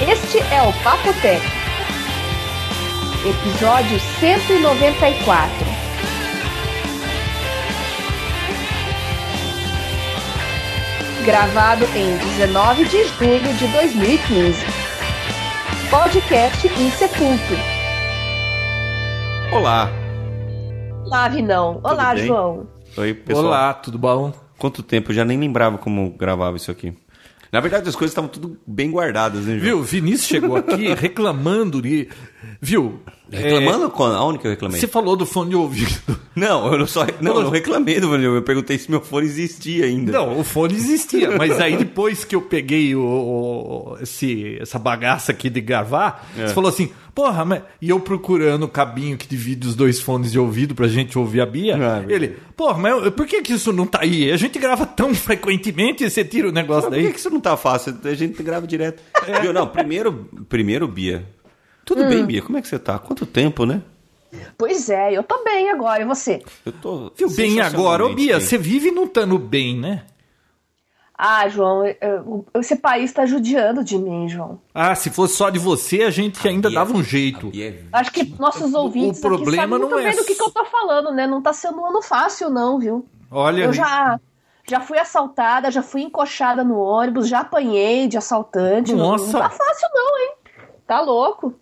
Este é o Papo Tech, episódio 194. Gravado em 19 de julho de 2015. Podcast Isso é Culto. Olá. Olá, Vinão. Olá, bem? João. Oi, pessoal. Olá, tudo bom? Quanto tempo? Eu já nem lembrava como gravava isso aqui. Na verdade, as coisas estavam tudo bem guardadas, né, Ju? Viu, Vinícius chegou aqui reclamando de. Viu? Reclamando? quando? Aonde que eu É, reclamei? Você falou do fone de ouvido. Não, eu não só. Não, eu não reclamei do meu. Eu perguntei se meu fone existia ainda. Não, o fone existia, mas aí depois que eu peguei o, o- esse, essa bagaça aqui de gravar, É. você falou assim, porra, mas... e eu procurando o cabinho que divide os dois fones de ouvido pra gente ouvir a Bia, Ah, meu ele, porra, mas eu- por que que isso não tá aí? A gente grava tão frequentemente e você tira o Mas negócio por que, daí? É. que isso não tá fácil? A gente grava direto. Viu? Não, primeiro, primeiro Bia. Tudo bem, Bia? Como é que você tá? Quanto tempo, né? Pois é, eu tô bem agora, e você? Eu tô. Viu, bem agora, ô sensacionalmente Bia, bem. você vive não estando bem, né? Ah, João, eu- eu- esse país tá judiando de mim, João. Ah, se fosse só de você, a gente ainda Bia- dava um a jeito. Bia é- Acho que nossos ouvintes problema aqui sabem muito não é bem do que, que eu tô falando, né? Não tá sendo um ano fácil, não, viu? Olha, Eu já, já fui assaltada, já fui encoxada no ônibus, já apanhei de assaltante. Não- Não, Nossa. tá fácil, não, hein? Tá louco.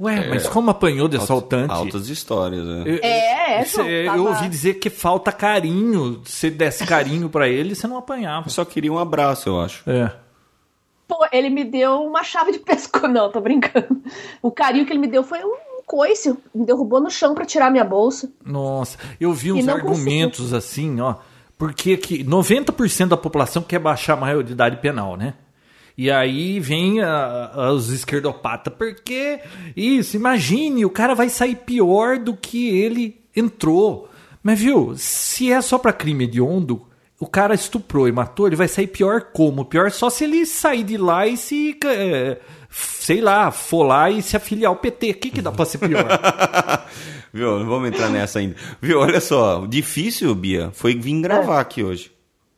ué, mas como apanhou de assaltante? é Altas histórias, né? Eu- É, é, Isso, João, é, tava- eu ouvi dizer que falta carinho. Se desse carinho pra ele, você não apanhava. Eu só queria um abraço, eu acho. É. Pô, ele me deu uma chave de pescoço. Não, tô brincando. O carinho que ele me deu foi um coice. Me derrubou no chão pra tirar minha bolsa. Nossa, eu vi uns não argumentos assim, ó. Porque que 90% da população quer baixar a maioridade penal, né? E aí vem a- a- os esquerdopatas. Porque isso, imagine, o cara vai sair pior do que ele entrou. Mas viu, se é só pra crime hediondo, o cara estuprou e matou, ele vai sair pior como? Pior só se ele sair de lá e se. eh, sei lá, for lá e se afiliar ao PT. O que, que dá pra ser pior? Viu? Não vamos entrar nessa ainda. Viu? Olha só, o difícil, Bia, foi vir gravar aqui hoje.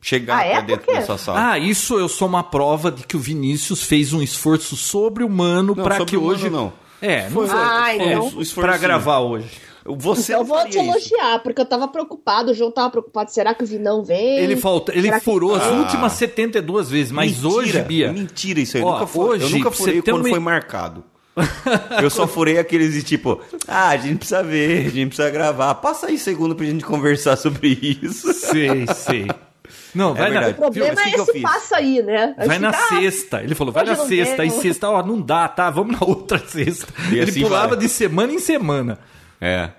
Chegar É. Ah, é? até Por dentro quê? da sua sala. Ah, isso eu sou uma prova de que o Vinícius fez um esforço sobre-humano Não, para que sobre-humano hoje não. É, não Foi- foi. Ah, foi então. um esforço. Pra gravar hoje. Você eu não vou te faria isso. elogiar, porque eu tava preocupado, o João tava preocupado. Será que o Vinão vem? Ele falta, ele Será que- furou as Ah. últimas 72 vezes, mas Mentira, hoje, Bia. Mentira isso aí. Eu Ó, nunca furei, eu hoje, nunca pra furei você ter quando uma- foi marcado. Eu só furei aqueles de tipo, ah, a gente precisa ver, a gente precisa gravar. Passa aí segundo pra gente conversar sobre isso. Sei, sei. Não, vai verdade. na, O Viu? problema Mas o que é que eu esse fiz? passo aí, né? vai Acho na que tá- sexta. Ele falou, vai Hoje na não sexta. Aí deu. sexta, ó, não dá, tá? Vamos na outra sexta. E ele assim pulava vai. de semana em semana. É.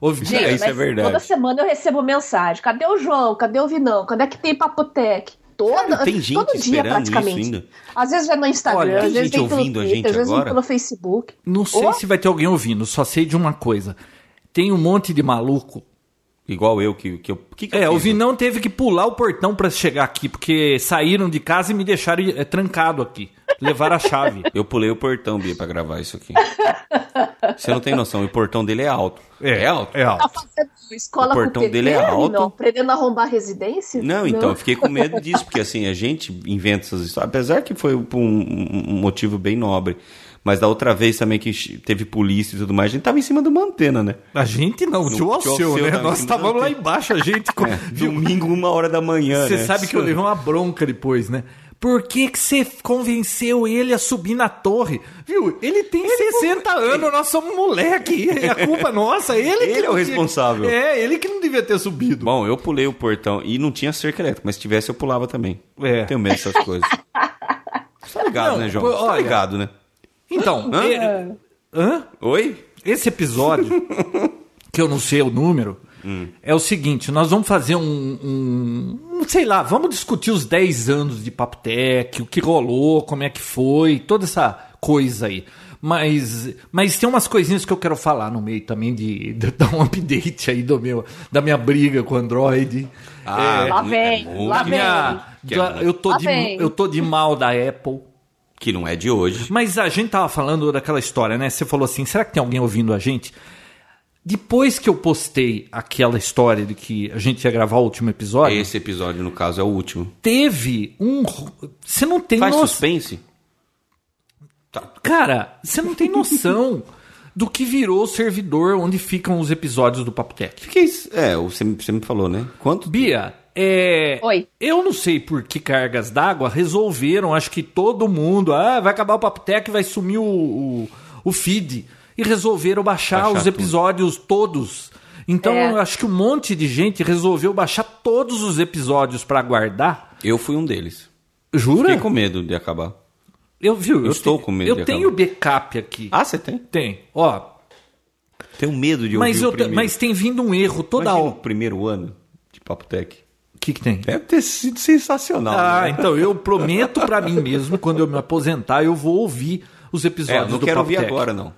Ô, Gente, É, Bia, isso é mas verdade. Toda semana eu recebo mensagem. Cadê o João? Cadê o Vinão? Cadê que tem Papotec? Toda, Sério, tem gente todo dia esperando praticamente. isso ainda? Às vezes é no Instagram, Olha, às tem vezes gente tem pelo ouvindo a Twitter, gente às vezes é agora? pelo Facebook. não sei Ô. se vai ter alguém ouvindo, só sei de uma coisa. Tem um monte de maluco Igual eu, que, que eu... que que eu É, o fiz? Vinão teve que pular o portão pra chegar aqui, porque saíram de casa e me deixaram eh, trancado aqui. Levaram a chave. Eu pulei o portão, Bia, pra gravar isso aqui. Você não tem noção, e o portão dele é alto. alto? É Tá alto. fazendo escola O portão com PT, dele é alto. Não, aprendendo a arrombar a residência? Não, então, eu fiquei com medo disso, porque assim, a gente inventa essas histórias, apesar que foi por um, um- um motivo bem nobre. Mas da outra vez também que che- teve polícia e tudo mais, a gente tava em cima de uma antena, né? A gente não, o tio tio Alceu, Alceu né? tá Nós vindo estávamos lá aqui. embaixo, a gente. com- Viu? Domingo, uma hora da manhã. Você É, né? sabe que eu levei uma bronca depois, né? Por que que você convenceu ele a subir na torre? Viu? Ele tem 60 anos, nós somos moleque. É a culpa nossa. Ele, que Ele é o não tinha- responsável. É, ele que não devia ter subido. Bom, eu pulei o portão e não tinha cerca elétrica, mas se tivesse eu pulava também. É. Tenho medo dessas coisas. Você tá ligado, Não, né, João? pô, Você tá olha- ligado, né? Então, Hã? é- hã? Oi? Esse episódio, que eu não sei o número, Hum. é o seguinte: nós vamos fazer um, um- um- Sei lá, vamos discutir os 10 anos de Papotec, o que rolou, como é que foi, toda essa coisa aí. Mas, mas tem umas coisinhas que eu quero falar no meio também, de, de dar um update aí do meu, da minha briga com o Android. Ah, Lá vem, é muito- lá Da vem. minha- Que da- é- eu, tô Lá de, vem. eu tô de mal da Apple. Que não é de hoje. Mas a gente tava falando daquela história, né? Você falou assim, será que tem alguém ouvindo a gente? Depois que eu postei aquela história de que a gente ia gravar o último episódio, Esse episódio, no caso, é o último. teve um... Você não tem Faz noção. suspense? Cara, você não tem noção do que virou o servidor onde ficam os episódios do Papo Tech. Fiquei. É, você me, você me falou, né? Quanto? Bia, é, Oi. eu não sei por que cargas d'água resolveram, acho que todo mundo, ah, vai acabar o Papotec, vai sumir o, o, o feed. E resolveram baixar, Baixar os tudo. episódios todos. Então, É. eu acho que um monte de gente resolveu baixar todos os episódios pra guardar. Eu fui um deles. Jura? Fiquei com medo de acabar. Eu, viu, eu, estou te- com medo de Eu tenho backup aqui. Ah, você tem? Tem, ó. Tenho medo de ouvir Mas, o eu, te- primeiro. mas tem vindo um erro toda Imagina hora. o primeiro ano de Papo Tech. O que, que tem? Deve ter sido sensacional. Ah, né? então eu prometo pra mim mesmo, quando eu me aposentar, eu vou ouvir os É, episódios não do quero Papo ouvir Tech. agora, não.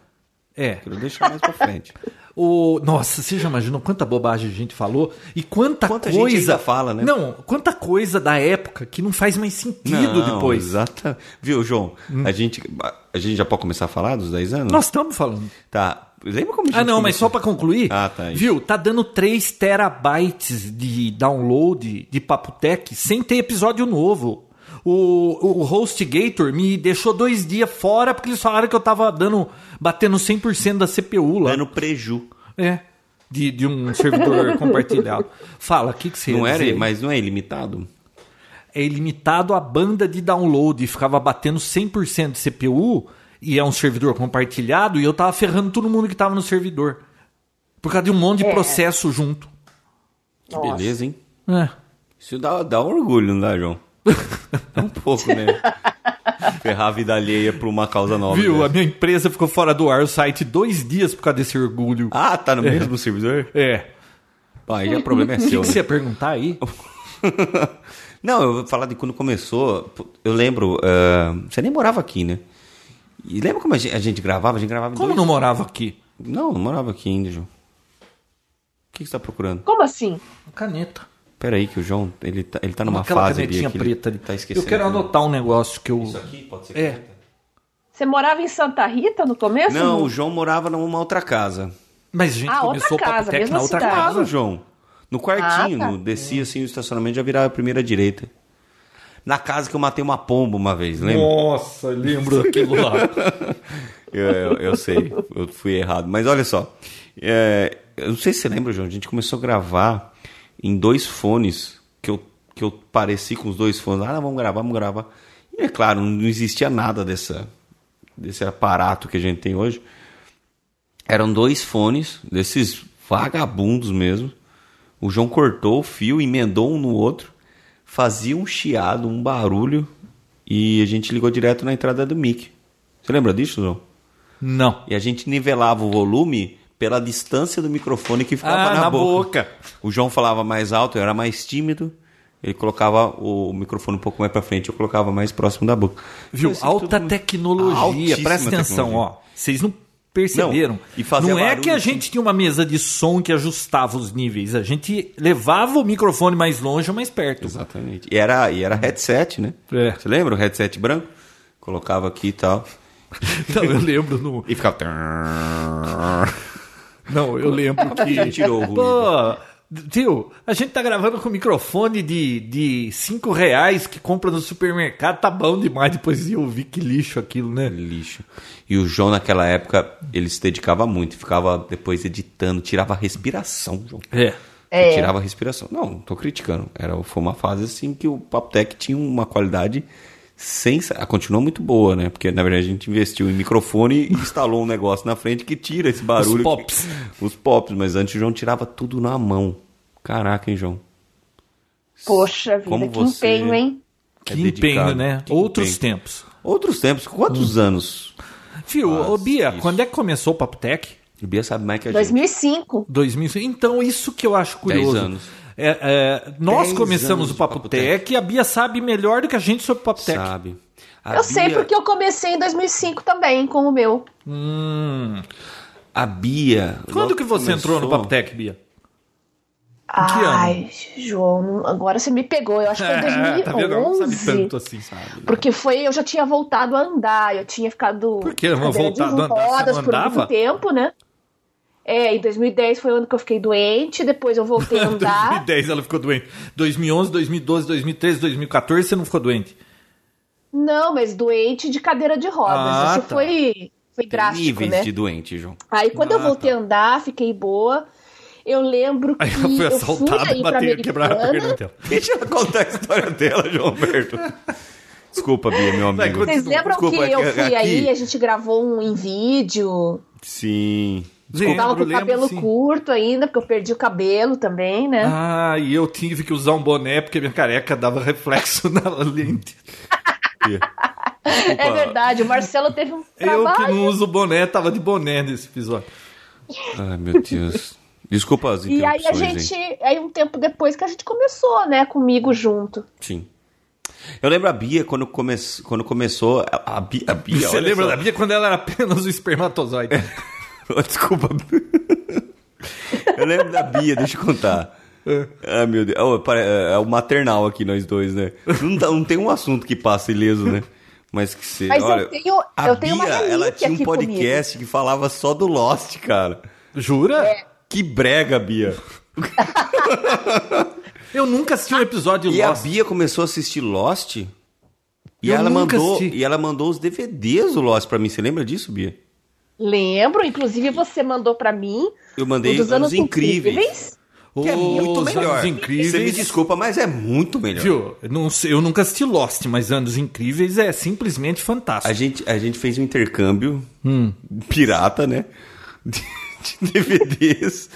É. Quero deixar mais pra frente. O... Nossa, você já imaginou quanta bobagem a gente falou e quanta, Quanta gente coisa. ainda fala, né? Não, quanta coisa da época que não faz mais sentido Não, depois. Exata. Viu, João? A, gente, a gente já pode começar a falar dos 10 anos? Nós estamos falando. Tá. Lembra como a gente Ah, não, mas começou? só pra concluir. Ah, tá, isso. Viu? Tá dando 3 terabytes de download de Papotec sem ter episódio novo. O, o HostGator me deixou dois dias fora porque eles falaram que eu tava dando, batendo 100% da CPU lá. Dando preju. É. De, de um servidor compartilhado. Fala, o que, que você ia Não era, dizer? mas não é ilimitado? é limitado à banda de download, ficava batendo 100% de CPU e é um servidor compartilhado e eu tava ferrando todo mundo que tava no servidor. Por causa de um monte de É. processo junto. Que beleza, hein? É. Isso dá, dá um orgulho, não dá, João? É um pouco, né? Ferrar a vida alheia pra uma causa nova. né? Viu? dessa. A minha empresa ficou fora do ar, o site, dois dias por causa desse orgulho. Ah, tá no mesmo servidor? É. Aí o problema é O que, seu. que né? você ia perguntar aí? Não, eu vou falar de quando começou. pô, Eu lembro. ah, você nem morava aqui, né? E lembra como a gente, a gente gravava? A gente gravava em Como dois- não morava aqui? Não, não morava aqui ainda, João. O que, que você tá procurando? Como assim? Caneta. Pera aí, que o João, ele tá, ele tá numa Aquela fase. Bia, canetinha que ele preta ali. Tá esquecendo. eu quero anotar um negócio que eu. Isso aqui pode ser É. caneta? Você morava em Santa Rita no começo? Não, o João morava numa outra casa. Mas a gente Ah, outra começou o casa, Papotec mesma na outra cidade. casa. Claro, João. No quartinho, Ah, tá. no- descia assim o estacionamento já virava a primeira direita. Na casa que eu matei uma pomba uma vez, lembra? Nossa, lembro daquilo lá. Eu, eu- eu sei, eu fui errado. Mas olha só, é, eu não sei se você lembra, João, a gente começou a gravar em dois fones, que eu, que eu pareci com os dois fones. Ah, vamos gravar, vamos gravar. E é claro, não existia nada dessa, desse aparato que a gente tem hoje. Eram dois fones, desses vagabundos mesmo. O João cortou o fio, emendou um no outro, fazia um chiado, um barulho, e a gente ligou direto na entrada do mic. Você lembra disso, João? Não. E a gente nivelava o volume pela distância do microfone que ficava Ah, na, na boca. boca. O João falava mais alto, eu era mais tímido. Ele colocava o microfone um pouco mais pra frente, eu colocava mais próximo da boca. Viu? Então, assim, Alta tudo- tecnologia. Altíssima Presta atenção, tecnologia. ó. Vocês não perceberam. Não, e fazia Não é barulho, que a assim. gente tinha uma mesa de som que ajustava os níveis. A gente levava o microfone mais longe ou mais perto. Exatamente. E era, e era headset, né? É. Você lembra o headset branco? Colocava aqui e tal. Então, eu lembro. No... E ficava. Não, eu lembro que. Ele tirou o ruído. Pô, tio, a gente tá gravando com microfone de, de 5 reais que compra no supermercado. Tá bom demais depois de ouvir que lixo aquilo, né? Lixo. E o João, naquela época, ele se dedicava muito, ficava depois editando, tirava a respiração, João. É. Você É. tirava a respiração. Não, não tô criticando. Era, foi uma fase assim que o Papotec tinha uma qualidade sensa... ah, Continua muito boa, né? Porque na verdade a gente investiu em microfone e instalou um negócio na frente que tira esse barulho. que- pops. Os pops, mas antes o João tirava tudo na mão. Caraca, hein, João? Poxa vida, Como que você- empenho, hein? É que dedicado, empenho, né? que Outros empenho. tempos. Hum. Outros tempos. Quantos anos? Fio, ô Faz Bia, isso. quando é que começou o Papotec? O Bia sabe mais que a gente. 2005. 2005. Então, isso que eu acho curioso. Dez anos. É, é, Dez nós anos começamos de o Papo Papo Tech, e a Bia sabe melhor do que a gente sobre o Papo Tech. Sabe. A Eu sei Bia- porque eu comecei em 2005 também com o meu. A Bia. Hum, Quando logo que você entrou no começou- Papo Tech, Bia? que ano? Ai, João, agora você me pegou. Eu acho que foi em tá vendo? Ela Não sabe 2011. tanto assim, sabe? Porque foi, eu já tinha voltado a andar, eu tinha ficado. Por quê? Uma cadeira voltada de a andar, você não rodas por andava? muito tempo, né? É, em 2010 foi o ano que eu fiquei doente, depois eu voltei a andar. 2010 ela ficou doente. 2011, 2012, 2013, 2014 você não ficou doente. Não, mas doente de cadeira de rodas. Ah, Isso tá. foi, foi drástico, Níveis né? de doente, João. Aí quando eu Ah, voltei tá. a andar, fiquei boa. Eu lembro que Aí ela foi eu fui assaltada, aí pra bateu, quebraram a perna Americana. dela. Deixa ela contar a história dela, João Alberto. Desculpa, Bia, meu Vai, amigo. continua. Vocês lembram Desculpa, que eu aqui- fui aí, aqui- a gente gravou um em vídeo, Sim. eu tava com o Lembro, cabelo lembro, sim. curto ainda, porque eu perdi o cabelo também, né? Ah, e eu tive que usar um boné porque minha careca dava reflexo na lente. Bia. Desculpa. é verdade, o Marcelo teve um Eu que trabalho. não uso boné, tava de boné nesse episódio. Ai, meu Deus. Desculpa as E aí a interrupções, gente, hein? aí um tempo depois que a gente começou, né, comigo junto. Sim. Eu lembro a Bia quando, come... quando começou. A a Bia. A Bia Você olha lembra só. da Bia quando ela era apenas o espermatozoide? Desculpa. Eu lembro da Bia, deixa eu contar. Ah, meu Deus. Oh, pare- é o maternal aqui, nós dois, né? Não, dá- não tem um assunto que passa ileso, né? Mas que você. Mas eu olha, tenho- a eu tenho uma Bia, relíquia ela tinha um aqui podcast que falava só do Lost, cara. Jura? Que brega, Bia. Eu nunca assisti um episódio Ah, E é Lost. a Bia começou a assistir Lost. E Eu ela nunca mandou, assisti. e ela mandou os DVDs do Lost pra mim. Você lembra disso, Bia? Lembro, inclusive você mandou pra mim Eu mandei o dos anos, incríveis. Que é muito Os melhor. Anos Incríveis. Você me desculpa, mas é muito melhor. Viu? Eu não sei- eu nunca assisti Lost, mas Anos Incríveis é simplesmente fantástico. A gente, a gente fez um intercâmbio Hum. pirata, né? De, de DVDs.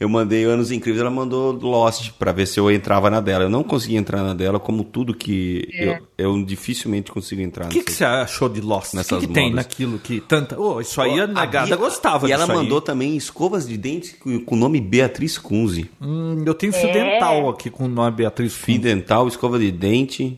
Eu mandei Anos Incríveis, ela mandou Lost pra ver se eu entrava na dela. Eu não consegui entrar na dela, como tudo que eu, eu dificilmente consigo entrar. O que, que você achou de Lost? O que, Nessas que tem modas. naquilo que tanta. Ô, isso aí a negada gostava E ela disso aí. mandou também escovas de dente com com o nome Beatriz Kunze. Hum, eu tenho fio dental aqui com o nome Beatriz Fio Fim. dental, escova de dente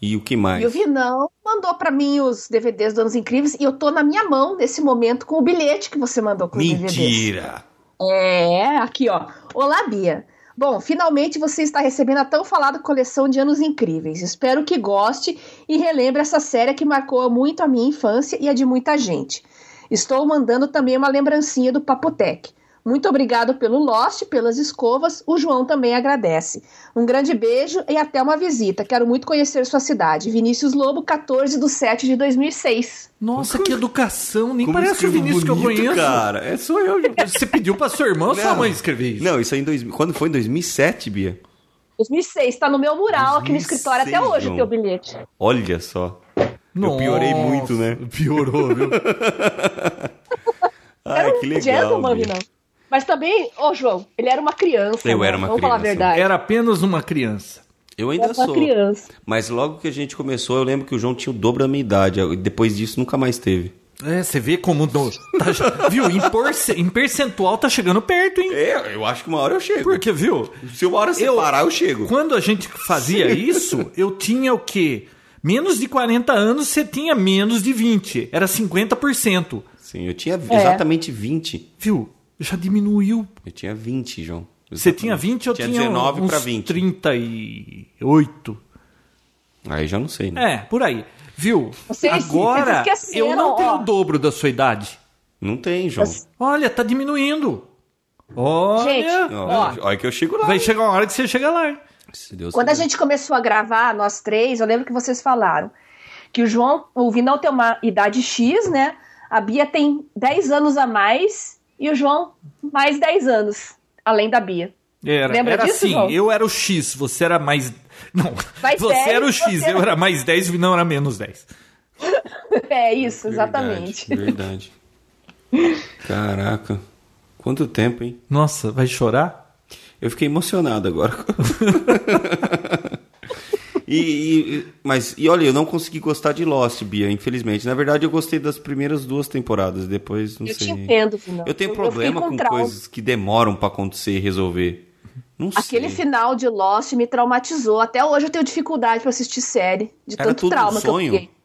e o que mais? E o Vinão mandou pra mim os DVDs dos anos incríveis e eu tô na minha mão nesse momento com o bilhete que você mandou com os DVDs. Mentira! É, aqui ó. Olá, Bia. Bom, finalmente você está recebendo a tão falada coleção de anos incríveis. Espero que goste e relembre essa série que marcou muito a minha infância e a de muita gente. Estou mandando também uma lembrancinha do Papotec. Muito obrigado pelo Lost, pelas escovas. O João também agradece. Um grande beijo e até uma visita. Quero muito conhecer sua cidade. Vinícius Lobo, 14 de 7 de 2006. Nossa, que educação! Nem Como parece o escrevo Vinícius que eu bonito, conheço. Cara, é sou eu, Ju. Você pediu pra sua irmã ou sua Não. mãe escrever isso? Não, isso aí em dois, quando foi? Em 2007, Bia? 2006, está tá no meu mural aqui no escritório até 2006, hoje, João. o teu bilhete. Olha só. Eu piorei muito, né? Piorou, viu? era Ai, um que gentleman, legal. Bia. não. Mas também, ô João, ele era uma criança. Eu né? era uma Vamos falar a criança. verdade. Era apenas uma criança. Eu ainda Era uma sou. criança. Mas logo que a gente começou, eu lembro que o João tinha o dobro da minha idade. Eu- Depois disso, nunca mais teve. É, você vê como. no- tá- viu? Em, porce- em percentual tá chegando perto, hein? É, eu acho que uma hora eu chego. Porque, viu? Se uma hora você parar, eu chego. Quando a gente fazia isso, eu tinha o quê? Menos de 40 anos, você tinha menos de 20. Era 50%. Sim, eu tinha É. exatamente 20. Viu? Já diminuiu. Eu tinha 20, João. Você Exatamente. tinha 20, eu tinha, tinha 19 uns pra 20. 38. Aí já não sei, né? É, por aí. Viu? Vocês- Agora, vocês esqueceram, eu não tenho é ó. o dobro da sua idade. Não tem, João. Mas- Olha, tá diminuindo. Olha. Gente, Ó, ó. Olha que eu chego lá. Vai chegar uma hora que você chega lá. hein? Se Deus Quando a quiser. gente começou a gravar, nós três, eu lembro que vocês falaram que o João, o Vinão tem uma idade X, né? A Bia tem 10 anos a mais e o João mais 10 anos, além da Bia. Era, Lembra era disso, assim, João? eu era o X, você era mais. Não, Mais você 10, era o X, você eu era mais 10 e não era menos 10. É isso, exatamente. Verdade. verdade. Caraca. Quanto tempo, hein? Nossa, vai chorar? Eu fiquei emocionado agora. E- e- e- mas, e olha, eu não consegui gostar de Lost, Bia, infelizmente. Na verdade, eu gostei das primeiras duas temporadas, depois não Eu sei. te entendo, Vinão. Eu tenho Eu- eu problema fiquei com com trauma. coisas que demoram pra acontecer e resolver. Não Aquele sei. final de Lost me traumatizou. Até hoje eu tenho dificuldade pra assistir série, de Era tanto tudo um trauma sonho? que eu fiquei.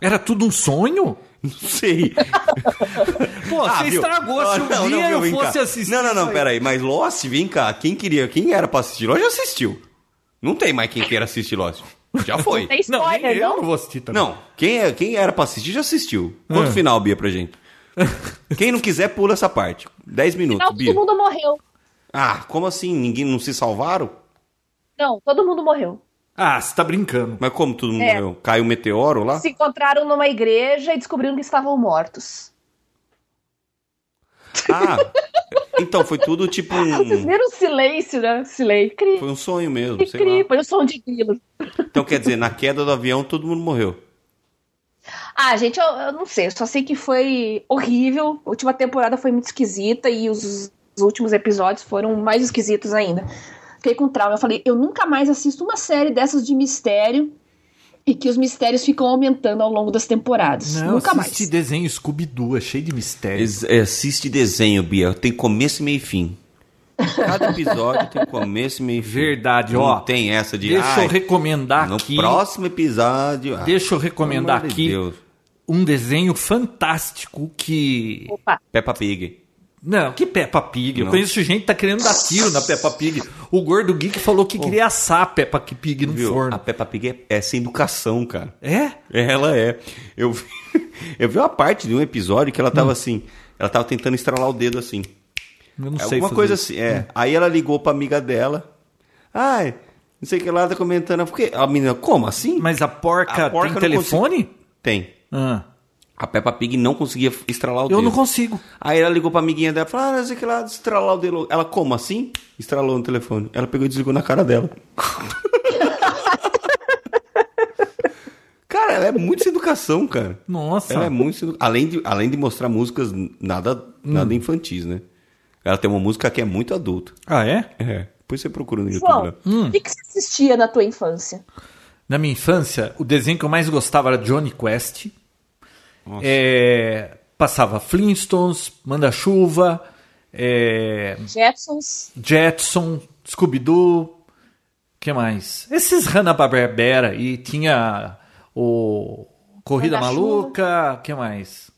Era tudo um sonho? Não sei. Pô, Ah, você viu? estragou. Se Ah, um não, dia não, viu? eu Vem cá. fosse assistir. Não, não, isso não, aí. peraí. Mas Lost, vem cá. Quem queria, quem era pra assistir Lost já assistiu. Não tem mais quem queira assistir Lost. Já foi. Tem Não, nem spoiler, eu não? não vou assistir também. Não, quem, é, quem era pra assistir já assistiu. Quanto Ah. final, Bia, pra gente? quem não quiser, pula essa parte. 10 minutos, Não, Bia. todo mundo morreu. Ah, como assim? Ninguém não se salvaram? Não, todo mundo morreu. Ah, você tá brincando. Mas como todo mundo É. morreu? Caiu um meteoro lá? Se encontraram numa igreja e descobriram que estavam mortos. Ah, então foi tudo tipo Vocês um. viram o silêncio, né? Silêncio. Cri, Foi um sonho mesmo, cri, sei lá. cri. Põe o som de grilo. Então quer dizer, na queda do avião todo mundo morreu. Ah, gente, eu, eu não sei. Eu só sei que foi horrível. A última temporada foi muito esquisita e os, os últimos episódios foram mais esquisitos ainda. Fiquei com trauma. Eu falei, eu nunca mais assisto uma série dessas de mistério e que os mistérios ficam aumentando ao longo das temporadas. Não, nunca assisti mais. desenho Scooby-Doo, é cheio de mistério. Ex- é, assiste desenho, Bia. Tem começo, meio e fim. Cada episódio tem começo, meio e fim. Verdade, não ó. tem essa de. Deixa "Ai, eu recomendar no aqui. próximo episódio. ah, Deixa eu recomendar pelo amor de aqui Deus. um desenho fantástico que. Opa. Peppa Pig. Não, que Peppa Pig. Eu Não. conheço gente que tá querendo dar tiro na Peppa Pig. O Gordo Geek falou que queria assar a Peppa Pig no Oh. Viu? A forno. Peppa Pig é- é sem educação, cara. É? Ela é. Eu vi, eu vi uma parte de um episódio que ela Hum. tava assim. Ela tava tentando estralar o dedo assim. Eu não É sei. alguma fazer coisa isso. Hum. assim. É. Aí ela ligou pra amiga dela. Ai, não sei o que lá, tá comentando. Porque a menina, como assim? Mas a porca, A porca tem não telefone? Tem. Ah, A Peppa Pig não conseguia estralar o eu dedo. não consigo. Aí ela ligou pra amiguinha dela e falou: Ah, não sei o que lá, estralar o dedo. Ela, como assim? Estralou no telefone. Ela pegou e desligou na cara dela. cara, ela é muito sem educação, cara. Nossa. Ela é muito. sedu- Além de, além de mostrar músicas nada, nada infantis, né? Ela tem uma música que é muito adulta. Ah, é? É. Depois você procura no YouTube. João, né? Hum. o que, que você assistia na tua infância? Na minha infância, o desenho que eu mais gostava era Johnny Quest. É, passava Flintstones, Manda-Chuva, é, Jetsons? Jetson, Scooby-Doo, que mais? Esses Hanna-Barbera e tinha o Corrida Manda-chuva. Maluca, que mais?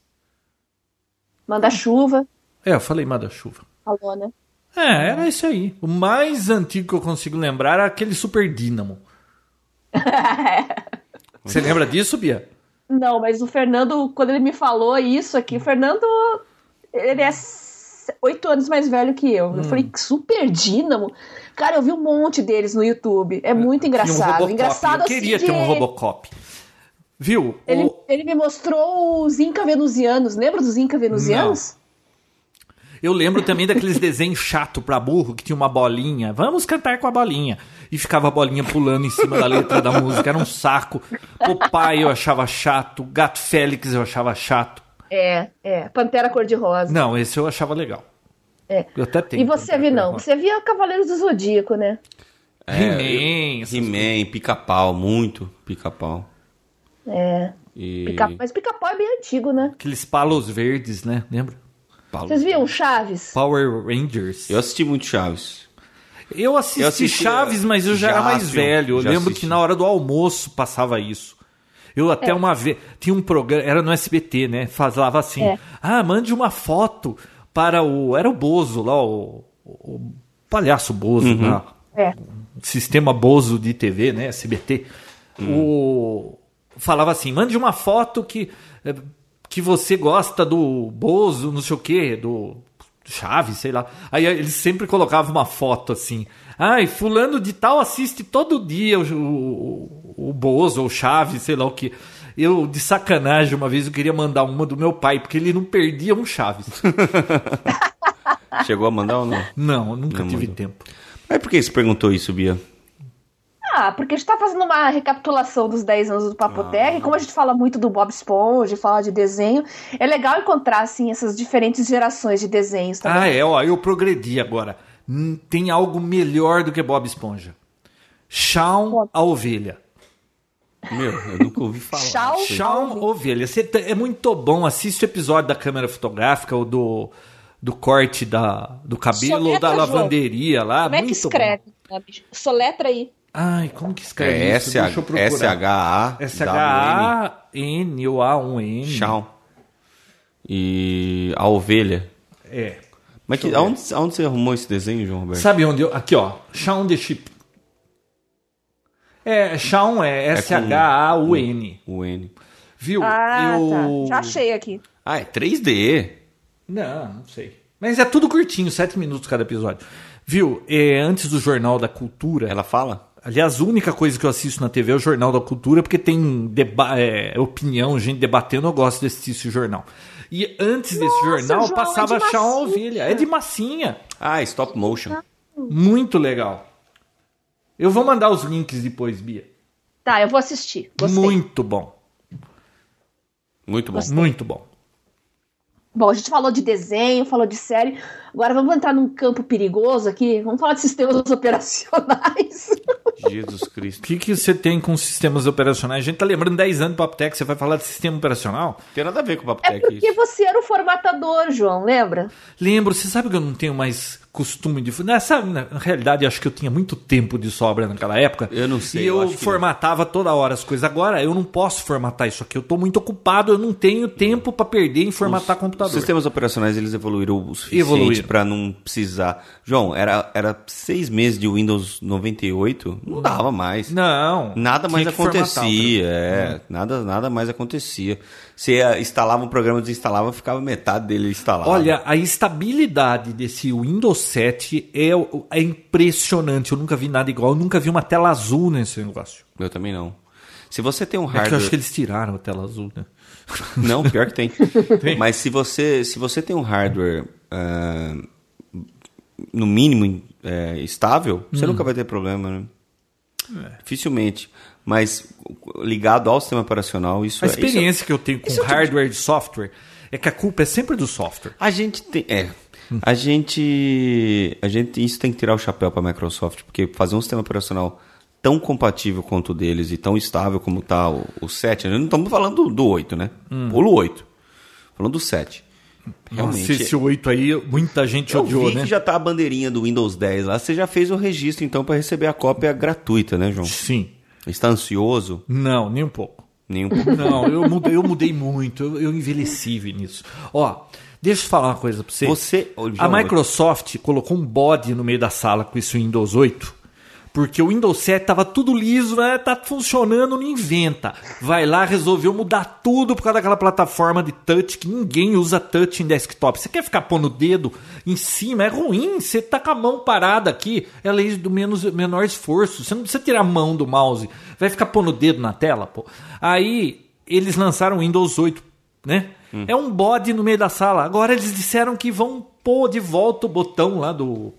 Manda chuva, É, eu falei Manda-Chuva. falou, né? É, era isso aí. O mais antigo que eu consigo lembrar era aquele Super Dínamo. Você lembra disso, Bia? Não, mas o Fernando, quando ele me falou isso aqui, o Hum. Fernando, ele é s- oito anos mais velho que eu. Hum. Eu falei, super dínamo. Cara, eu vi um monte deles no YouTube. É muito Tinha um engraçado. Robocop. engraçado eu queria assim ter um de- Robocop. Viu? Ele, O- ele me mostrou os Inca Venusianos. Lembra dos Inca Venusianos? Eu lembro também daqueles desenhos chato pra burro que tinha uma bolinha. Vamos cantar com a bolinha. E ficava a bolinha pulando em cima da letra da música. Era um saco. Popeye eu achava chato. Gato Félix eu achava chato. É, é. Pantera Cor-de-Rosa. Não, esse eu achava legal. É. Eu até tenho. E você viu, não? Você via Cavaleiros do Zodíaco, né? He-Man. essas- É, He-Man, pica-pau, muito pica-pau. É. E. Pica... Mas pica-pau é bem antigo, né? Aqueles palos verdes, né? Lembra? Paulo. Vocês viam Chaves? Power Rangers. Eu assisti muito Chaves. Eu assisti, Eu assisti, Chaves, mas eu já, já era mais assisti, velho. Eu já lembro assisti. que na hora do almoço passava isso. Eu até uma vez. Tinha um programa. Era no SBT, né? Falava assim: É. ah, mande uma foto para o. Era o Bozo lá, o. o palhaço Bozo Uhum. lá. É. Sistema Bozo de TV, né? SBT. O. Falava assim: mande uma foto que. eh, Que você gosta do Bozo, não sei o quê, do. Chave, sei lá. Aí eles sempre colocavam uma foto assim. Ai, fulano de tal assiste todo dia o, o, o Bozo ou Chave, sei lá o que. Eu, de sacanagem, uma vez eu queria mandar uma do meu pai, porque ele não perdia um Chaves. Chegou a mandar ou não? Não, eu nunca Não tive mandou. tempo. Mas por que É você perguntou isso, Bia? Ah, porque a gente tá fazendo uma recapitulação dos 10 anos do Ah. Papotec, e como a gente fala muito do Bob Esponja, fala de desenho, é legal encontrar, assim, essas diferentes gerações de desenhos também. Ah, é, ó, eu progredi agora. Hum, Tem algo melhor do que Bob Esponja. Shaun, a ovelha. Meu, eu nunca ouvi falar. Tchau. disso aí. Shaun, a ovelha. Você tá- é muito bom. Assiste o episódio da câmera fotográfica ou do, do corte da, do cabelo ou Soneca, da João. lavanderia lá. como é que Ah, muito bom. escreve? Soletra aí. Ai, como que escreve É isso? Deixa eu procurar. S-H-A-W-N. S-H-A-N ou A-1-N. Chão. E a ovelha. É. Mas que, aonde, aonde você arrumou esse desenho, João Roberto? Sabe onde eu... Aqui, ó. Shaun the Sheep. É, Shaun é com- S-H-A-U-N. O N. Viu? Ah, eu... tá. Já achei aqui. Ah, é 3D. Não, não sei. Mas é tudo curtinho, sete minutos cada episódio. Viu? É, antes do Jornal da Cultura, Ela fala? Aliás, a única coisa que eu assisto na TV é o Jornal da Cultura, porque tem deba- é, opinião, gente debatendo, eu gosto de assistir esse jornal. E antes desse Nossa, jornal, João, passava é de Chá massinha. Ovelha. É de massinha. Ah, stop motion. Muito legal. Eu vou mandar os links depois, Bia. Tá, eu vou assistir. Gostei. Muito bom. Muito bom. Muito bom. Bom, a gente falou de desenho, falou de série. Agora vamos entrar num campo perigoso aqui. Vamos falar de sistemas operacionais. Jesus O Cristo. que, que você tem com sistemas operacionais? A gente tá lembrando 10 anos do Papo Tech, você vai falar de sistema operacional? Tem nada a ver com o Papo É Tech porque isso. você era o formatador, João, lembra? Lembro, você sabe que eu não tenho mais costume de. Nessa, na realidade, acho que eu tinha muito tempo de sobra naquela época. Eu não sei, E eu eu, acho que formatava toda hora as coisas. Agora eu não posso formatar isso aqui. Eu tô muito ocupado, eu não tenho tempo pra perder em formatar computador. Os sistemas operacionais eles evoluíram o suficiente Evoluíram. para não precisar. João, era, era seis meses de Windows 98, não dava mais. Não. Nada mais tinha que formatar, Uhum. acontecia, é, nada, nada mais acontecia. Você ah, instalava um programa, desinstalava, ficava metade dele instalado. Olha, a estabilidade desse Windows 7 é, o- é impressionante. Eu nunca vi nada igual. Eu nunca vi uma tela azul nesse negócio. eu também não. Se você tem um É que eu hardware, acho que eles tiraram a tela azul, né? não, pior que tem. Mas se você, se você tem um hardware ah, no mínimo eh, estável, Hum. você nunca vai ter problema, né? É. Dificilmente. Mas ligado ao sistema operacional, isso A é- isso é- experiência que eu tenho com isso é o tipo hardware e software é que a culpa é sempre do software. A gente tem. É. A gente. A gente. Isso tem que tirar o chapéu para a Microsoft, porque fazer um sistema operacional tão compatível quanto o deles e tão estável como está o, o 7. Não estamos falando do, do 8, né? Pulo 8. Falando do 7. Realmente. Hum. Nossa, esse 8 aí, muita gente eu odiou, vi né? que já tá a bandeirinha do Windows 10 lá. Você já fez o registro, então, para receber a cópia gratuita, né, João? Sim. Está ansioso? Não, nem um pouco. Nenhum pouco. Não, eu mudei, eu mudei muito. Eu, eu envelheci nisso. Ó, deixa eu falar uma coisa pra você. Você- Ô, a João, Microsoft colocou um bode no meio da sala com esse Windows 8. Porque o Windows 7 tava tudo liso, né? tá funcionando, não inventa. Vai lá, resolveu mudar tudo por causa daquela plataforma de touch que ninguém usa touch em desktop. Você quer ficar pondo o dedo em cima? É ruim, você tá com a mão parada aqui, é a lei do menos, menor esforço. Você não precisa tirar a mão do mouse, vai ficar pondo o dedo na tela, pô. Aí eles lançaram o Windows 8 né? Hum. É um bode no meio da sala. Agora eles disseram que vão pôr de volta o botão lá do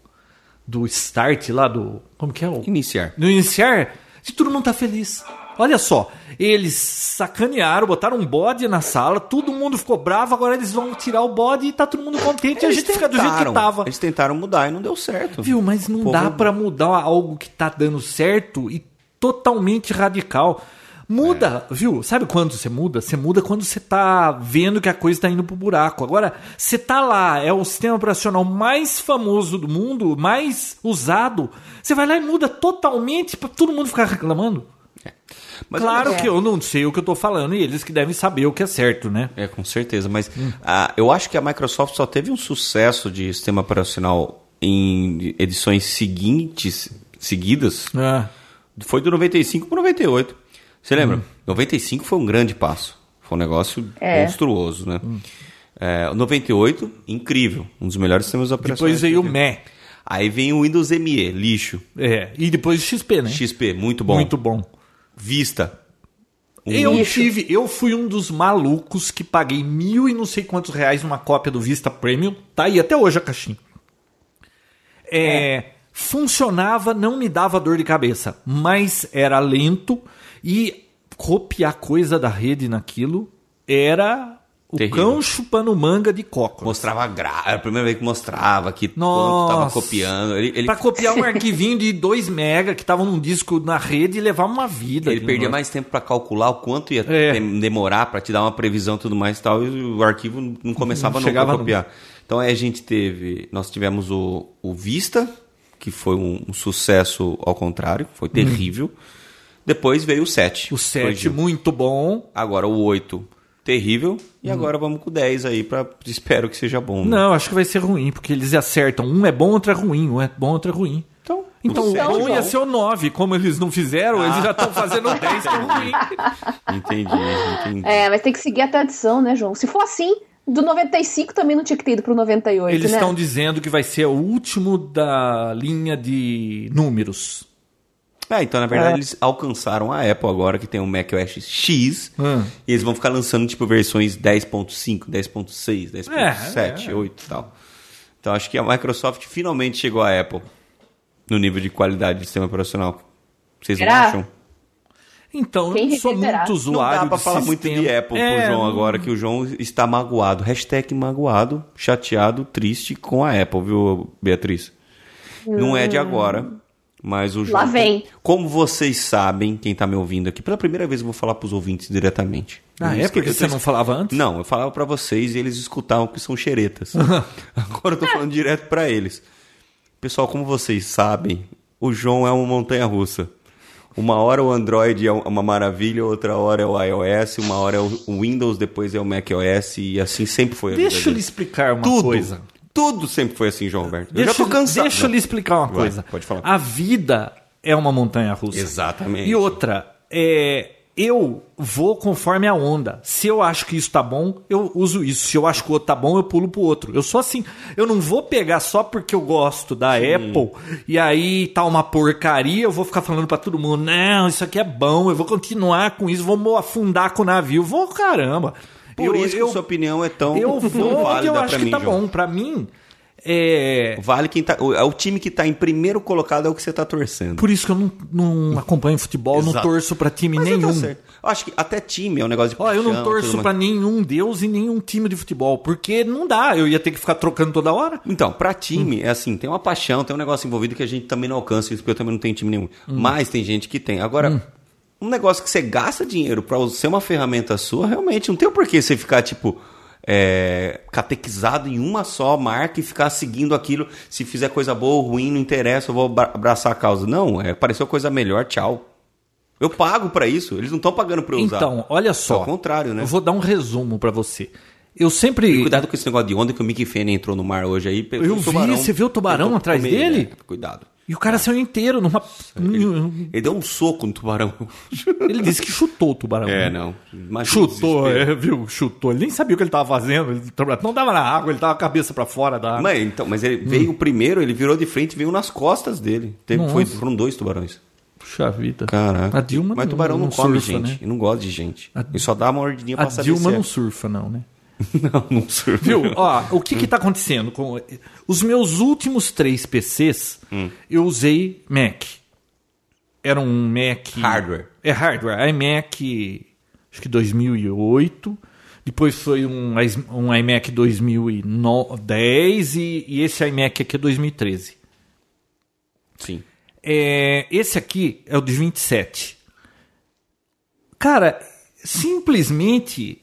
do start lá do como que é o Iniciar. no iniciar e todo mundo tá feliz. Olha só, eles sacanearam, botaram um bode na sala, todo mundo ficou bravo, agora eles vão tirar o bode e tá todo mundo contente e a gente fica do jeito que tentaram, tava. Eles tentaram mudar e não deu certo. Viu, mas não O povo- dá pra mudar algo que tá dando certo e totalmente radical. Muda, É. viu? Sabe quando você muda? Você muda quando você tá vendo que a coisa tá indo pro buraco. Agora, você tá lá, é o sistema operacional mais famoso do mundo, mais usado. Você vai lá e muda totalmente pra todo mundo ficar reclamando. Mas claro olha- que eu não sei o que eu tô falando e eles que devem saber o que é certo, né? É, com certeza, mas Hum. ah, eu acho que a Microsoft só teve um sucesso de sistema operacional em edições seguintes, seguidas, Ah, foi do 95 para 98. Você Hum. lembra? 95 foi um grande passo, foi um negócio É. monstruoso, né? Hum. É, o 98, incrível, um dos melhores sistemas operacionais. depois veio o que eu Mé. tenho. Aí vem o Windows ME, lixo, É, e depois o XP, né? XP, muito bom, Muito bom. Vista, um Eu Isso. tive, eu fui um dos malucos que paguei mil e não sei quantos reais numa cópia do Vista Premium, tá aí até hoje a caixinha. É, Funcionava, não me dava dor de cabeça, mas era lento e copiar coisa da rede naquilo era o Terrível. cão chupando manga de coco. mostrava gra... era a primeira vez que mostrava que quanto Nossa. estava copiando, ele, ele Pra copiar um arquivinho de 2 mega que tava num disco na rede e levar uma vida. Ele aquilo perdia lá. mais tempo para calcular o quanto ia É. dem- demorar para te dar uma previsão e tudo mais e tal, e o arquivo não começava Não não chegava a copiar. Então aí a gente teve, nós tivemos o, o Vista, que foi um, um sucesso ao contrário, foi terrível. Depois veio o 7. Uhum. corrigiu. O 7 muito bom. Agora o 8, terrível. E Uhum. agora vamos com o 10 aí, pra, espero que seja bom. né? Não, acho que vai ser ruim, porque eles acertam. Um é bom, outro é ruim. Um é bom, outro é ruim. Então, Então, o o sete, bom João. Ah. ia ser o 9. Como eles não fizeram, eles já estão fazendo o 10 que é ruim. Entendi, entendi. É, mas tem que seguir a tradição, né, João? Se for assim, do 95 também não tinha que ter ido pro 98, Eles né? estão dizendo que vai ser o último da linha de números. Ah, então, na verdade, É. eles alcançaram a Apple agora, que tem o macOS X, Hum. e eles vão ficar lançando, tipo, versões 10.5, 10.6, 10.7, É, é. 8 e tal. Então, acho que a Microsoft finalmente chegou à Apple no nível de qualidade do sistema operacional. Vocês não Será? acham? Então, eu Quem não sou será? muito Não usuário não dá pra de falar sistema. muito de Apple É, pro João agora, que o João está magoado. Hashtag magoado, chateado, triste com a Apple, viu, Beatriz? Não é de agora, mas o João... Hum. Lá vem. Como vocês sabem, quem tá me ouvindo aqui, pela primeira vez eu vou falar pros ouvintes diretamente. Ah, Eu é esque- porque eu você tô não falava antes? não, eu falava pra vocês e eles escutavam que são xeretas. Agora eu tô falando direto pra eles. Pessoal, como vocês sabem, o João é uma montanha russa. Uma hora o Android é uma maravilha, outra hora é o iOS, uma hora é o Windows, depois é o macOS e assim sempre foi. a vida Deixa eu lhe dele. explicar uma tudo, coisa. Tudo sempre foi assim, João Roberto. Deixa, eu já tô cansado. Deixa eu lhe explicar uma Vai, coisa. pode falar. A vida é uma montanha russa. Exatamente. E outra, é, eu vou conforme a onda. Se eu acho que isso tá bom, eu uso isso. Se eu acho que o outro tá bom, eu pulo pro outro. Eu sou assim. Eu não vou pegar só porque eu gosto da Apple e aí tá uma porcaria, eu vou ficar falando pra todo mundo: não, isso aqui é bom, eu vou continuar com isso, vou mo- afundar com o navio. Vou, caramba. Por eu, isso eu- que sua opinião é tão, eu tão vou porque válida eu pra acho mim, que tá João. bom. Pra mim, é. Vale quem tá. O, é o time que tá em primeiro colocado é o que você tá torcendo. Por isso que eu não, não acompanho futebol, não Exato. torço pra time Mas nenhum. tá certo. Eu acho que até time é um negócio de Ó, eu não paixão, torço tudo pra mais. nenhum deus e nenhum time de futebol, porque não dá, eu ia ter que ficar trocando toda hora. Então, Hum. pra time, é assim, tem uma paixão, tem um negócio envolvido que a gente também não alcança, isso porque eu também não tenho time Hum. nenhum. Mas tem gente que tem. Agora, um negócio que você gasta dinheiro pra ser uma ferramenta sua, realmente, não tem o porquê você ficar, tipo, é, catequizado em uma só marca e ficar seguindo aquilo. Se fizer coisa boa ou ruim, não interessa, eu vou abra- abraçar a causa. Não, é, apareceu coisa melhor, tchau. Eu pago pra isso, eles não estão pagando pra eu usar. Então, olha só. Ao contrário, né? Eu vou dar um resumo pra você. Eu E sempre cuidado com esse negócio de onda que o Mickey Fanny entrou no mar hoje aí. pegou Eu um vi, você viu o tubarão tentou atrás dele? né? Cuidado. e o cara saiu inteiro numa Ele, ele deu um soco no tubarão. Ele disse que chutou o tubarão. É, né? não. Imagina o Chutou, desespero. é, viu? Chutou. Ele nem sabia o que ele tava fazendo. Ele não tava na água, ele tava com a cabeça pra fora da água. Mas, então, mas ele Hum. veio primeiro, ele virou de frente, veio nas costas dele. Teve, foi, Nossa. foram dois tubarões. Puxa vida. Caraca. A Dilma mas não- tubarão não, não come surfa, gente. né? E não gosta de gente. A- Ele só dá uma mordidinha A pra saber Dilma se é. não surfa, não, né? Não, não surfa. Viu? Ó, o que que tá acontecendo? com Os meus últimos três PCs, eu usei Mac. Era um Mac... Hardware. É hardware. iMac, acho que 2008. Depois foi um, is- um iMac 2010 e, e esse iMac aqui é 2013. Sim. É, esse aqui é o de 27. Cara, simplesmente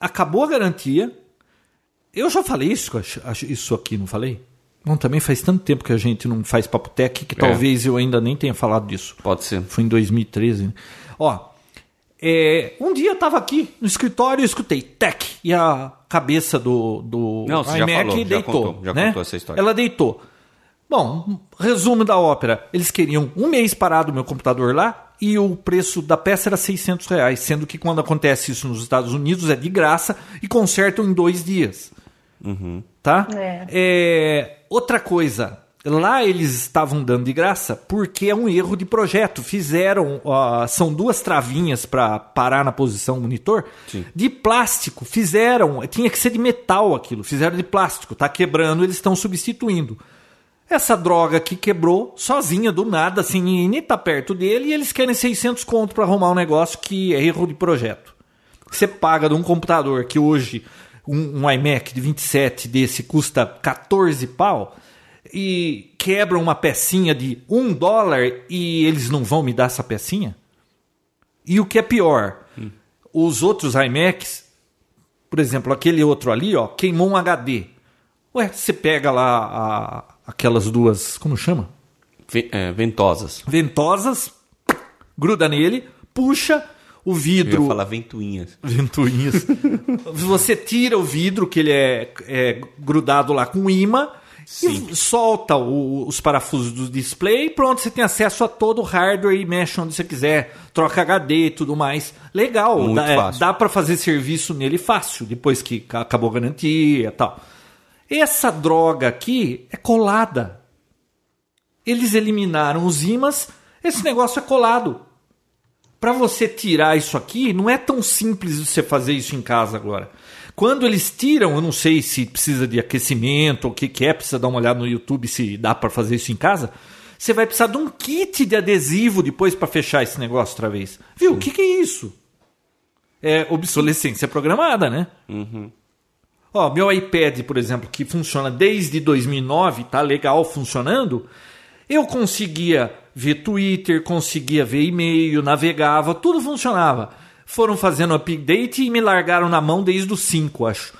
acabou a garantia. Eu já falei isso, acho- acho- isso aqui, não falei? Bom, também faz tanto tempo que a gente não faz papo tech que talvez eu ainda nem tenha falado disso. Pode ser. Foi em 2013. né? Ó, é, um dia eu tava aqui no escritório e escutei tech e a cabeça do, do Não, você já falou, já deitou. contou, já né? contou essa história. Ela deitou. Bom, resumo da ópera. Eles queriam um mês parado o meu computador lá e o preço da peça era 600 reais, sendo que quando acontece isso nos Estados Unidos é de graça e consertam em dois dias tá? É. É, outra coisa, lá eles estavam dando de graça porque é um erro de projeto. Fizeram, ó, são duas travinhas para parar na posição monitor de plástico. Fizeram, tinha que ser de metal aquilo. Fizeram de plástico, tá quebrando, eles estão substituindo. Essa droga que quebrou sozinha do nada, assim, ninguém nem tá perto dele e eles querem 600 conto para arrumar um negócio que é erro de projeto. Você paga de um computador que hoje um, um iMac de 27 desse custa 14 pau e quebra uma pecinha de 1 dólar e eles não vão me dar essa pecinha? E o que é pior, Hum. os outros iMacs, por exemplo, aquele outro ali, ó, queimou um HD. Ué, você pega lá a- aquelas duas, como chama? Ve- é, ventosas. Ventosas, gruda nele, puxa, o Eu vidro ia falar ventoinhas. ventoinhas. Você tira o vidro, que ele é, é grudado lá com imã, Sim. e solta o- os parafusos do display e pronto, você tem acesso a todo o hardware e mexe onde você quiser, troca HD e tudo mais. Legal, Muito dá, é, fácil. dá para fazer serviço nele fácil, depois que ca- acabou a garantia e tal. Essa droga aqui é colada. Eles eliminaram os imãs Esse negócio é colado. Para você tirar isso aqui, não é tão simples você fazer isso em casa agora. Quando eles tiram, eu não sei se precisa de aquecimento ou o que, que é, precisa dar uma olhada no YouTube se dá para fazer isso em casa. Você vai precisar de um kit de adesivo depois para fechar esse negócio outra vez. Viu? O que, que é isso? É obsolescência programada, né? Ó, meu iPad, por exemplo, que funciona desde 2009, tá legal funcionando. Eu conseguia ver Twitter, conseguia ver e-mail, navegava, tudo funcionava. Foram fazendo update e me largaram na mão desde os 5, acho.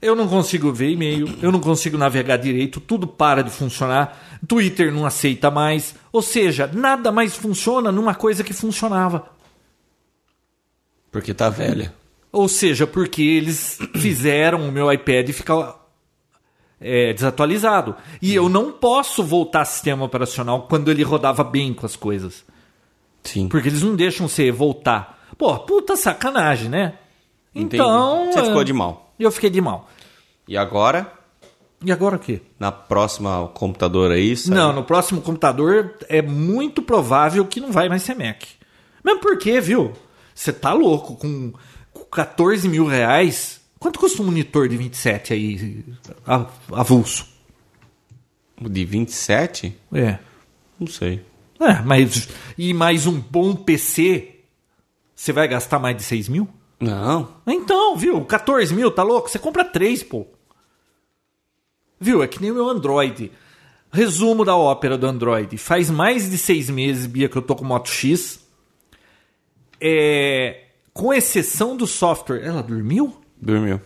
Eu não consigo ver e-mail, eu não consigo navegar direito, tudo para de funcionar. Twitter não aceita mais. Ou seja, nada mais funciona numa coisa que funcionava. Porque tá velha. Ou seja, porque eles fizeram o meu iPad ficar é, desatualizado. E eu não posso voltar ao sistema operacional quando ele rodava bem com as coisas. Sim. Porque eles não deixam você voltar. Pô, puta sacanagem, né? Entendi. Então. Você é, ficou de mal. Eu fiquei de mal. E agora, E agora o quê? na próxima computador aí, sai- Não, no próximo computador é muito provável que não vai mais ser Mac. Mesmo porque, viu? Você tá louco com, com 14 mil reais. Quanto custa um monitor de 27 aí? a- Avulso. de 27? É. Não sei. É, mas. E mais um bom PC, você vai gastar mais de 6 mil? Não. Então, viu? 14 mil, tá louco? Você compra 3, pô. Viu? É que nem o meu Android. Resumo da ópera do Android. Faz mais de seis meses, Bia, que eu tô com Moto X. É... Com exceção do software. Ela dormiu? Dormiu.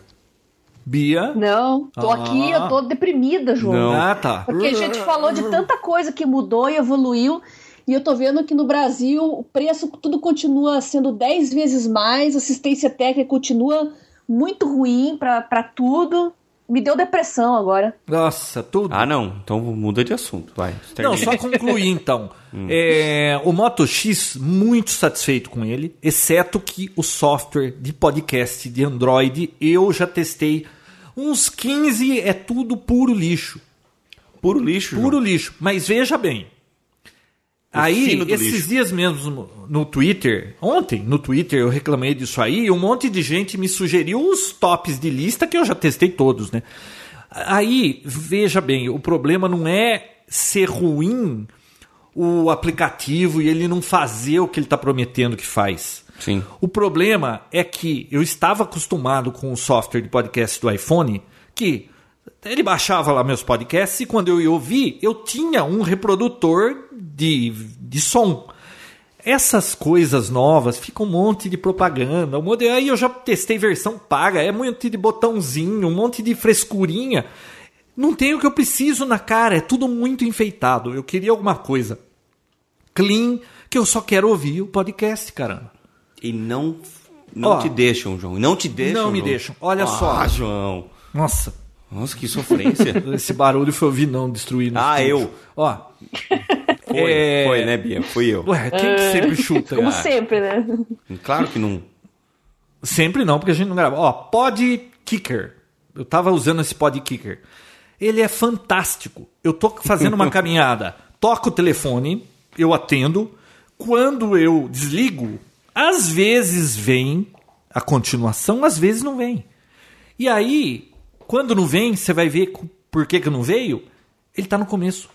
Bia? Não, tô Ah. aqui, eu tô deprimida, João. Não. Ah, tá. Porque a gente falou de tanta coisa que mudou e evoluiu. E eu tô vendo que no Brasil o preço tudo continua sendo 10 vezes mais, assistência técnica continua muito ruim pra pra tudo. Me deu depressão agora. Nossa, tudo. Ah, não. Então muda de assunto, vai. Não, Termina. só concluir então. É, o Moto X, muito satisfeito com ele, exceto que o software de podcast de Android eu já testei. Uns 15 é tudo puro lixo. Puro lixo, Puro João. lixo. Mas veja bem. Aí, fino do esses lixo. dias mesmo no Twitter, ontem no Twitter eu reclamei disso aí, um monte de gente me sugeriu uns tops de lista que eu já testei todos, né? Aí, veja bem, o problema não é ser ruim o aplicativo e ele não fazer o que ele está prometendo que faz. Sim. O problema é que eu estava acostumado com o software de podcast do iPhone, que ele baixava lá meus podcasts e quando eu ia ouvir, eu tinha um reprodutor de, de som. Essas coisas novas ficam um monte de propaganda. Um monte, aí eu já testei versão paga, é um monte de botãozinho, um monte de frescurinha. Não tem o que eu preciso na cara, é tudo muito enfeitado. Eu queria alguma coisa clean, que eu só quero ouvir o podcast, caramba. E não, não Ó. te deixam, João. Não te deixam. Não me João. deixam. Olha só. Ah, João. Nossa, Nossa, que sofrência. esse barulho foi o Vinão destruindo. Ah, eu. Ó, Foi, É. foi, né, Bia? Fui eu. ué, quem que sempre chuta? Como Ah, sempre, né? Claro que não. Sempre não, porque a gente não grava. Ó, Pod Kicker. Eu tava usando esse Pod Kicker. Ele é fantástico. Eu tô fazendo uma caminhada. Toco o telefone, eu atendo. Quando eu desligo, às vezes vem a continuação, às vezes não vem. E aí, quando não vem, você vai ver co- por que, que não veio. Ele tá no começo.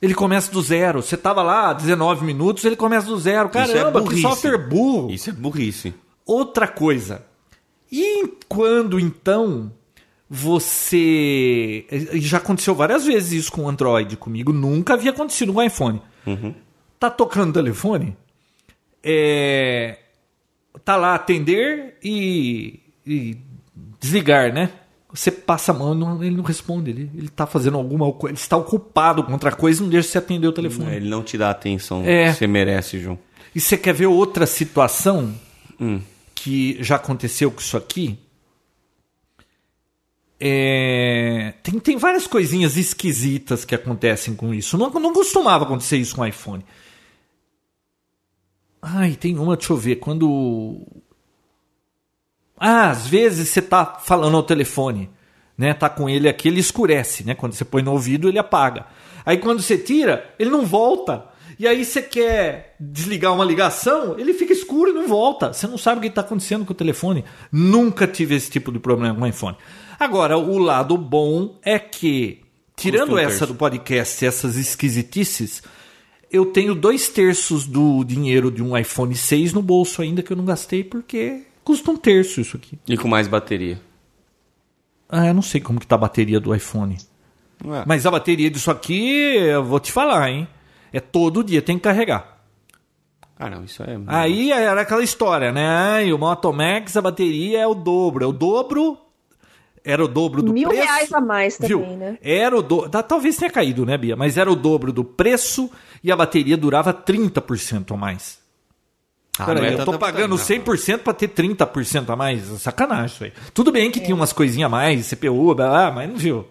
Ele começa do zero. Você tava lá 19 minutos, ele começa do zero. Isso é Caramba, que burrice. software burro. Isso é burrice. Outra coisa. E quando então você. e Já aconteceu várias vezes isso com o Android comigo, nunca havia acontecido com o iPhone. Tá tocando o telefone? É. Tá lá atender e, e desligar, né? Você passa a mão e não- ele não responde. Ele, ele tá fazendo alguma coisa. Ele está ocupado com outra coisa e não deixa você atender o telefone. Ele não é. te dá a atenção Hum. É. que você merece, João. Hum. E você quer ver outra situação que já aconteceu com isso aqui? É, Tem, tem várias coisinhas esquisitas que acontecem com isso. Não, não costumava acontecer isso com iPhone. Ai, tem uma, deixa eu ver. Quando. Ah, às vezes você tá falando ao telefone, né? Tá com ele aqui, ele escurece, né? Quando você põe no ouvido, ele apaga. Aí quando você tira, ele não volta. E aí você quer desligar uma ligação, ele fica escuro e não volta. Você não sabe o que está acontecendo com o telefone. Nunca tive esse tipo de problema com o iPhone. Agora, o lado bom é que, tirando um essa terço. do podcast, essas esquisitices, eu tenho dois terços do dinheiro de um iPhone 6 no bolso ainda que eu não gastei, porque custa um terço isso aqui. E com mais bateria. Ah, eu não sei como que tá a bateria do iPhone. Ué. Mas a bateria disso aqui, eu vou te falar, hein? É todo dia, tem que carregar. Ah, não, isso é. Aí era aquela história, né? Ai, o Moto Max, a bateria é o dobro. É o dobro. Era o dobro do Mil preço. reais a mais também, viu? né? Era o dobro. Talvez tenha caído, né, Bia? Mas era o dobro do preço e a bateria durava 30% a mais. Ah, Peraí, não é eu tô tanta pagando bateria, 100% pra ter 30% a mais. É Sacanagem isso aí. Tudo bem que É. tinha umas coisinhas a mais, CPU, blá, blá, mas não viu.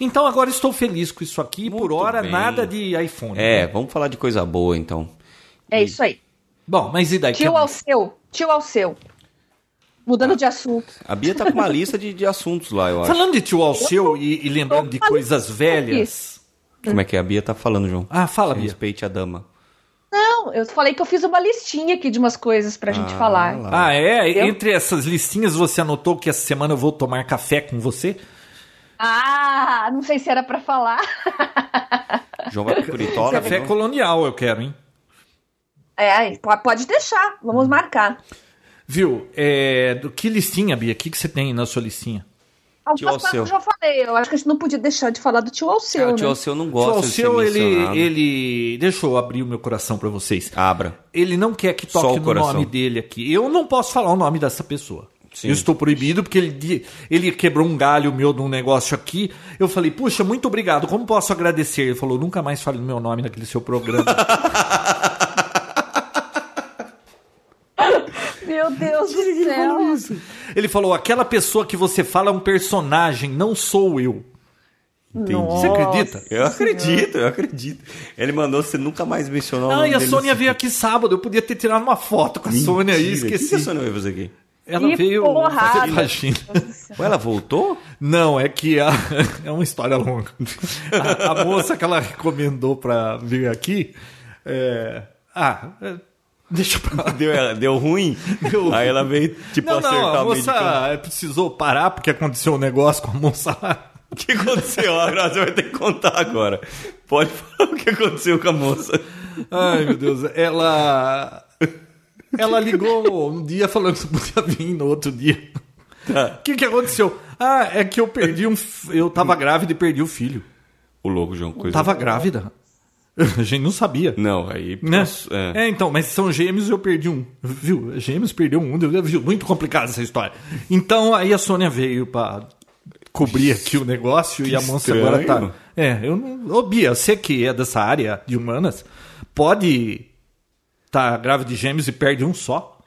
Então agora estou feliz com isso aqui. Por Muito hora, bem. nada de iPhone. né? É, vamos falar de coisa boa então. É isso aí. Bom, mas e daí? que Tio ao seu, tio ao seu. Ah. Mudando de assunto. A Bia tá com uma lista de, de assuntos lá, eu acho. Falando de tio Alceu e, e lembrando de falando coisas sobre velhas. Como é que é? A Bia tá falando, João. Ah, fala, Bia. Respeite a dama. Não, eu falei que eu fiz uma listinha aqui de umas coisas pra gente Ah, falar. lá. Ah, é? Eu- Entre essas listinhas, você anotou que essa semana eu vou tomar café com você? Ah, não sei se era pra falar. é. João vai pro Curitola. né? café viu? colonial eu quero, hein? É, po- pode deixar, Hum. vamos marcar. Viu? É, do que listinha, Bia? O que, que você tem na sua listinha? Tio ao Algumas coisas seu. eu já falei, eu acho que a gente não podia deixar de falar do tio ao seu, Cara, o né? tio Alceu não Tio gosta Alceu, de ser mencionado. ele, ele. Deixa eu abrir o meu coração pra vocês. Abra. Ele não quer que Só o toque no coração. nome dele aqui. Eu não posso falar o nome dessa pessoa. Sim. Eu estou proibido porque ele, di- ele quebrou um galho meu de um negócio aqui. Eu falei, puxa, muito obrigado, como posso agradecer? Ele falou, nunca mais fale o meu nome naquele seu programa. Meu Deus do céu. ele falou, aquela pessoa que você fala é um personagem, não sou eu. Entendi. Você acredita? Eu acredito, eu acredito. Ele mandou você nunca mais mencionar o Ah, nome e a dele Sônia nesse- veio aqui sábado. Eu podia ter tirado uma foto com a Sônia aí, Mentira. O que é que a esqueci. Sônia veio fazer aqui? Ela Que veio porrada. fazer faxina. Ué, ela voltou? Não, é que a- é uma história longa. A, a moça que ela recomendou pra vir aqui. é, Ah, é, deixa pra lá. Deu, deu ruim? Deu Aí ela veio, tipo, Não, acertar não, a o meio de campo. moça é, precisou parar porque aconteceu um negócio com a moça lá. O que aconteceu? Agora você vai ter que contar agora. Pode falar o que aconteceu com a moça. Ai, meu Deus. Ela. Ela ligou um dia falando que você podia vir no outro dia. Tá. O que, que aconteceu? Ah, é que eu perdi um. f- Eu tava grávida e perdi o filho. O louco, João. Coisa... Tava grávida? A gente não sabia. Não, aí... Né? É. É. então, mas são gêmeos e eu perdi um. Viu? Gêmeos perdeu um, deu- viu? Muito complicada essa história. Então, aí a Sônia veio pra cobrir aqui o negócio e a moça estranho. agora tá. É, eu não. Ô, Bia, você que é dessa área de humanas, pode tá grávida de gêmeos e perde um só?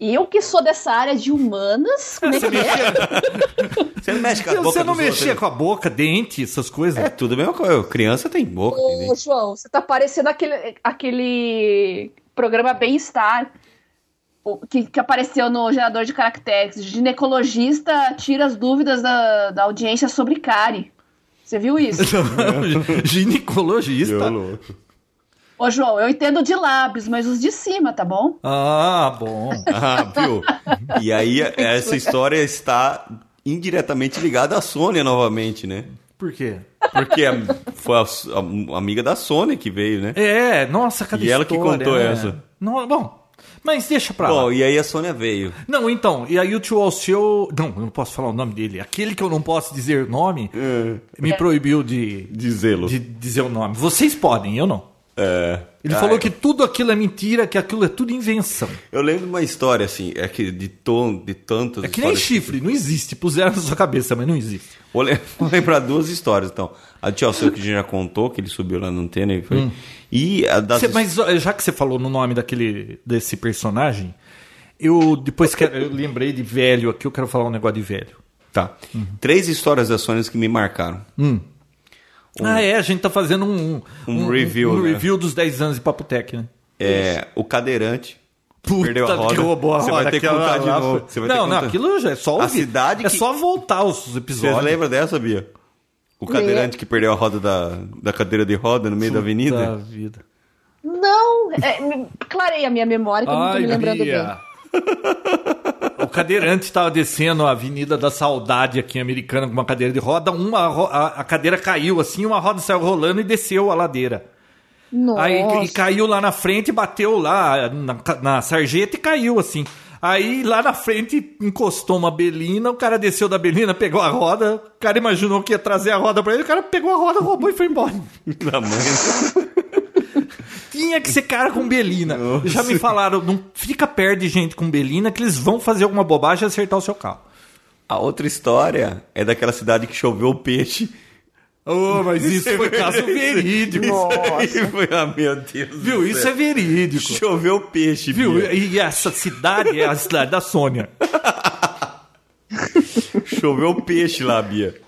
Eu que sou dessa área de humanas, como é que é? Você não mexe com a Se boca você não dos outros, mexer com a boca, dente, essas coisas. É tudo a mesma coisa. Criança tem boca, Ô, entendeu? João, você tá parecendo aquele, aquele programa Bem-Estar o- que, que apareceu no gerador de caracteres. Ginecologista tira as dúvidas da, da audiência sobre cárie. Você viu isso? Ginecologista. louco. Ô, João, eu entendo de lábios, mas os de cima, tá bom? Ah, bom. Ah, viu? E aí, essa história está indiretamente ligada à Sônia novamente, né? Por quê? Porque a- foi a, a- a amiga da Sônia que veio, né? É, nossa, cada E ela que história, contou né? essa. Não, bom, mas deixa pra lá. Bom, e aí a Sônia veio. Não, então, e aí o tio Alceu... Não, eu não posso falar o nome dele. Aquele que eu não posso dizer o nome, É, me proibiu de, Dizê-lo. de dizer o nome. Vocês podem, eu não. É. Ele Ah, falou que tudo aquilo é mentira, que aquilo é tudo invenção. Eu lembro de uma história, assim, é que de, tom, de tantas. É que nem histórias- chifre, não existe. Puseram na sua cabeça, mas não existe. Vou, le- vou lembrar duas histórias, então. A do Alceu que a gente já contou, que ele subiu lá na antena e foi. E a das. Hum. Cê- mas ó, já que você falou no nome daquele desse personagem, eu depois que eu lembrei de velho aqui, eu quero falar um negócio de velho. Tá. Três histórias da Sônia que me marcaram. Hum. Ah, é, a gente tá fazendo um, Um review, um né? review dos 10 anos de Papotec, né? É, o cadeirante. Puta perdeu a roda. que roubou a Você vai roda, ter que aquela contar de lá novo. foi- Você vai ter não, que não, contar. aquilo já é só A ouvir. cidade É que- só voltar os Você episódios. lembra dessa, Bia? O cadeirante que perdeu a roda da, da cadeira de roda no meio da Puta avenida? vida. Não, é, me- clarei a minha memória, que eu não tô Ai, me lembrando bem. Bia. O cadeirante estava descendo a Avenida da Saudade aqui em Americana com uma cadeira de roda. Uma ro- a, a cadeira caiu assim, uma roda saiu rolando e desceu a ladeira. Nossa. Aí e caiu lá na frente, bateu lá na, ca- na sarjeta e caiu assim. Aí lá na frente encostou uma belina, o cara desceu da belina, pegou a roda, o cara imaginou que ia trazer a roda pra ele, o cara pegou a roda, roubou e foi embora. Da mãe. Tinha que ser cara com belina. Já me falaram, não fica perto de gente com belina que eles vão fazer alguma bobagem e acertar o seu carro. A outra história é daquela cidade que choveu o peixe. Oh, mas isso é foi caso verídico. Isso aí foi, ah, meu Deus. do Viu? Isso é céu. verídico. Choveu o peixe, Viu? Bia. E essa cidade é a cidade da Sônia. Choveu o peixe lá, Bia.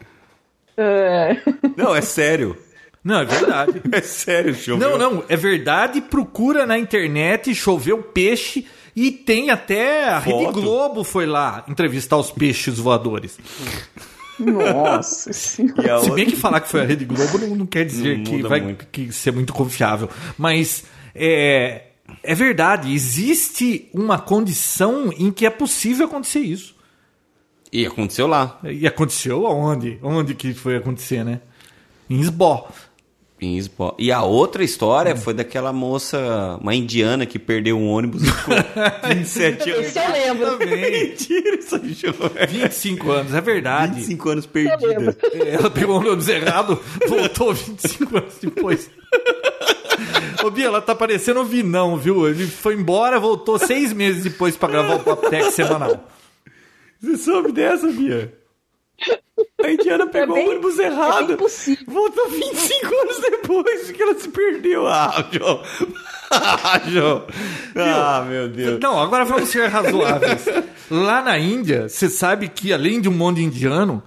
É. Não, é sério. Não, é verdade. É sério, choveu. Não, não, é verdade. Procura na internet, choveu peixe e tem até a Rede Foto. Globo foi lá entrevistar os peixes voadores. Nossa senhora. E a Se bem outra... que falar que foi a Rede Globo não, não quer dizer Não que muda vai muito. que ser muito confiável. Mas é, é verdade, existe uma condição em que é possível acontecer isso. E aconteceu lá, E aconteceu aonde? Onde que foi acontecer, né? Em Esbó. em Lisboa. E a outra Hum. história foi daquela moça, uma indiana que perdeu um ônibus e ficou 27 anos. Isso eu lembro. Também. Mentira, isso aí, choveu. 25 anos, é verdade. 25 anos Eu perdida. lembro. Ela pegou um ônibus errado, voltou 25 anos depois. Ô Bia, ela tá parecendo o Vinão, viu? Ele foi embora, voltou seis meses depois pra gravar o Papo Tech semanal. Você soube dessa, Bia? A indiana pegou bem- o ônibus É errado. bem possível. Voltou 25 anos depois que ela se perdeu. Ah, João. Ah, João. Ah, meu Deus. Não, agora vamos ser razoáveis. Lá na Índia, você sabe que além de um monte de indiano,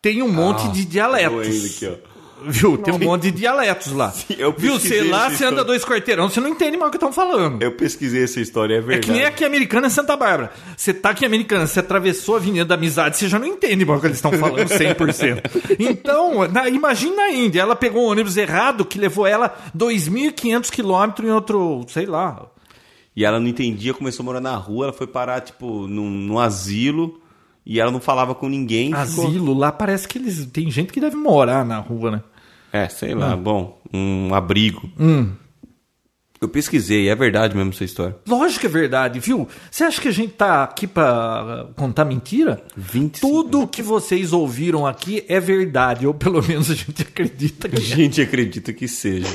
tem um monte de Doendo dialetos. Ah, Aqui, ó. Viu? Tem um monte de dialetos lá. eu Viu? Sei pesquisei lá, esse você anda todo. dois quarteirão, você não entende mais o que estão falando. Eu pesquisei essa história, é É verdade. que nem aqui em Americana e Santa Bárbara. Você tá aqui em Americana, você atravessou a Avenida da Amizade, você já não entende mais o que eles estão falando 100%. Então, na, imagina a Índia, ela pegou um ônibus errado que levou ela 2.500 quilômetros em outro, sei lá. E ela não entendia, começou a morar na rua, ela foi parar, tipo, num, num asilo e ela não falava com ninguém. ficou- Asilo, lá parece que eles. Tem gente que deve morar na rua, né? É, sei Ah. lá, bom, um abrigo. Hum. Eu pesquisei, é verdade mesmo essa história. Lógico que é verdade, viu? Você acha que a gente tá aqui pra uh, contar mentira? 25. Tudo que vocês ouviram aqui é verdade, ou pelo menos a gente acredita A que é. gente acredita que seja.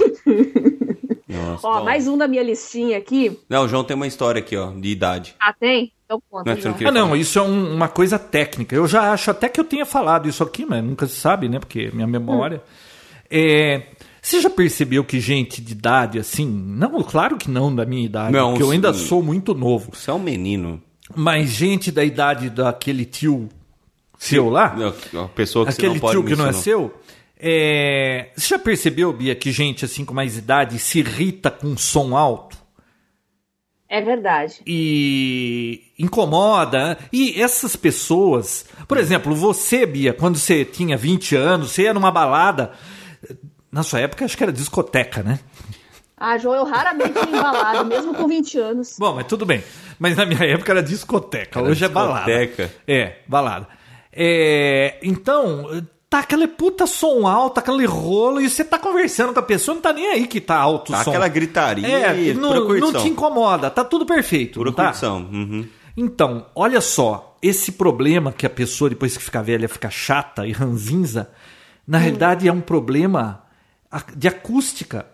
Nossa. Ó, bom. mais um da minha listinha aqui. Não, o João tem uma história aqui, ó, de idade. Ah, tem? Então conta. Não, você não já. queria Ah, não, falar? isso é um- uma coisa técnica. Eu já acho até que eu tenha falado isso aqui, mas nunca se sabe, né? Porque minha memória. É, você já percebeu que gente de idade assim. Não, claro que não da minha idade, Não, porque eu ainda sim. sou muito novo. Você é um menino. Mas gente da idade daquele tio seu lá. Não, A pessoa que Aquele você não pode tio que não é mencionar. seu. é, Você já percebeu, Bia, que gente assim com mais idade se irrita com um som alto? É verdade. e incomoda. né? E essas pessoas, por exemplo, você, Bia, quando você tinha 20 anos, você ia numa balada. Na sua época, acho que era discoteca, né? Ah, é João, eu raramente fui embalado, mesmo com 20 anos. Bom, mas tudo bem. Mas na minha época era discoteca, hoje é discoteca. balada. É, balada. É, então, tá aquele puta som alto, aquele rolo, e você tá conversando com a pessoa, não tá nem aí que tá alto o Tá som. aquela gritaria, É, pura não, não curtição. te incomoda, tá tudo perfeito. Pura não tá? curtição. uhum. Então, olha só, esse problema que a pessoa depois que fica velha fica chata e ranzinza, Hum. na realidade é um problema a- de acústica.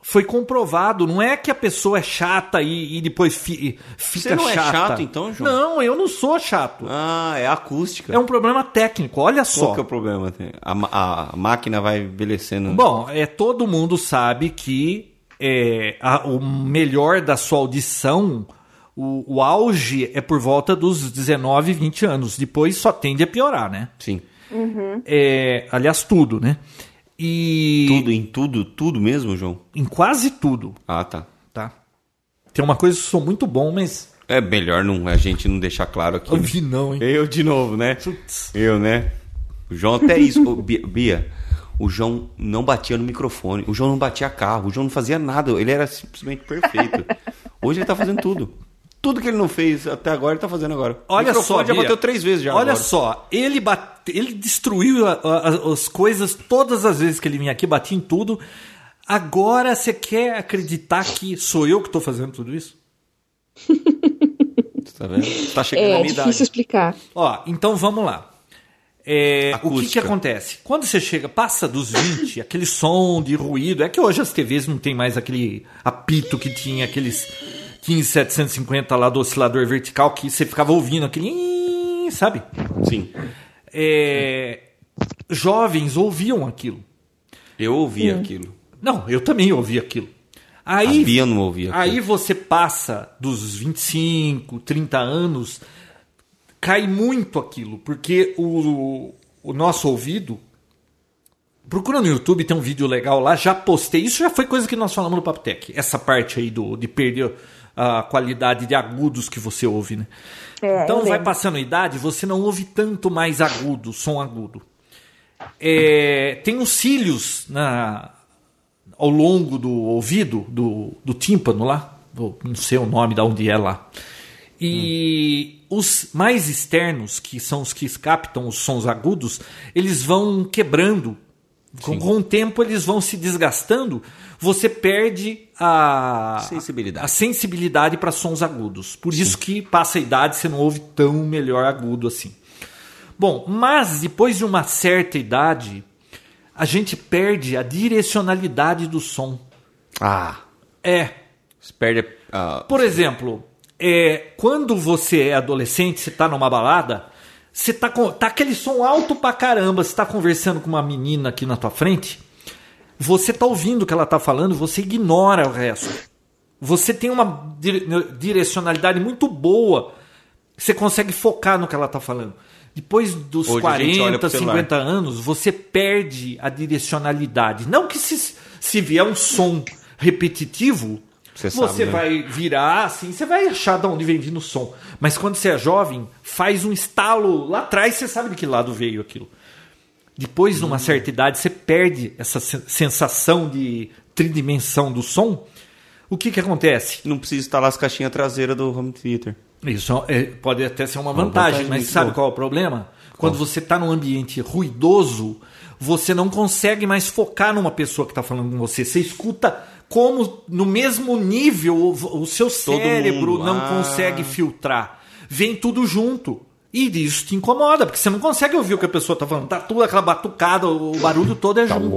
Foi comprovado, não é que a pessoa é chata e, e depois fi- fica Você não é chata. chato, então, João? Não, eu não sou chato. Ah, é acústica. É um problema técnico, olha só. Qual que é o problema? A, ma- a máquina vai envelhecendo. Bom, é, todo mundo sabe que é, a- o melhor da sua audição, o, o auge é por volta dos 19, 20 anos. Depois só tende a piorar, né? Sim. É, aliás, tudo, né? E Tudo, em tudo, tudo mesmo, João? em quase tudo, Ah, tá. tá? Tem uma coisa que eu sou muito bom, mas É melhor não, a gente não deixar claro aqui. eu vi não, hein? Eu de novo, né? Putz. Eu, né? O João até isso. Ô, Bia- Bia, o João não batia no microfone. O João não batia carro. O João não fazia nada. Ele era simplesmente perfeito. Hoje ele tá fazendo tudo. Tudo que ele não fez até agora, ele tá fazendo agora. Olha só, Microfone já Bia. bateu três vezes já Olha agora. só, ele bate, ele destruiu a- a- as coisas todas as vezes que ele vinha aqui, batia em tudo. Agora você quer acreditar que sou eu que tô fazendo tudo isso? Tá vendo? Tá chegando É, na minha difícil idade. explicar. Ó, então vamos lá. É, o que, que Acústica. acontece? Quando você chega, passa dos 20, aquele som de ruído. É que hoje as TVs não tem mais aquele apito que tinha, aqueles 15750 lá do oscilador vertical que você ficava ouvindo aquele. "Ih", Sabe? Sim. É, jovens ouviam aquilo. Eu ouvia aquilo. Não, eu também ouvi aquilo. Aí, A Bia não ouvia aquilo. aí você passa dos 25, 30 anos, cai muito aquilo, porque o, o nosso ouvido. Procura no YouTube, tem um vídeo legal lá, já postei. Isso já foi coisa que nós falamos no Papotec. Essa parte aí do, de perder a qualidade de agudos que você ouve, né? É, então eu vai lembro. passando a idade, você não ouve tanto mais agudo, som agudo. É, tem os cílios na, ao longo do ouvido, do, do tímpano lá, do- não sei o nome da onde é lá. E os mais externos, que são os que captam os sons agudos, eles vão quebrando. Com, com o tempo eles vão se desgastando, você perde a Sensibilidade. a sensibilidade para sons agudos. Por isso que passa a idade você não ouve tão melhor agudo assim. Bom, mas depois de uma certa idade, a gente perde a direcionalidade do som. Ah. É, Você perde a... por exemplo, é, quando você é adolescente, você tá numa balada, você tá com tá aquele som alto pra caramba, você tá conversando com uma menina aqui na tua frente, você tá ouvindo o que ela tá falando, você ignora o resto. Você tem uma dire- direcionalidade muito boa. Você consegue focar no que ela tá falando. Depois dos Hoje a gente olha 40, pro celular. 50 anos, você perde a direcionalidade. Não que se, se vier um som repetitivo, Você você, sabe, né? vai virar assim, você vai achar de onde vem vindo o som. Mas quando você é jovem, faz um estalo lá atrás, você sabe de que lado veio aquilo. Depois de Hum. uma certa idade, você perde essa sen- sensação de tridimensão do som. O que, que acontece? Não precisa instalar as caixinhas traseiras do home theater. Isso é- pode até ser uma Uma vantagem, vantagem mas muito sabe boa. qual é o problema? Quando você está num ambiente ruidoso, você não consegue mais focar numa pessoa que está falando com você. Você escuta como no mesmo nível o, o seu cérebro mundo. não Ah. consegue filtrar. Vem tudo junto. E isso te incomoda, porque você não consegue ouvir o que a pessoa está falando. Tá tudo aquela batucada, o o barulho todo é Tá junto.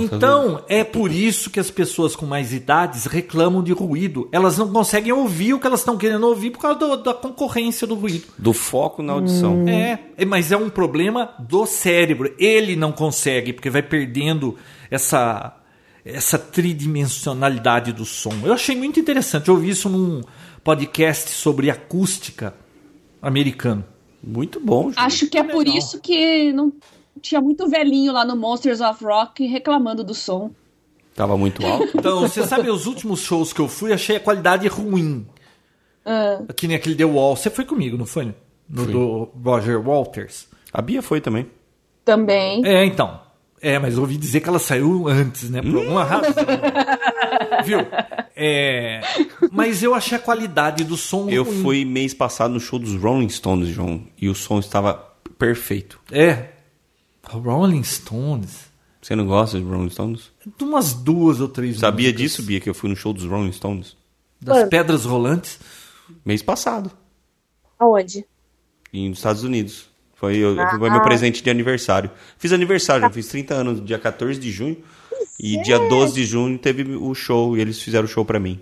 Então, é por isso que as pessoas com mais idades reclamam de ruído. Elas não conseguem ouvir o que elas estão querendo ouvir por causa do- da concorrência do ruído. Do foco na audição. É, é, mas é um problema do cérebro. Ele não consegue, porque vai perdendo essa, essa tridimensionalidade do som. Eu achei muito interessante. Eu ouvi isso num podcast sobre acústica americano. Muito bom, Júlio. Acho que é por Legal. isso que não tinha muito velhinho lá no Monsters of Rock reclamando do som. Tava muito alto. Então, você sabe, os últimos shows que eu fui, achei a qualidade ruim. Ah, Que nem aquele The Wall. Você foi comigo, não foi? No do Roger Walters. A Bia foi também. Também. É, então. É, mas eu ouvi dizer que ela saiu antes, né? Por Hum. alguma razão. Viu? É, mas eu achei a qualidade do som Eu ruim. fui mês passado no show dos Rolling Stones, João, e o som estava perfeito. É. Rolling Stones. Você não gosta de Rolling Stones? De Umas duas ou três Sabia músicas disso, Bia, que eu fui no show dos Rolling Stones? Das Pedras Rolantes. Mês passado, Aonde? em- nos Estados Unidos. Foi, eu- foi meu presente de aniversário. Fiz aniversário, eu fiz 30 anos, dia 14 de junho. E dia 12 de junho teve o show, e eles fizeram o show pra mim.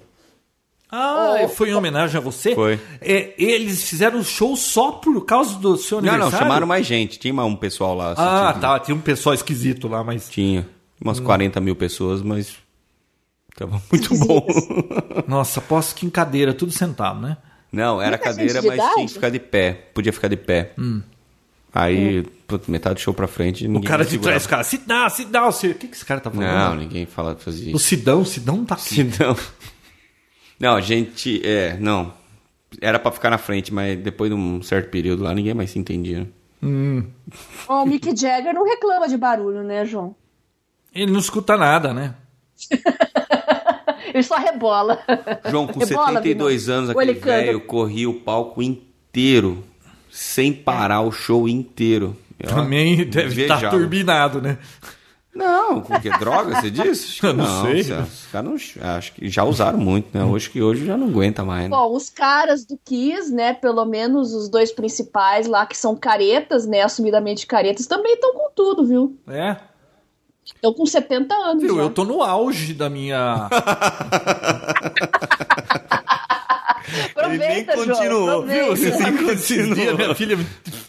Ah, foi em homenagem a você? Foi. É, eles fizeram o show só por causa do seu Não, aniversário? não, chamaram mais gente. Tinha mais um pessoal lá. Ah, assistindo. tá. Tinha um pessoal esquisito lá, mas. Tinha umas Hum. 40 mil pessoas, mas tava muito bom. Nossa, posso que em cadeira, tudo sentado, né? Não, era Muita cadeira, gente de mas tinha que idade? ficar de pé. Podia ficar de pé. Aí, putz, metade do show pra frente. Hum. É. O cara de trás, o cara, Sidão, Sidão, Sidão. o que, que esse cara tá Não, falando? ninguém fala fazia o isso. Sidão, o Sidão não tá aqui. Não. não, a gente. É, não. Era pra ficar na frente, mas depois de um certo período lá, ninguém mais se entendia. Ó, o Mick Jagger não reclama de barulho, né, João? Ele não escuta nada, né? Ele só rebola. João, É com Rebola, 72 Bino. anos, Ou ele aquele canta. velho corria o palco inteiro, É. sem parar o show inteiro. Eu Também deve estar invejava. turbinado, né? Não, com que droga, você disse? Acho que Eu não sei. Celso, Os caras não- acho que já usaram muito, né? Hoje que hoje já não aguenta mais, né? Bom, os caras do Kiss, né? Pelo menos os dois principais lá, que são caretas, né? Assumidamente caretas, também estão com tudo, viu? É. Estão com 70 anos. Viu, já. eu tô no auge da minha. Aproveita, João, aproveita. Esses dias minha filha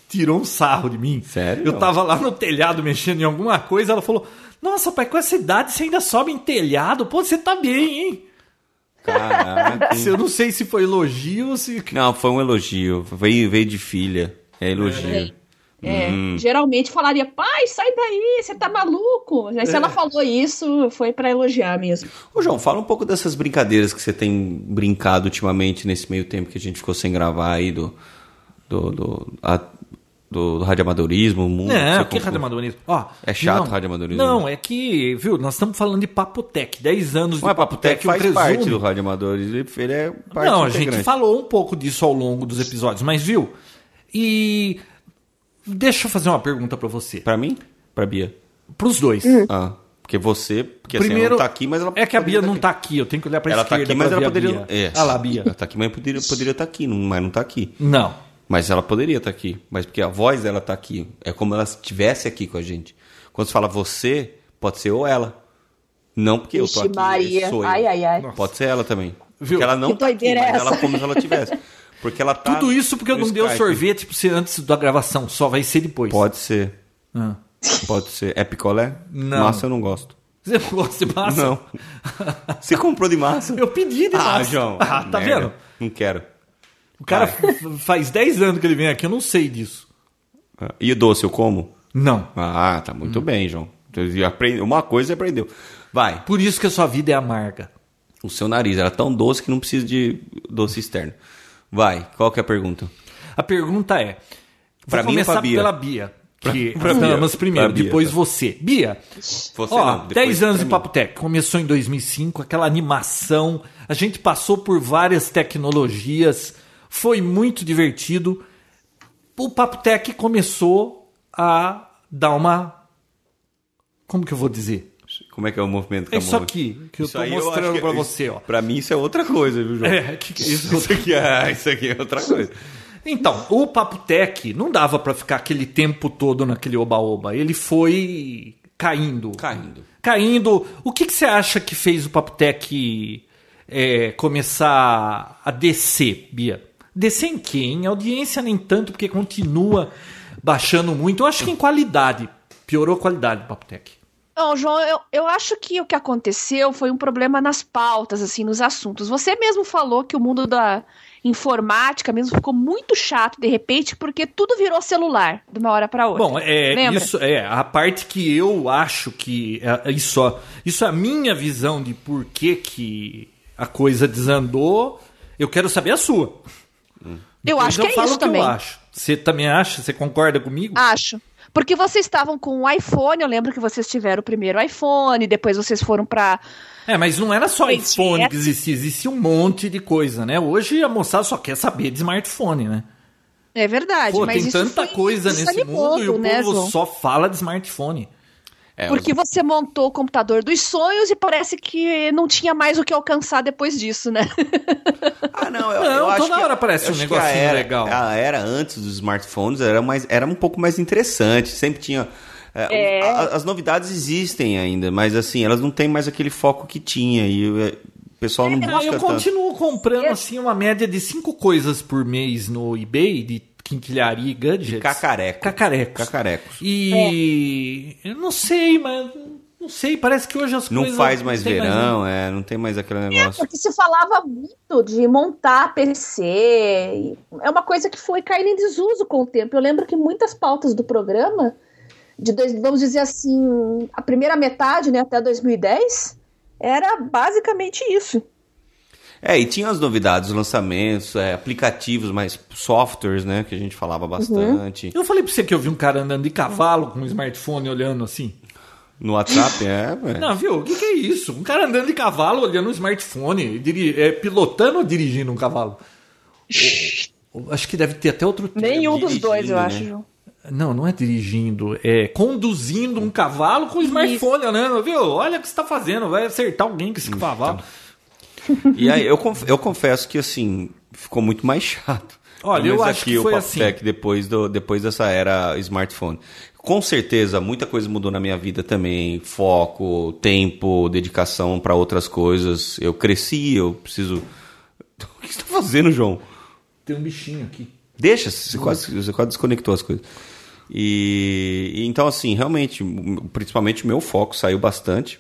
tirou um sarro de mim. Sério? Eu tava lá no telhado mexendo em alguma coisa, ela falou: Nossa, pai, com essa idade você ainda sobe em telhado? Pô, você tá bem, hein? Caraca. hein? Eu não sei se foi elogio ou se. Não, foi um elogio. Veio, veio de filha. É elogio. É, Uhum. Geralmente falaria, pai, sai daí, você tá maluco. Aí É. se ela falou isso, foi pra elogiar mesmo. Ô, João, fala um pouco dessas brincadeiras que você tem brincado ultimamente nesse meio tempo que a gente ficou sem gravar aí do. do. do, a- do, do radioamadorismo, o mundo. Não, você que comprou. radioamadorismo. Ó, É chato não, radioamadorismo. Não, é que, viu, nós estamos falando de Papotec, 10 anos de Mas Papotec um é faz resumo. parte do radioamadorismo. Ele é parte Não, a integrante. gente falou um pouco disso ao longo dos episódios, mas viu? E deixa eu fazer uma pergunta pra você, Pra mim? Pra Bia. pros dois. Ah, porque você. Porque assim, Primeiro, ela não tá aqui, mas ela. é que a Bia poderia não tá tá aqui, eu tenho que olhar pra aqui. Ela tá esquerda aqui, mas pra ela ver a poderia. Bia. É. Olha lá, Bia. Ela tá aqui, mas poderia estar poderia tá aqui, não- mas não tá aqui. Não. Mas ela poderia estar aqui. Mas porque a voz dela tá aqui. É como ela estivesse aqui com a gente. Quando se fala você, pode ser ou ela. Não porque eu Ixi, tô aqui. é Maria. Sou eu. Ai, ai, ai. Nossa. Pode ser ela também. Viu? Porque ela não Que tá aqui, doideira é mas ela essa? como se ela tivesse. Porque ela tá. Tudo isso porque eu no não dei o Skype. sorvete pra você antes da gravação, só vai ser depois. Pode ser. Ah. Pode ser. É picolé? Não. Massa eu não gosto. Você não gosta de massa? Não. Você comprou de massa? Eu pedi de Ah, massa. João. Ah, tá merda. vendo? Não quero. O cara f- faz 10 anos que ele vem aqui, eu não sei disso. Ah, E doce eu como? Não. Ah, tá muito Hum. bem, João. Você aprende- Uma coisa você aprendeu. Vai. Por isso que a sua vida é amarga. O seu nariz era tão doce que não precisa de doce externo. Vai, qual que é a pergunta? A pergunta é: vou Pra mim ou começar pra Bia? pela Bia. Que pra as Bia. damas primeiro, Pra Bia, depois tá. você. Bia, Você ó, não, depois 10 anos pra de mim. Papo Tech. Começou em 2005, aquela animação. A gente passou por várias tecnologias. Foi muito divertido. O Papo Tech começou a dar uma. Como que eu vou dizer? Como é que é o movimento que É a isso mão- aqui que eu Isso tô aí acho mostrando que- é pra isso- você, ó. Pra mim isso é outra coisa, viu, João? É, que que é isso? Isso aqui é, isso aqui é outra coisa. Então, o Papo Tech não dava pra ficar aquele tempo todo naquele oba-oba. Ele foi caindo. Caindo. Caindo. O que, que você acha que fez o Papo Tech é, começar a descer, Bia? Descer em quê? Em audiência nem tanto, porque continua baixando muito. Eu acho que em qualidade. Piorou a qualidade do Papo Tech. Não, João, eu, eu acho que o que aconteceu foi um problema nas pautas, assim, nos assuntos. Você mesmo falou que o mundo da informática mesmo ficou muito chato de repente, porque tudo virou celular de uma hora pra outra. Bom, é Lembra? isso é a parte que eu acho que é, isso ó, isso é a minha visão de por que, que a coisa desandou. Eu quero saber a sua. eu acho Então que é fala isso o que também. Ah, Eu acho. Você também acha? Você concorda comigo? Acho. Porque vocês estavam com o iPhone, eu lembro que vocês tiveram o primeiro iPhone, depois vocês foram pra. É, mas não era só Pois iPhone é. que existia, existia um monte de coisa, né? Hoje a moçada só quer saber de smartphone, né? É verdade, Pô, mas tem isso tanta foi coisa nesse sangue mundo e o bobo, né, povo João? só né? fala de smartphone. É, Porque você montou o computador dos sonhos e parece que não tinha mais o que alcançar depois disso, né? Ah, não, eu, Não, eu acho toda que- hora aparece eu um acho que negocinho a era, legal. A era antes dos smartphones era, mais, era um pouco mais interessante, sempre tinha. é, É. a- as novidades existem ainda, mas assim, elas não têm mais aquele foco que tinha e é, o pessoal não Não, busca eu tanto. continuo comprando assim uma média de cinco coisas por mês no eBay de quinquilharia e gadgets. Cacareco. Cacarecos. Cacarecos. E eu não sei, mas não sei, parece que hoje as Não coisas faz mais tem verão, é, não tem mais aquele negócio. Porque se falava muito de montar PC. e É uma coisa que foi caindo em desuso com o tempo. Eu lembro que muitas pautas do programa, de dois, vamos dizer assim, a primeira metade, né, até 2010, era basicamente isso. É, e tinha as novidades, os lançamentos, é, aplicativos, mais softwares, né? Que a gente falava bastante. Eu falei pra você que eu vi um cara andando de cavalo com um smartphone olhando assim. No WhatsApp, é, velho. Não, viu? O que, que é isso? Um cara andando de cavalo olhando um smartphone, diri- é, pilotando ou dirigindo um cavalo? O- o- acho que deve ter até outro termo. Nenhum dos dirigindo, dois, eu né? acho, João. Não, não é dirigindo, é conduzindo um cavalo com smartphone olhando, viu? Olha o que você tá fazendo, vai acertar alguém com esse cavalo. E aí, eu, conf- eu confesso que, assim, ficou muito mais chato. Olha, Pelo eu menos acho que foi assim. Paptec depois, do, depois dessa era smartphone. Com certeza, muita coisa mudou na minha vida também. Foco, tempo, dedicação para outras coisas. Eu cresci, eu preciso... O que você tá fazendo, João? Tem um bichinho aqui. Deixa, você quase, você quase desconectou as coisas. E, e então, assim, realmente, m- principalmente o meu foco saiu bastante.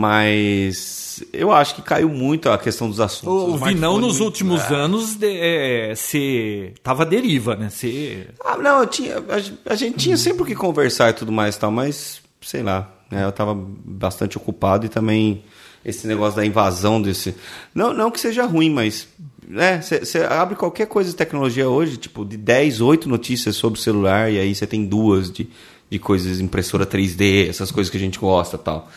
Mas eu acho que caiu muito a questão dos assuntos. O, o Smartphone Vinão nos muito- últimos anos de, é, se tava à deriva, né? Se... Ah, não, eu tinha, a, gen- a gente tinha sempre o que conversar e tudo mais e tal, mas sei lá, né, eu tava bastante ocupado e também esse negócio da invasão desse. Não, não que seja ruim, mas né, você abre qualquer coisa de tecnologia hoje, tipo, de 10, 8 notícias sobre o celular e aí você tem duas de, de coisas impressora 3D, essas coisas que a gente gosta e tal.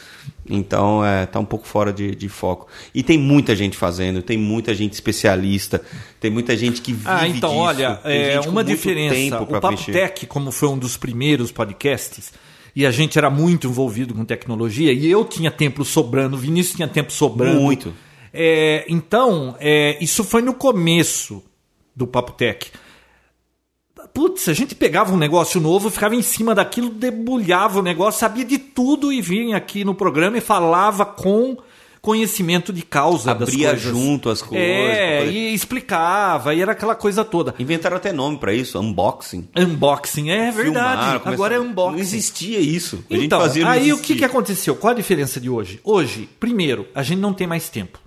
Então, é, tá um pouco fora de, de foco. E tem muita gente fazendo, tem muita gente especialista, tem muita gente que vive Ah, então, disso, olha, tem é gente com uma muito diferença. tempo pra O Papo mexer. Tech, como foi um dos primeiros podcasts, e a gente era muito envolvido com tecnologia, e eu tinha tempo sobrando, o Vinícius tinha tempo sobrando. Muito. É, então, é, isso foi no começo do Papo Tech. Putz, a gente pegava um negócio novo, ficava em cima daquilo, debulhava o negócio, sabia de tudo e vinha aqui no programa e falava com conhecimento de causa Abria das coisas. junto as coisas, pra É, poder- e explicava, e era aquela coisa toda. Inventaram até nome pra isso, unboxing. Unboxing, é verdade. Filmaram, começaram- Agora é unboxing. Não existia isso. A gente Então, fazia, não aí o que, existia. que aconteceu? Qual a diferença de hoje? Hoje, primeiro, a gente não tem mais tempo.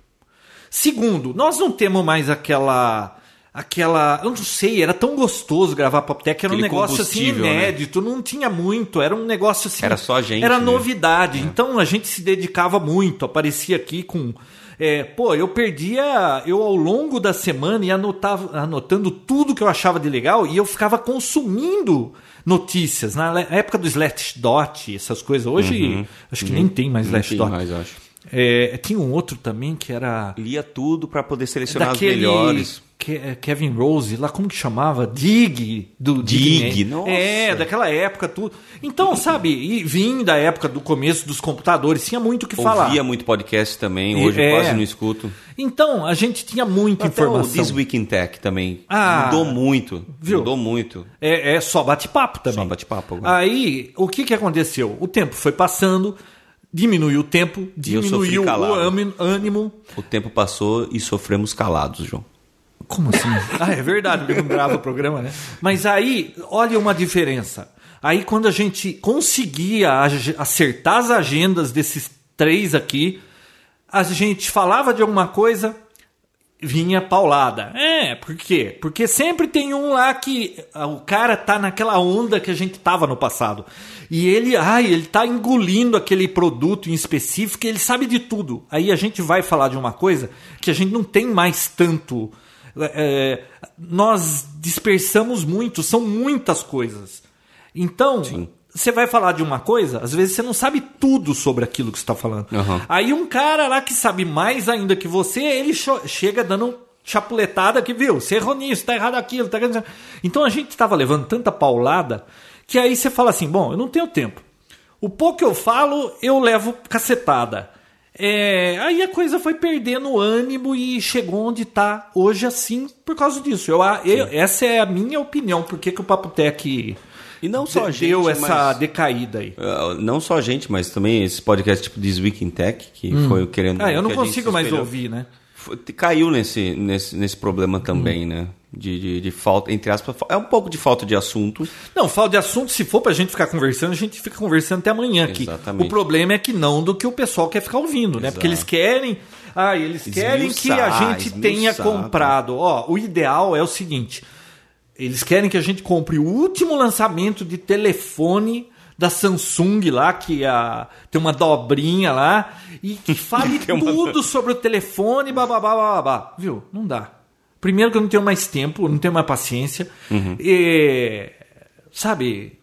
Segundo, nós não temos mais aquela. Aquela. Eu não sei, era tão gostoso gravar Poptec, era um Aquele negócio assim combustível, né? inédito, não tinha muito, era um negócio assim. Era só a gente, Era né? novidade. Então a gente se dedicava muito, aparecia aqui com. é, pô, eu perdia. Eu ao longo da semana ia anotava, anotando tudo que eu achava de legal e eu ficava consumindo notícias. Na le- época do Slashdot, essas coisas. Hoje, acho que Uhum. nem tem mais Não tinha Slashdot. mais, eu acho. É, tinha um outro também que era Lia tudo pra poder selecionar daquele as melhores. Ke- eh, Kevin Rose, lá como que chamava? Dig do Dig, Man. nossa. É, daquela época tudo. Então, sabe, e vim da época do começo dos computadores, tinha muito o que falar. Ouvia muito podcast também, E- hoje é. quase não escuto. Então, a gente tinha muita Até o informação. This Week in Tech também. Ah. mudou muito. Viu? Mudou muito. É, é só bate-papo também. Só bate-papo agora. Aí, o que, que aconteceu? O tempo foi passando, diminuiu o tempo, eu sofri diminuiu o calado. âmi- ânimo. O tempo passou e sofremos calados, João. Como assim? ah, é verdade, porque não grava o programa, né? Mas aí, olha uma diferença. Aí quando a gente conseguia ag- acertar as agendas desses três aqui, a gente falava de alguma coisa, vinha paulada. É, por quê? Porque sempre tem um lá que ah, o cara tá naquela onda que a gente tava no passado. E ele, ai, ele tá engolindo aquele produto em específico, ele sabe de tudo. Aí a gente vai falar de uma coisa que a gente não tem mais tanto. É, nós dispersamos muito, são muitas coisas. Então, você vai falar de uma coisa, às vezes você não sabe tudo sobre aquilo que você está falando. Aham. Aí um cara lá que sabe mais ainda que você, ele cho- chega dando chapuletada que, viu, você errou nisso, tá errado aquilo. Tá... errado- Então a gente tava levando tanta paulada que aí você fala assim, bom, eu não tenho tempo. O pouco que eu falo, eu levo cacetada. É, aí a coisa foi perdendo o ânimo e chegou onde tá hoje assim por causa disso. Eu, a- eu- essa é a minha opinião, porque que o Papo Tech E não só a gente, deu essa mas- decaída aí. Ah, Não só a gente, mas também esse podcast tipo This Week in Tech, que foi o querendo. Ah, eu não É, que a gente consigo se mais espelhou. ouvir, Hum. né? Foi- caiu nesse, nesse, nesse problema também, né? De, de, de falta, entre aspas, fa- é um pouco de falta de assunto. Não, fala de assunto, se for pra gente ficar conversando, a gente fica conversando até amanhã aqui. Exatamente. O problema é que não do que o pessoal quer ficar ouvindo, né? Porque eles querem. Ah, eles querem que a Esmiuçar, gente tenha esmiuçar, comprado. Ó, o ideal é o seguinte: eles querem que a gente compre o último lançamento de telefone da Samsung lá, que a, tem uma dobrinha lá, e que fale Tem uma- tudo sobre o telefone, bababá, bababá. Viu? Não dá. Primeiro que eu não tenho mais tempo, não tenho mais paciência. Uhum. E, sabe,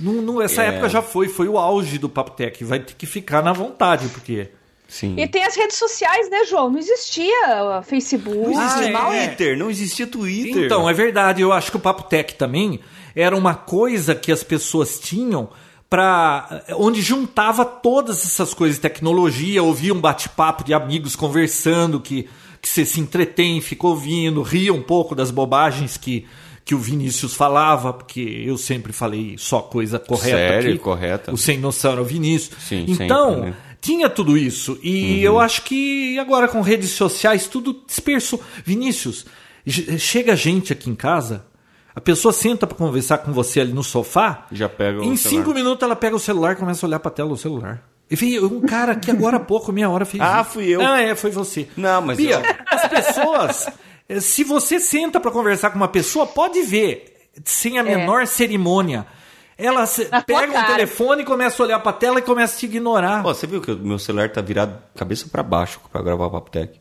não, não- essa É. época já foi, foi o auge do Papotec. Vai ter que ficar na vontade, porque... Sim. E tem as redes sociais, né, João? Não existia uh, Facebook, Não existia. mal- é. Twitter, não existia Twitter. Então, é verdade. Eu acho que o Papo Tech também era uma coisa que as pessoas tinham para onde juntava todas essas coisas, tecnologia, ouvia um bate-papo de amigos conversando, que, que você se entretém, fica ouvindo, ria um pouco das bobagens que, que o Vinícius falava, porque eu sempre falei só coisa correta. Sério, aqui. correta. O sem noção era o Vinícius. Sim, então, sempre, né? Uhum. tinha tudo isso. E eu acho que agora com redes sociais tudo dispersou. Vinícius, j- chega gente aqui em casa, a pessoa senta pra conversar com você ali no sofá. Já pega o Em celular. cinco minutos ela pega o celular e começa a olhar pra tela do celular. E veio um cara que agora há pouco, meia hora, fez Ah, isso. fui eu. Ah, é, foi você. Não, mas Bia, eu- as pessoas, eh, se você senta pra conversar com uma pessoa, pode ver, sem a menor cerimônia. Ela se- É. Na tua pega o cara. telefone, começa a olhar pra tela e começa a te ignorar. Ó, você viu que o meu celular tá virado cabeça pra baixo pra gravar o Papo Tech?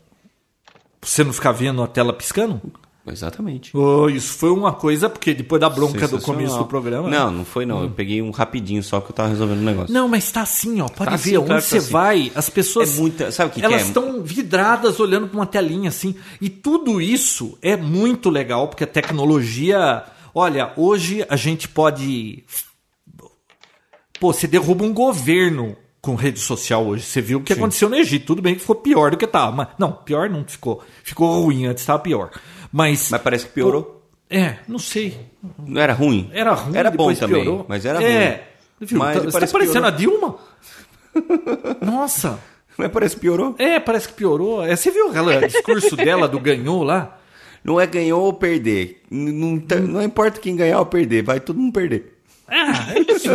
Você não ficar vendo a tela piscando? Exatamente. Oh, isso foi uma coisa, porque depois da bronca do começo do programa. né? Não, não foi não. Eu peguei um rapidinho só que eu tava resolvendo um negócio. Não, mas tá assim, ó. Pode Tá ver, assim, onde claro que você tá assim. vai, as pessoas. É muita- sabe o que que Elas é? estão vidradas olhando pra uma telinha assim. E tudo isso é muito legal, porque a tecnologia. Olha, hoje a gente pode. Pô, você derruba um governo com rede social hoje. Você viu o que aconteceu no Egito. Tudo bem que ficou pior do que tava. Mas, não, pior não ficou. Ficou ruim, antes tava pior. Mas. Mas parece que piorou. É, não sei. Não era ruim? Era ruim, Era bom depois também, piorou. mas era é. ruim. Viu, Mas tá, você tá parece que parecendo piorou. a Dilma? Nossa. Mas parece que piorou. É, parece que piorou. É, você viu aquele discurso dela do ganhou lá? Não é ganhou ou perder. N- Não, tá- não importa quem ganhar ou perder, vai todo mundo perder. Ah, é isso.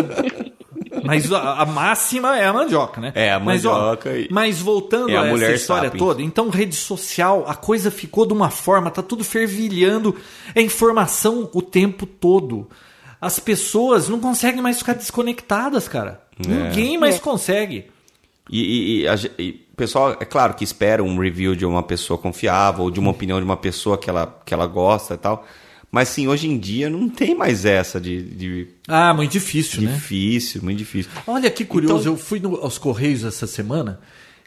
Mas a, a máxima é a mandioca, né? É, a Mas, ó, mandioca e- Mas, voltando e a, a essa mulher história sapiens. toda, então rede social, a coisa ficou de uma forma, tá tudo fervilhando, é informação o tempo todo. As pessoas não conseguem mais ficar desconectadas, cara. É. Ninguém mais consegue. E, e- e a ge- e o pessoal, é claro que espera um review de uma pessoa confiável, ou de uma opinião de uma pessoa que ela, que ela gosta e tal. Mas sim, hoje em dia não tem mais essa de, de- Ah, muito difícil, né? difícil, muito difícil. Olha que curioso, Então- eu fui no- aos Correios essa semana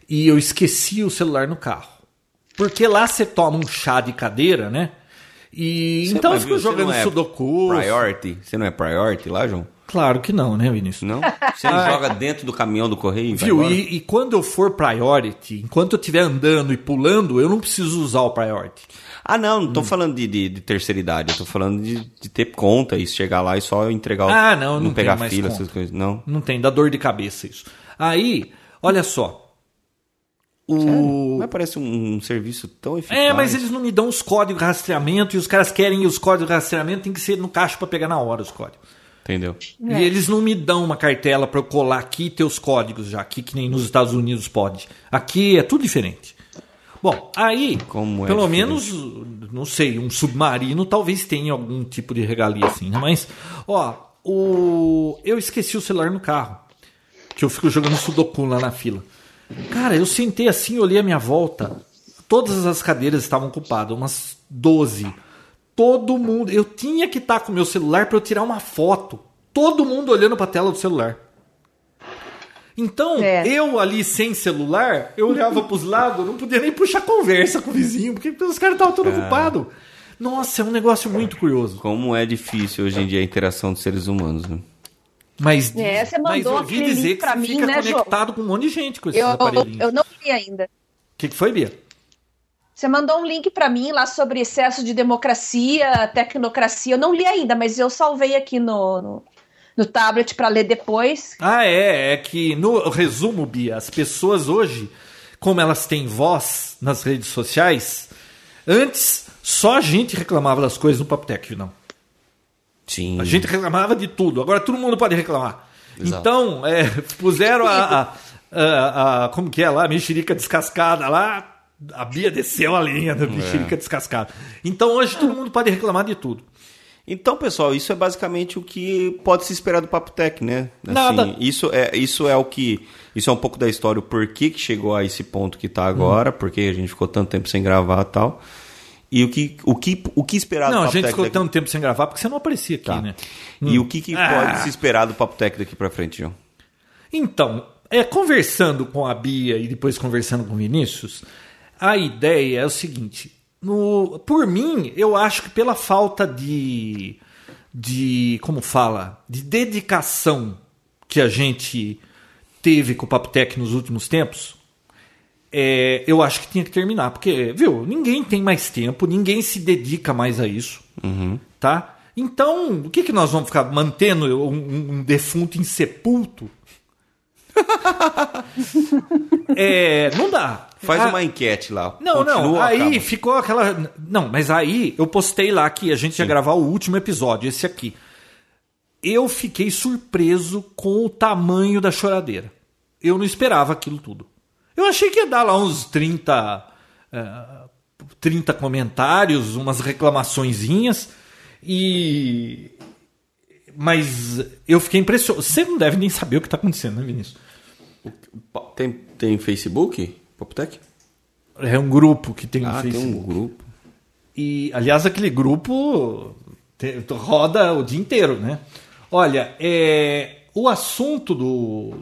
e eu esqueci o celular no carro. Porque lá você toma um chá de cadeira, né? E Você- então eu mas fico viu, você jogando não é sudoku. Priority? Você não é priority lá, João? Claro que não, né, Vinícius? Não? é Você joga dentro do caminhão do correio? e vai Ah, é. Viu? embora? E, e quando eu for priority, enquanto eu estiver andando e pulando, eu não preciso usar o priority. Ah, não, Hum. não tô falando de, de, de terceira idade, eu tô falando de, de ter conta e chegar lá e só entregar o. Ah, não, eu não pegar tenho mais fila, conta. essas coisas. Não. Não tem, dá dor de cabeça isso. Aí, olha só. O... Mas parece um, um serviço tão eficaz. É, mas eles não me dão os códigos de rastreamento e os caras querem os códigos de rastreamento, tem que ser no caixa pra pegar na hora os códigos. Entendeu? E eles não me dão uma cartela pra eu colar aqui e ter os códigos já, aqui que nem nos Estados Unidos pode. Aqui é tudo diferente. Bom, aí, Como é pelo diferente? menos, não sei, um submarino talvez tenha algum tipo de regalia assim, né? mas, ó, o... eu esqueci o celular no carro, que eu fico jogando sudoku lá na fila. Cara, eu sentei assim, olhei a minha volta, todas as cadeiras estavam ocupadas, umas 12. Todo mundo, eu tinha que estar com o meu celular pra eu tirar uma foto. Todo mundo olhando pra tela do celular. Então, É. eu ali sem celular, eu olhava pros lados, não podia nem puxar conversa com o vizinho, porque os caras estavam todos ocupados. Nossa, é um negócio muito curioso. Como é difícil hoje em dia a interação dos seres humanos, né? Mas, É, você mas mandou ouvi aquele dizer link que pra você mim, fica né, João? conectado com um monte de gente com esses Eu, aparelhinhos. eu não vi ainda. O que, que foi, Bia? Você mandou um link pra mim lá sobre excesso de democracia, tecnocracia. Eu não li ainda, mas eu salvei aqui no, no, no tablet pra ler depois. Ah, é. É que, no resumo, Bia, as pessoas hoje, como elas têm voz nas redes sociais, antes só a gente reclamava das coisas no Papotec, não. Sim. A gente reclamava de tudo. Agora todo mundo pode reclamar. Uhum. Exato. Então, é, puseram a, a- a- a- Como que é lá? A mexerica descascada lá. A Bia desceu a linha da mexerica descascada. Então hoje todo mundo pode reclamar de tudo. Então, pessoal, isso é basicamente o que pode se esperar do Papo Tech, né? Assim, Nada. Isso é, isso é o que. Isso é um pouco da história, o porquê que chegou a esse ponto que tá Uhum. agora, porque a gente ficou tanto tempo sem gravar e tal. E o que, o que, o que esperar do Não, a Papo gente Tech ficou daqui- tanto tempo sem gravar porque você não aparecia aqui, Tá. né? E o que, que Ah. pode se esperar do Papo Tech daqui pra frente, João? Então, é, conversando com a Bia e depois conversando com o Vinícius, a ideia é o seguinte: no- por mim, eu acho que pela falta de. de. como fala? de dedicação que a gente teve com o Papotec nos últimos tempos, é, eu acho que tinha que terminar, porque, viu, ninguém tem mais tempo, ninguém se dedica mais a isso, Uhum. tá? Então, o que, que nós vamos ficar mantendo um, um- um defunto insepulto? é, não dá. Faz Ah, uma enquete lá. Não, não, Continua, aí acaba. ficou aquela... Não, mas aí eu postei lá que a gente ia gravar o último episódio, esse aqui. Eu fiquei surpreso com o tamanho da choradeira. Eu não esperava aquilo tudo. Eu achei que ia dar lá uns 30, eh, 30 comentários, umas reclamaçõezinhas e... Mas eu fiquei impressionado. Você não deve nem saber o que está acontecendo, né, Vinícius? Tem, tem Facebook? Papo Tech? É um grupo que tem no Ah, Facebook. tem um grupo. E, aliás, aquele grupo te- roda o dia inteiro, né? Olha, é, o assunto do,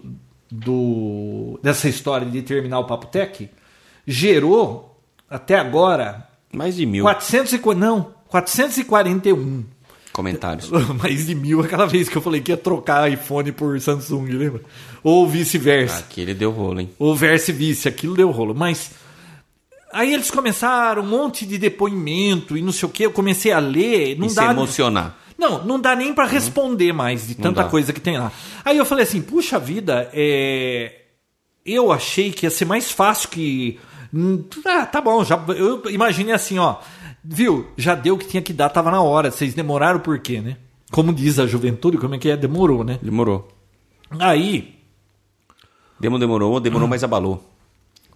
do- dessa história de terminar o Papo Tech gerou, até agora, Mais de mil 440, não, 441. comentários. Mais de mil aquela vez que eu falei que ia trocar iPhone por Samsung, lembra? Ou vice-versa Ah, Aqui ele deu rolo, hein? ou verse-vice, aquilo deu rolo. Mas aí eles começaram um monte de depoimento e não sei o que. Eu comecei a ler, não e se dá. emocionar. Não, não dá nem pra responder mais de Não tanta dá. coisa que tem lá. Aí eu falei assim, puxa vida, é... eu achei que ia ser mais fácil que. Hum, Ah, tá bom, já... eu imaginei assim, ó. Viu, já deu o que tinha que dar, tava na hora. Vocês demoraram por quê, né? Como diz a juventude, como é que é? Demorou, né? Demorou. Aí, Demo demorou, Hum. demorou, mas abalou.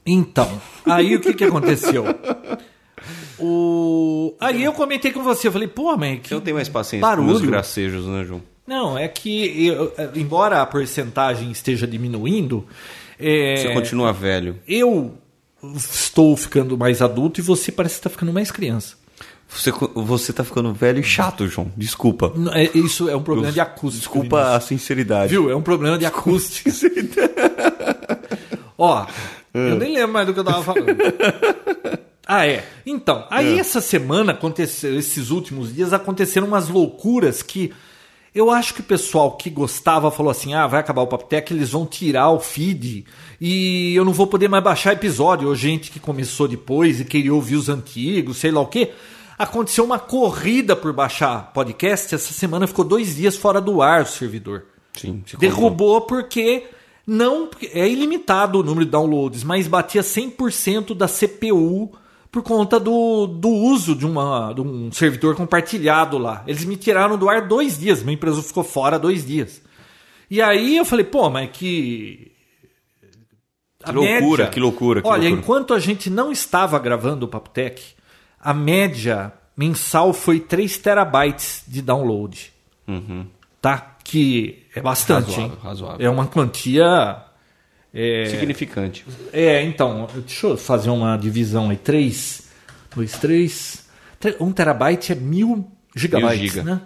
Então, aí o que, que aconteceu? O... Aí eu comentei com você, eu falei, pô, mas que Eu não tenho mais paciência com meus barulho. gracejos, né, João? Não, é que, eu- é, embora a porcentagem esteja diminuindo, é, Você continua velho. eu estou ficando mais adulto e você parece que está ficando mais criança. Você, co- você tá ficando velho e chato, João. Desculpa. N- é- Isso é um problema de acústica. Desculpa a sinceridade. Viu? É um problema de acústica. Ó, eu nem lembro mais do que eu tava falando. Ah, é. Então, aí essa semana aconteceu, esses últimos dias aconteceram umas loucuras que eu acho que o pessoal que gostava falou assim: ah, vai acabar o Papotec, eles vão tirar o feed e eu não vou poder mais baixar episódio. Ou gente que começou depois e queria ouvir os antigos, sei lá o quê. Aconteceu uma corrida por baixar podcast. Essa semana ficou dois dias fora do ar o servidor. Sim, se controla. Derrubou porque não é ilimitado o número de downloads, mas batia 100% da CPU por conta do, do uso de, uma, de um servidor compartilhado lá. Eles me tiraram do ar dois dias, minha empresa ficou fora dois dias. E aí eu falei, pô, mas que. Que loucura, que loucura, que Olha, loucura. enquanto a gente não estava gravando o Papotec, a média mensal foi 3 terabytes de download tá? Que é bastante, Uhum. Razoável, hein? razoável. É uma quantia. Significante. É, então, deixa eu fazer uma divisão aí. 3, 2, 3. 1 terabyte é mil gigabytes, Mil giga. né?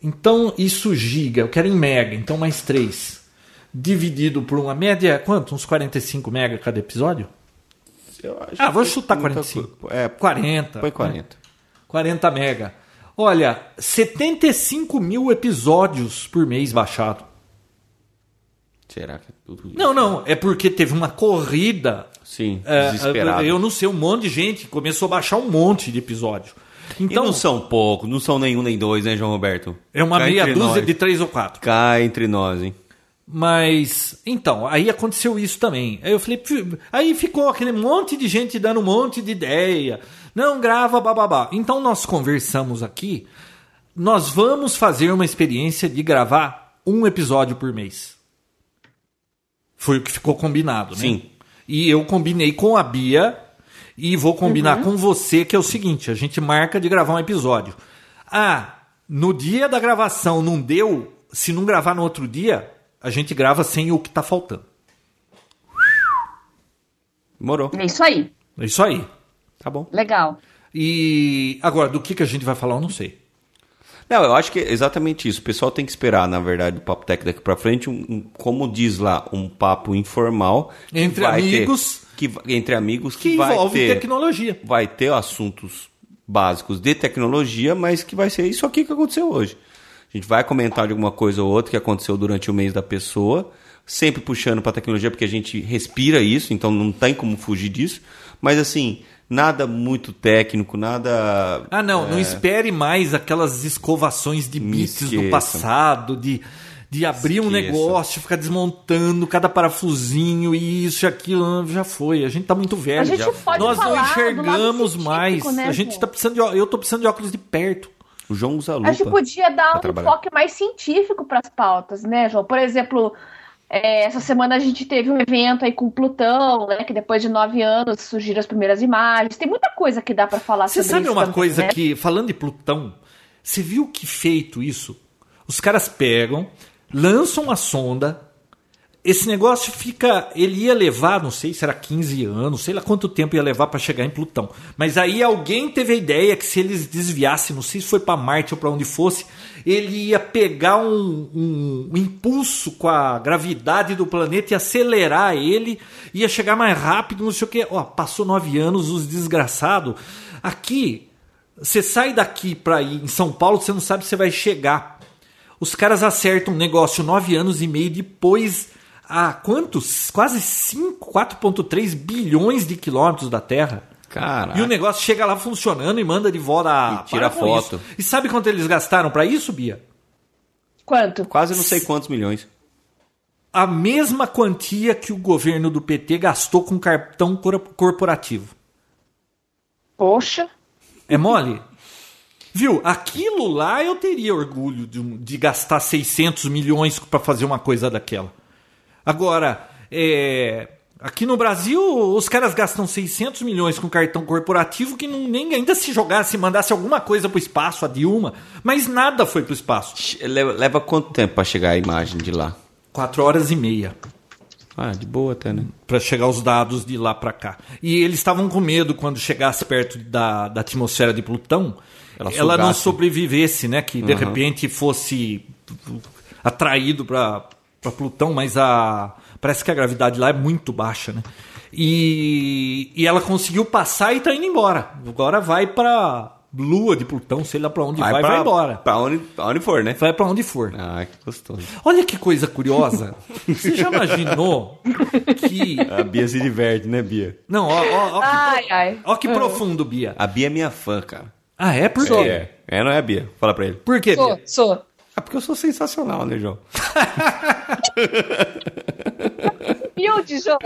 Então, isso giga, eu quero em mega, então mais 3. Dividido por uma média, é quanto? Uns 45 mega cada episódio? Eu acho Ah, vou que chutar muita 45. coisa. É, 40. Põe 40. 40 mega. Olha, 75 mil episódios por mês baixado. Será que é tudo isso? Não, não, é porque teve uma corrida. Sim, é, desesperado. eu não sei, um monte de gente começou a baixar um monte de episódio. Então, Então, não são poucos, não são nenhum nem dois, né, João Roberto? é uma Cá meia entre dúzia nós. de três ou quatro. Cá entre nós, hein? Mas, então, aí aconteceu isso também. Aí eu falei, "Pf", aí ficou aquele monte de gente dando um monte de ideia. Não grava, bababá. Então nós conversamos aqui. Nós vamos fazer uma experiência de gravar um episódio por mês. Foi o que ficou combinado, né? Sim. E eu combinei com a Bia e vou combinar com você, que é o seguinte: a gente marca de gravar um episódio. Ah, No dia da gravação não deu, se não gravar no outro dia, a gente grava sem o que tá faltando. Demorou. É isso aí. É isso aí. Tá bom. Legal. E agora, do que, que a gente vai falar, eu não sei. Não, eu acho que é exatamente isso. O pessoal tem que esperar, na verdade, o Papo Tech daqui pra frente, um, um- como diz lá, um papo informal. que Entre vai ter- amigos. que, va- entre amigos que, Que vai, envolve ter, tecnologia. vai ter assuntos básicos de tecnologia, mas que vai ser isso aqui que aconteceu hoje. A gente vai comentar de alguma coisa ou outra que aconteceu durante o mês da pessoa, sempre puxando pra tecnologia, porque a gente respira isso, então não tem como fugir disso. Mas assim, nada muito técnico, nada. Ah, não, não espere mais aquelas escovações de Me bits do esqueça. passado, de, de abrir um Esqueça. negócio, ficar desmontando cada parafusinho e isso e aquilo. Já foi, a gente tá muito velho. A gente já. pode Nós falar do não lado enxergamos científico, mais. né, a gente João? tá precisando de, ó- eu tô precisando de óculos de perto. O João usa lupa. Acho que podia dar pra um trabalhar. foco mais científico para as pautas, né, João? Por exemplo, é, essa semana a gente teve um evento aí com Plutão, né? Que depois de nove anos surgiram as primeiras imagens. Tem muita coisa que dá para falar Você sobre sabe isso uma também, coisa né? que, falando de Plutão, você viu que feito isso? Os caras pegam, lançam a sonda, esse negócio fica. Ele ia levar, não sei se era 15 anos, sei lá quanto tempo ia levar pra chegar em Plutão. Mas aí alguém teve a ideia que se eles desviassem, não sei se foi pra Marte ou pra onde fosse, ele ia pegar um, um- um impulso com a gravidade do planeta e acelerar ele, ia chegar mais rápido, não sei o quê. Ó, passou nove anos, os desgraçados. Aqui, você sai daqui pra ir em São Paulo, você não sabe se vai chegar. Os caras acertam um negócio nove anos e meio depois, a quantos? Quase 5, 4,3 bilhões de quilômetros da Terra. Caraca. E o negócio chega lá funcionando e manda de volta. Ah, Ah. E tira para com foto. isso. E sabe quanto eles gastaram pra isso, Bia? Quanto? Quase não sei quantos milhões. A mesma quantia que o governo do PT gastou com cartão cor- corporativo. Poxa. É mole? Viu? Aquilo lá eu teria orgulho de, um- de gastar 600 milhões pra fazer uma coisa daquela. Agora, é, aqui no Brasil, os caras gastam 600 milhões com cartão corporativo que não, nem ainda se jogasse, mandasse alguma coisa pro espaço, a Dilma, mas nada foi pro espaço. Che- Leva, leva quanto tempo pra chegar a imagem de lá? Quatro horas e meia. Ah, de boa até, né? para chegar os dados de lá para cá. E eles estavam com medo quando chegasse perto da, da atmosfera de Plutão, Ela ela, não sugasse. sobrevivesse, né? Que de Aham. repente fosse atraído para Plutão, mas a parece que a gravidade lá é muito baixa, né? E, e ela conseguiu passar e tá indo embora. Agora vai para Lua de Plutão, sei lá para onde vai, vai, pra- embora. Pra onde, pra onde for, né? Vai para onde for. Ah, que gostoso. Olha que coisa curiosa. Você já imaginou que A Bia se diverte, né, Bia? não, ó, ó, ó, Ai, que, pro- ai. ó que profundo, Bia. A Bia é minha fã, cara. Ah, é? Por É. Sou. quê? É, é não é, Bia? Fala pra ele. Por quê, Sou, Bia? sou. Ah, porque eu sou sensacional, né, João? Humilde, João.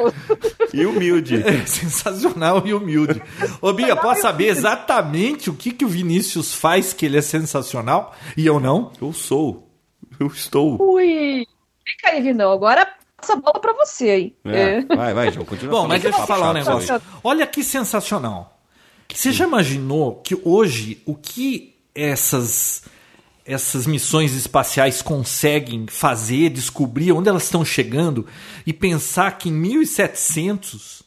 E humilde. É sensacional e humilde. Ô, Bia, posso saber exatamente o que, que o Vinícius faz que ele é sensacional e eu não? Eu sou. Eu estou. Ui. Fica aí, Vinão. Agora passa a bola para você aí. É, É. Vai, vai, João, continua. Bom, falando mas esse deixa eu papo falar um chato negócio. aí. Olha que sensacional. Você já imaginou que hoje o que essas essas missões espaciais conseguem fazer, descobrir onde elas estão chegando e pensar que em 1700,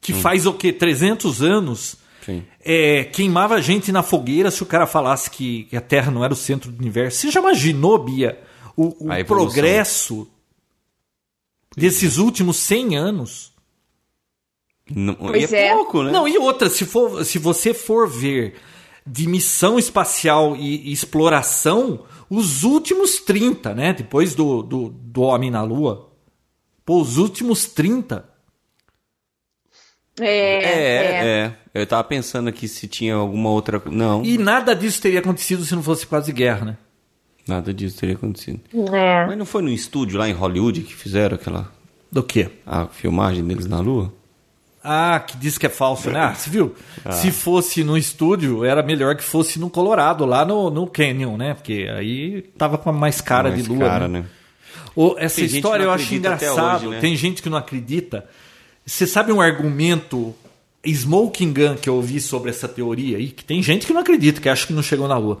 que faz o quê? 300 anos, Sim. é, queimava a gente na fogueira se o cara falasse que, que a Terra não era o centro do universo. Você já imaginou, Bia, o, o A evolução. progresso desses últimos 100 anos? Não, Pois e é, é. pouco, né? Não, e outra, se, for, se você for ver de missão espacial e, e exploração, os últimos 30, né? Depois do, do, do Homem na Lua. Pô, os últimos 30. É, é. é, é, é. Eu tava pensando aqui se tinha alguma outra. Não, E nada disso teria acontecido se não fosse quase guerra, né? nada disso teria acontecido. É. Mas não foi no estúdio lá em Hollywood que fizeram aquela Do quê? a filmagem deles na Lua? Ah, que diz que é falso, né? Ah, você viu? Se fosse no estúdio, era melhor que fosse no Colorado, lá no, no Canyon, né? Porque aí tava com a mais cara Mais de lua. cara, né? né? Ô, essa Tem gente história que eu não acho acredita até engraçado. hoje, né? Tem gente que não acredita. Você sabe um argumento smoking gun que eu ouvi sobre essa teoria aí? Que tem gente que não acredita, que acha que não chegou na Lua.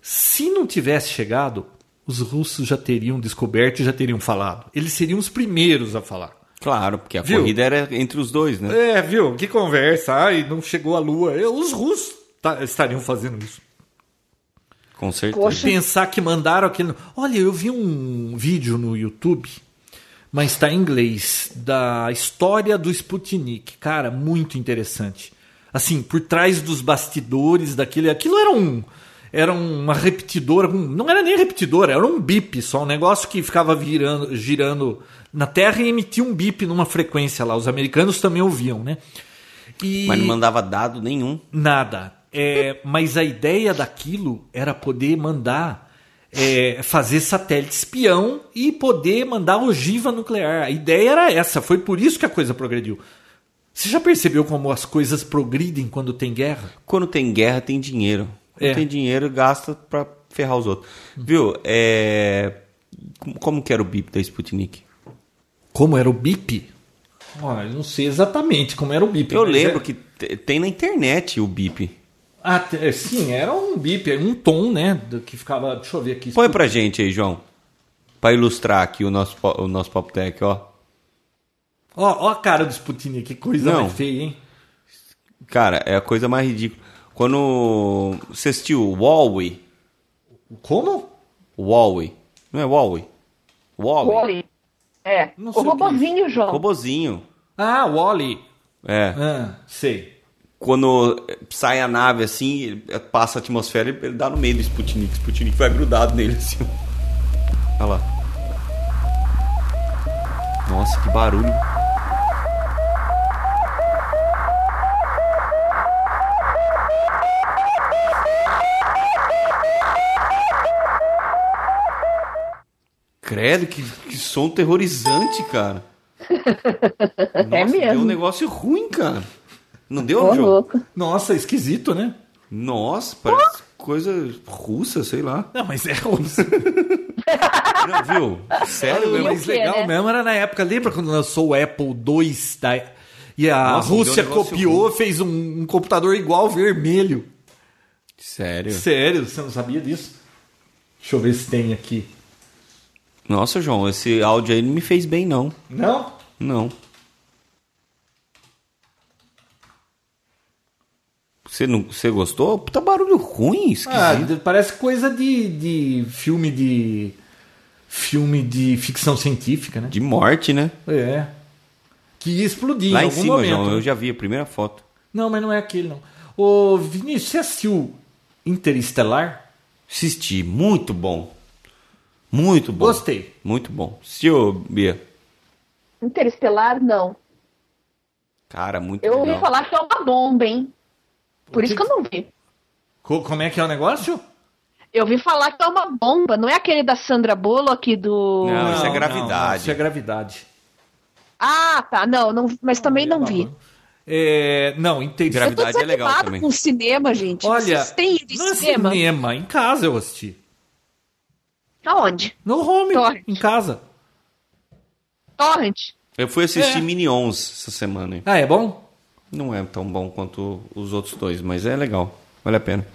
Se não tivesse chegado, os russos já teriam descoberto e já teriam falado. Eles seriam os primeiros a falar. Claro, porque a Viu? corrida era entre os dois, né? É, viu? Que conversa. Ai, não chegou a lua. Eu- Os russos ta- estariam fazendo isso. É. Com certeza. Poxa. Pensar que mandaram aquele. Olha, eu vi um vídeo no YouTube, mas está em inglês, da história do Sputnik. Cara, muito interessante. Assim, por trás dos bastidores daquele. Aquilo era um. Era uma repetidora, um- não era nem repetidora, era um bip só, um negócio que ficava virando, girando na Terra e emitia um bip numa frequência lá. Os americanos também ouviam, né? E... Mas não mandava dado nenhum. Nada. É, mas a ideia daquilo era poder mandar é, fazer satélite espião e poder mandar ogiva nuclear. A ideia era essa, foi por isso que a coisa progrediu. Você já percebeu como as coisas progridem quando tem guerra? Quando tem guerra, tem dinheiro. Quando É. tem dinheiro, gasta pra ferrar os outros. Viu? É... Como que era o bip da Sputnik? Como era o BIP? Olha, eu não sei exatamente como era o BIP. Eu mas lembro é- que te- tem na internet o bip. Ah, te- é, sim, era um BIP, um tom, né? do Que ficava. Deixa eu ver aqui. Põe pra gente aí, João. Pra ilustrar aqui o nosso, po- o nosso Pop Tech, ó. Ó, ó a cara do Sputnik, que coisa Não. mais feia, hein? Cara, é a coisa mais ridícula. Quando você assistiu o Huawei, Como? Huawei, não é Huawei? Huawei, Olhe. É. Não sei o o que é isso. robozinho, João. robozinho. Ah, Wally. É, Ah, sei. quando sai a nave assim, ele passa a atmosfera e ele dá no meio do Sputnik. O Sputnik vai grudado nele assim. Olha lá. Nossa, que barulho. Credo, que, que som terrorizante, cara. é Nossa, Deu um mesmo. negócio ruim, cara. Não deu, Ô, João? louco. Nossa, esquisito, né? Nossa, parece coisa russa, sei lá. Não, mas é russo. um- Não, viu? Sério E o mesmo? quê, É um legal né? mesmo era na época. Lembra quando lançou o Apple II da... e a Nossa, Rússia me deu um negócio copiou, fez um, um computador igual vermelho? Sério. Sério, você não sabia disso? Deixa eu ver se tem aqui. Nossa, João, esse áudio aí não me fez bem, não. Não? Não. Você, não, você gostou? Puta barulho ruim, Ah, esquisito. de- parece coisa de, de filme de. filme de ficção científica, né? De morte, né? É. Que ia explodir lá em em algum cima, momento. João, né? eu já vi a primeira foto. Não, mas não é aquele, não. Ô, Vinícius, você assistiu Interestelar? Assisti, muito bom. Muito bom. Gostei. Muito bom. Assistiu, Bia? Interestelar, não. Cara, muito Eu ouvi legal. falar que é uma bomba, hein? Por isso que eu não vi. Co- como é que é o negócio? Eu ouvi falar que é uma bomba. Não é aquele da Sandra Bullock do... Não. isso é gravidade. isso é gravidade. Ah, tá. Não, não mas também não vi. É, não, entendi. Gravidade. Eu tô é legal desanimada também. com o cinema, gente. Olha, Vocês têm ido em não é cinema? cinema, em casa eu assisti. Aonde? No home, Torre. em casa. Torrent? Eu fui assistir É. Minions essa semana. hein? Ah, é bom? Não é tão bom quanto os outros dois, mas é legal. Vale a pena.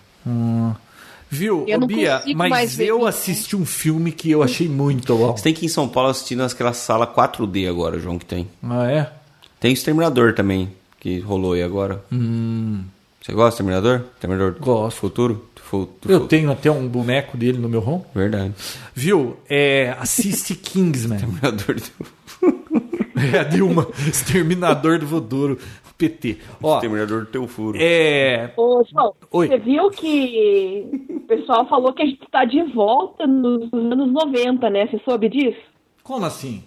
Viu, Eu ô, não Bia, consigo mas mais ver eu isso. né? assisti um filme que eu achei muito bom. Você tem que ir em São Paulo assistir naquela sala 4D agora, João, que tem. Ah, é? Tem o Exterminador também, que rolou aí agora. Você gosta do Exterminador? Exterminador do Hum. Gosto. Futuro? Do fu- do Eu fu- tenho até um boneco dele no meu home. Verdade. Viu, é, assiste Kingsman. Exterminador do... Ah. é a Dilma, Exterminador do Futuro, PT. Ó, Exterminador do teu furo. é... Ô, João, Oi. você viu que o pessoal falou que a gente tá de volta nos anos 90, né? Você soube disso? Como assim?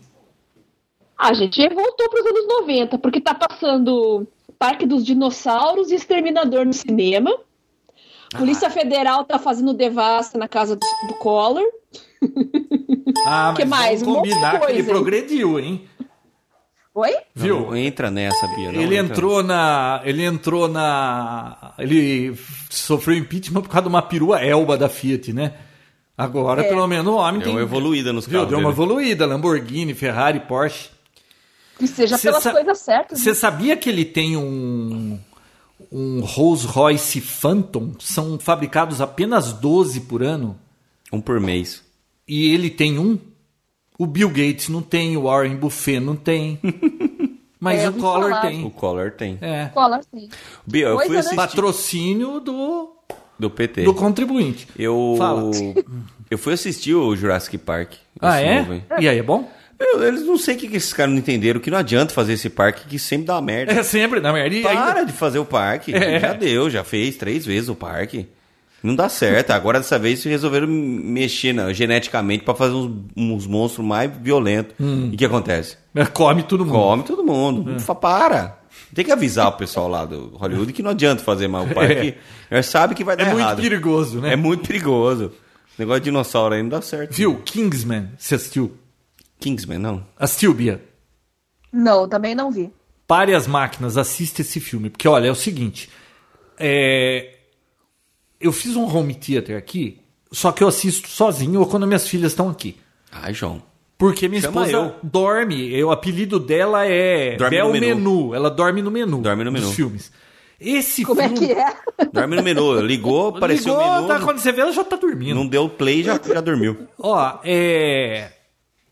Ah, gente, voltou pros anos 90, porque tá passando Parque dos Dinossauros e Exterminador no cinema. Ah. Polícia Federal tá fazendo devassa na casa do, do Collor. Ah, mas Que mais? Um vamos monte de combinar que ele coisa, hein? progrediu, hein? Oi? Não, Viu? não entra nessa, Bia. não ele entra. entrou na. Ele entrou na. Ele sofreu impeachment por causa de uma perua elba da Fiat, né? Agora, É. pelo menos, o homem Deu tem. uma evoluída nos Viu? carros Deu uma dele. evoluída. Lamborghini, Ferrari, Porsche. Que seja Cê pelas sa- coisas certas. Você né? sabia que ele tem um. um Rolls Royce Phantom são fabricados apenas 12 por ano Um por mês. e ele tem um. O Bill Gates não tem, o Warren Buffet não tem. Mas É, o ouvi Collor falar. O tem. Collor tem. É. Collor tem. Bia, eu Coisa, fui né? assistir Patrocínio do, do PT. do contribuinte. Eu Fala. eu fui assistir o Jurassic Park. Ah, esse é? novo aí. E aí, é bom? Eu- eles não sei o que, que esses caras não entenderam, que não adianta fazer esse parque que sempre dá merda. É sempre, na merda. E ainda- Para de fazer o parque. É. Já deu, já fez três vezes o parque. Não dá certo. Agora dessa vez resolveram mexer na- geneticamente pra fazer uns, uns monstros mais violentos. Hum. E o que acontece? É, Come todo mundo. Come todo mundo. Hum. Fa- Para. Tem que avisar o pessoal lá do Hollywood que não adianta fazer mais o parque. Nós sabe que vai É dar muito errado. perigoso, né? É muito perigoso. Esse negócio de dinossauro aí não dá certo. Viu? Kingsman, você assistiu? Kingsman, não. Assistiu, Bia? Não, também não vi. Pare as máquinas, assista esse filme. Porque, olha, é o seguinte. é, Eu fiz um home theater aqui, só que eu assisto sozinho ou quando minhas filhas estão aqui. Ai, João. Porque minha Chama esposa dorme. eu- O apelido dela é Dorme Bel no menu. menu. Ela dorme no menu. Dorme no dos menu. filmes. Esse Como é filme... que é? Dorme no menu. Ligou, apareceu Ligou, o menu. tá, quando você vê, ela já tá dormindo. um Não deu play, já, já dormiu. Ó, é...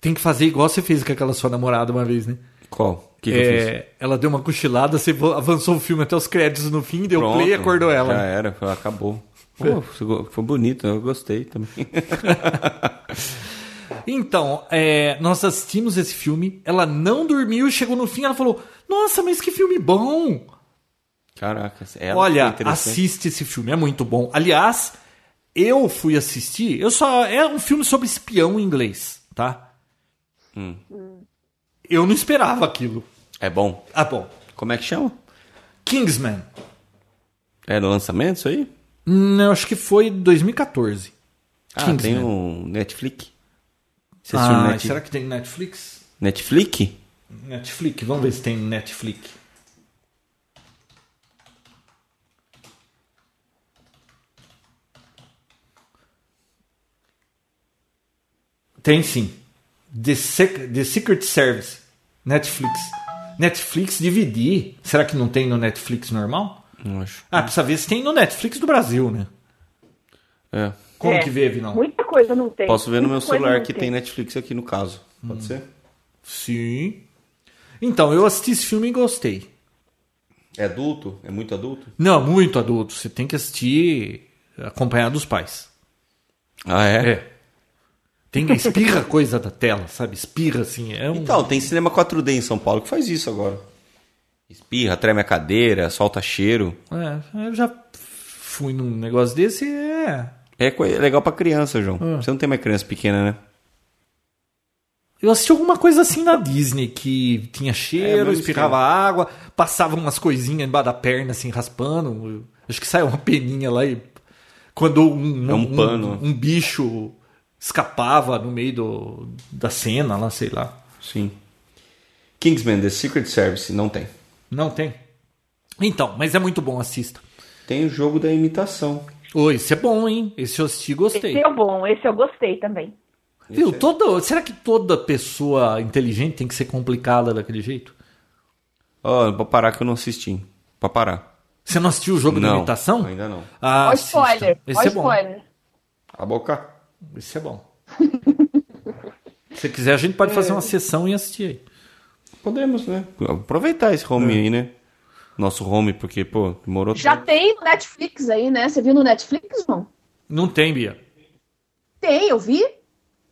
Tem que fazer igual você fez com aquela sua namorada uma vez, né? Qual? O que, que eu fiz? É, ela deu uma cochilada, você vo- avançou o filme até os créditos no fim, deu play e acordou Já ela. era, foi- acabou. Pô, ficou- foi bonito, eu gostei também. Então, é, nós assistimos esse filme, ela não dormiu, chegou no fim, ela falou: Nossa, mas que filme bom! Caraca, é, ela foi Olha, interessante. assiste esse filme, é muito bom. Aliás, eu fui assistir, eu só. É um filme sobre espião inglês, tá? Hum. Eu não esperava aquilo. É bom. Ah, bom. Como é que chama? Kingsman. É no lançamento isso aí? Hum, eu acho que foi 2014. Ah, Kingsman. tem um Netflix. Você assistiu né? Ah, Net... será que tem Netflix? Netflix? Netflix, vamos ver se tem Netflix. Tem sim. The, Sec- The Secret Service. Netflix. Netflix DVD. Será que não tem no Netflix normal? Não acho. Ah, precisa ver se tem no Netflix do Brasil, né? É. Como É. que vê, Vinão? Muita coisa não tem. Posso ver no meu Muita coisa celular não que tem né? Netflix aqui no caso. Hum. Pode ser? Sim. Então, eu assisti esse filme e gostei. É adulto? É muito adulto? Não, muito adulto. Você tem que assistir acompanhado dos pais. Ah, É. Tem, espirra coisa da tela, sabe? Espirra assim. É um... Então, tem cinema 4D em São Paulo que faz isso agora. Espirra, treme a cadeira, solta cheiro. É, eu já fui num negócio desse e é. É coi- é legal pra criança, João. Ah. Você não tem mais criança pequena, né? Eu assisti alguma coisa assim na Disney que tinha É, cheiro, mesmo espirrava água, passava umas coisinhas embaixo da perna, assim, raspando. Eu- Acho que saiu uma peninha lá e. Quando um, É um pano. um bicho escapava no meio do, da cena lá, sei lá. Sim. Kingsman, The Secret Service, não tem. Não tem. Então, mas é muito bom, assista. Tem o jogo da imitação. Ô, esse é bom, hein? Esse eu assisti e gostei. Esse é o bom, esse eu gostei também. Viu? é- Toda... Será que toda pessoa inteligente tem que ser complicada daquele jeito? Ó, pra parar que eu não assisti. Pra parar. Você não assistiu o jogo da Não, imitação? ainda não. Ah, Ó, assista. spoiler. Esse ó, é bom. spoiler. A boca. Esse é bom. Se quiser, a gente pode fazer uma sessão e assistir aí. Podemos, né? Aproveitar esse home É. aí, né? Nosso home, porque, pô, demorou Já tanto. tem no Netflix aí, né? Você viu no Netflix, não? Não tem, Bia. Tem, eu vi.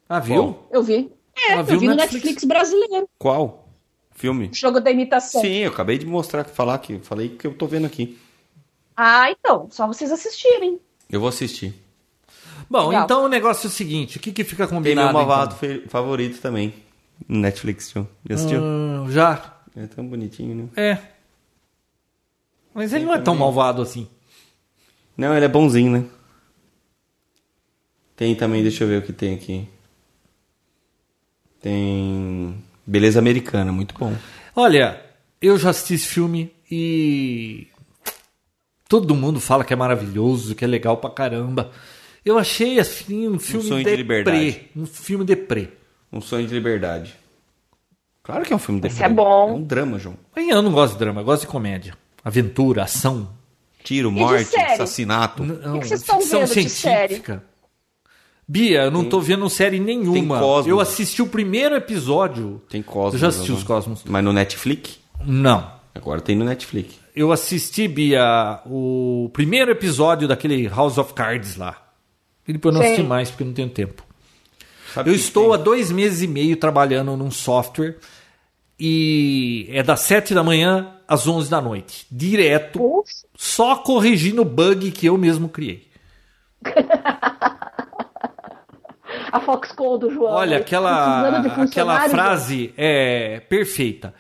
Ah, viu? Qual? Eu vi. É, Ah, eu viu vi no Netflix? Netflix, brasileiro. Qual? Filme? O jogo da imitação. Sim, eu acabei de mostrar, falar que falei que eu tô vendo aqui. Ah, então. Só vocês assistirem. Eu vou assistir. Bom, Legal. então o negócio é o seguinte: o que, que fica Tem combinado? então? meu malvado fe- favorito também. No Netflix, João. Já assistiu? então? Ah, já. É tão bonitinho, né? É. Mas ele não é tão malvado assim. Não, ele é bonzinho, né? Tem também, deixa eu ver o que tem aqui. Tem. Beleza Americana, muito bom. Olha, eu já assisti esse filme e todo mundo fala que é maravilhoso, que é legal pra caramba. Eu achei assim um filme sonho de deprê, liberdade. um filme deprê. Um Sonho de Liberdade. Claro que é um filme Esse deprê. é bom. É um drama, João. Mas Eu não gosto de drama, eu gosto de comédia, aventura, ação. Tiro, de morte, série? assassinato. Não, O que vocês estão ficção vendo de Bia, eu não tô vendo série nenhuma. Cosmos. Eu assisti o primeiro episódio. Tem Cosmos. Eu já assisti né? os Cosmos. Mas no Netflix? Não. Agora tem no Netflix. Eu assisti, Bia, o primeiro episódio daquele House of Cards lá. E depois eu não Sei. assisti mais porque não tenho tempo. Sabe Eu que estou há tem- dois meses e meio trabalhando num software e é das sete da manhã às onze da noite. Direto, Poxa, só corrigindo o bug que eu mesmo criei. a Foxconn do João. Olha, aí, tá precisando aquela, de aquela funcionário, então. frase é perfeita.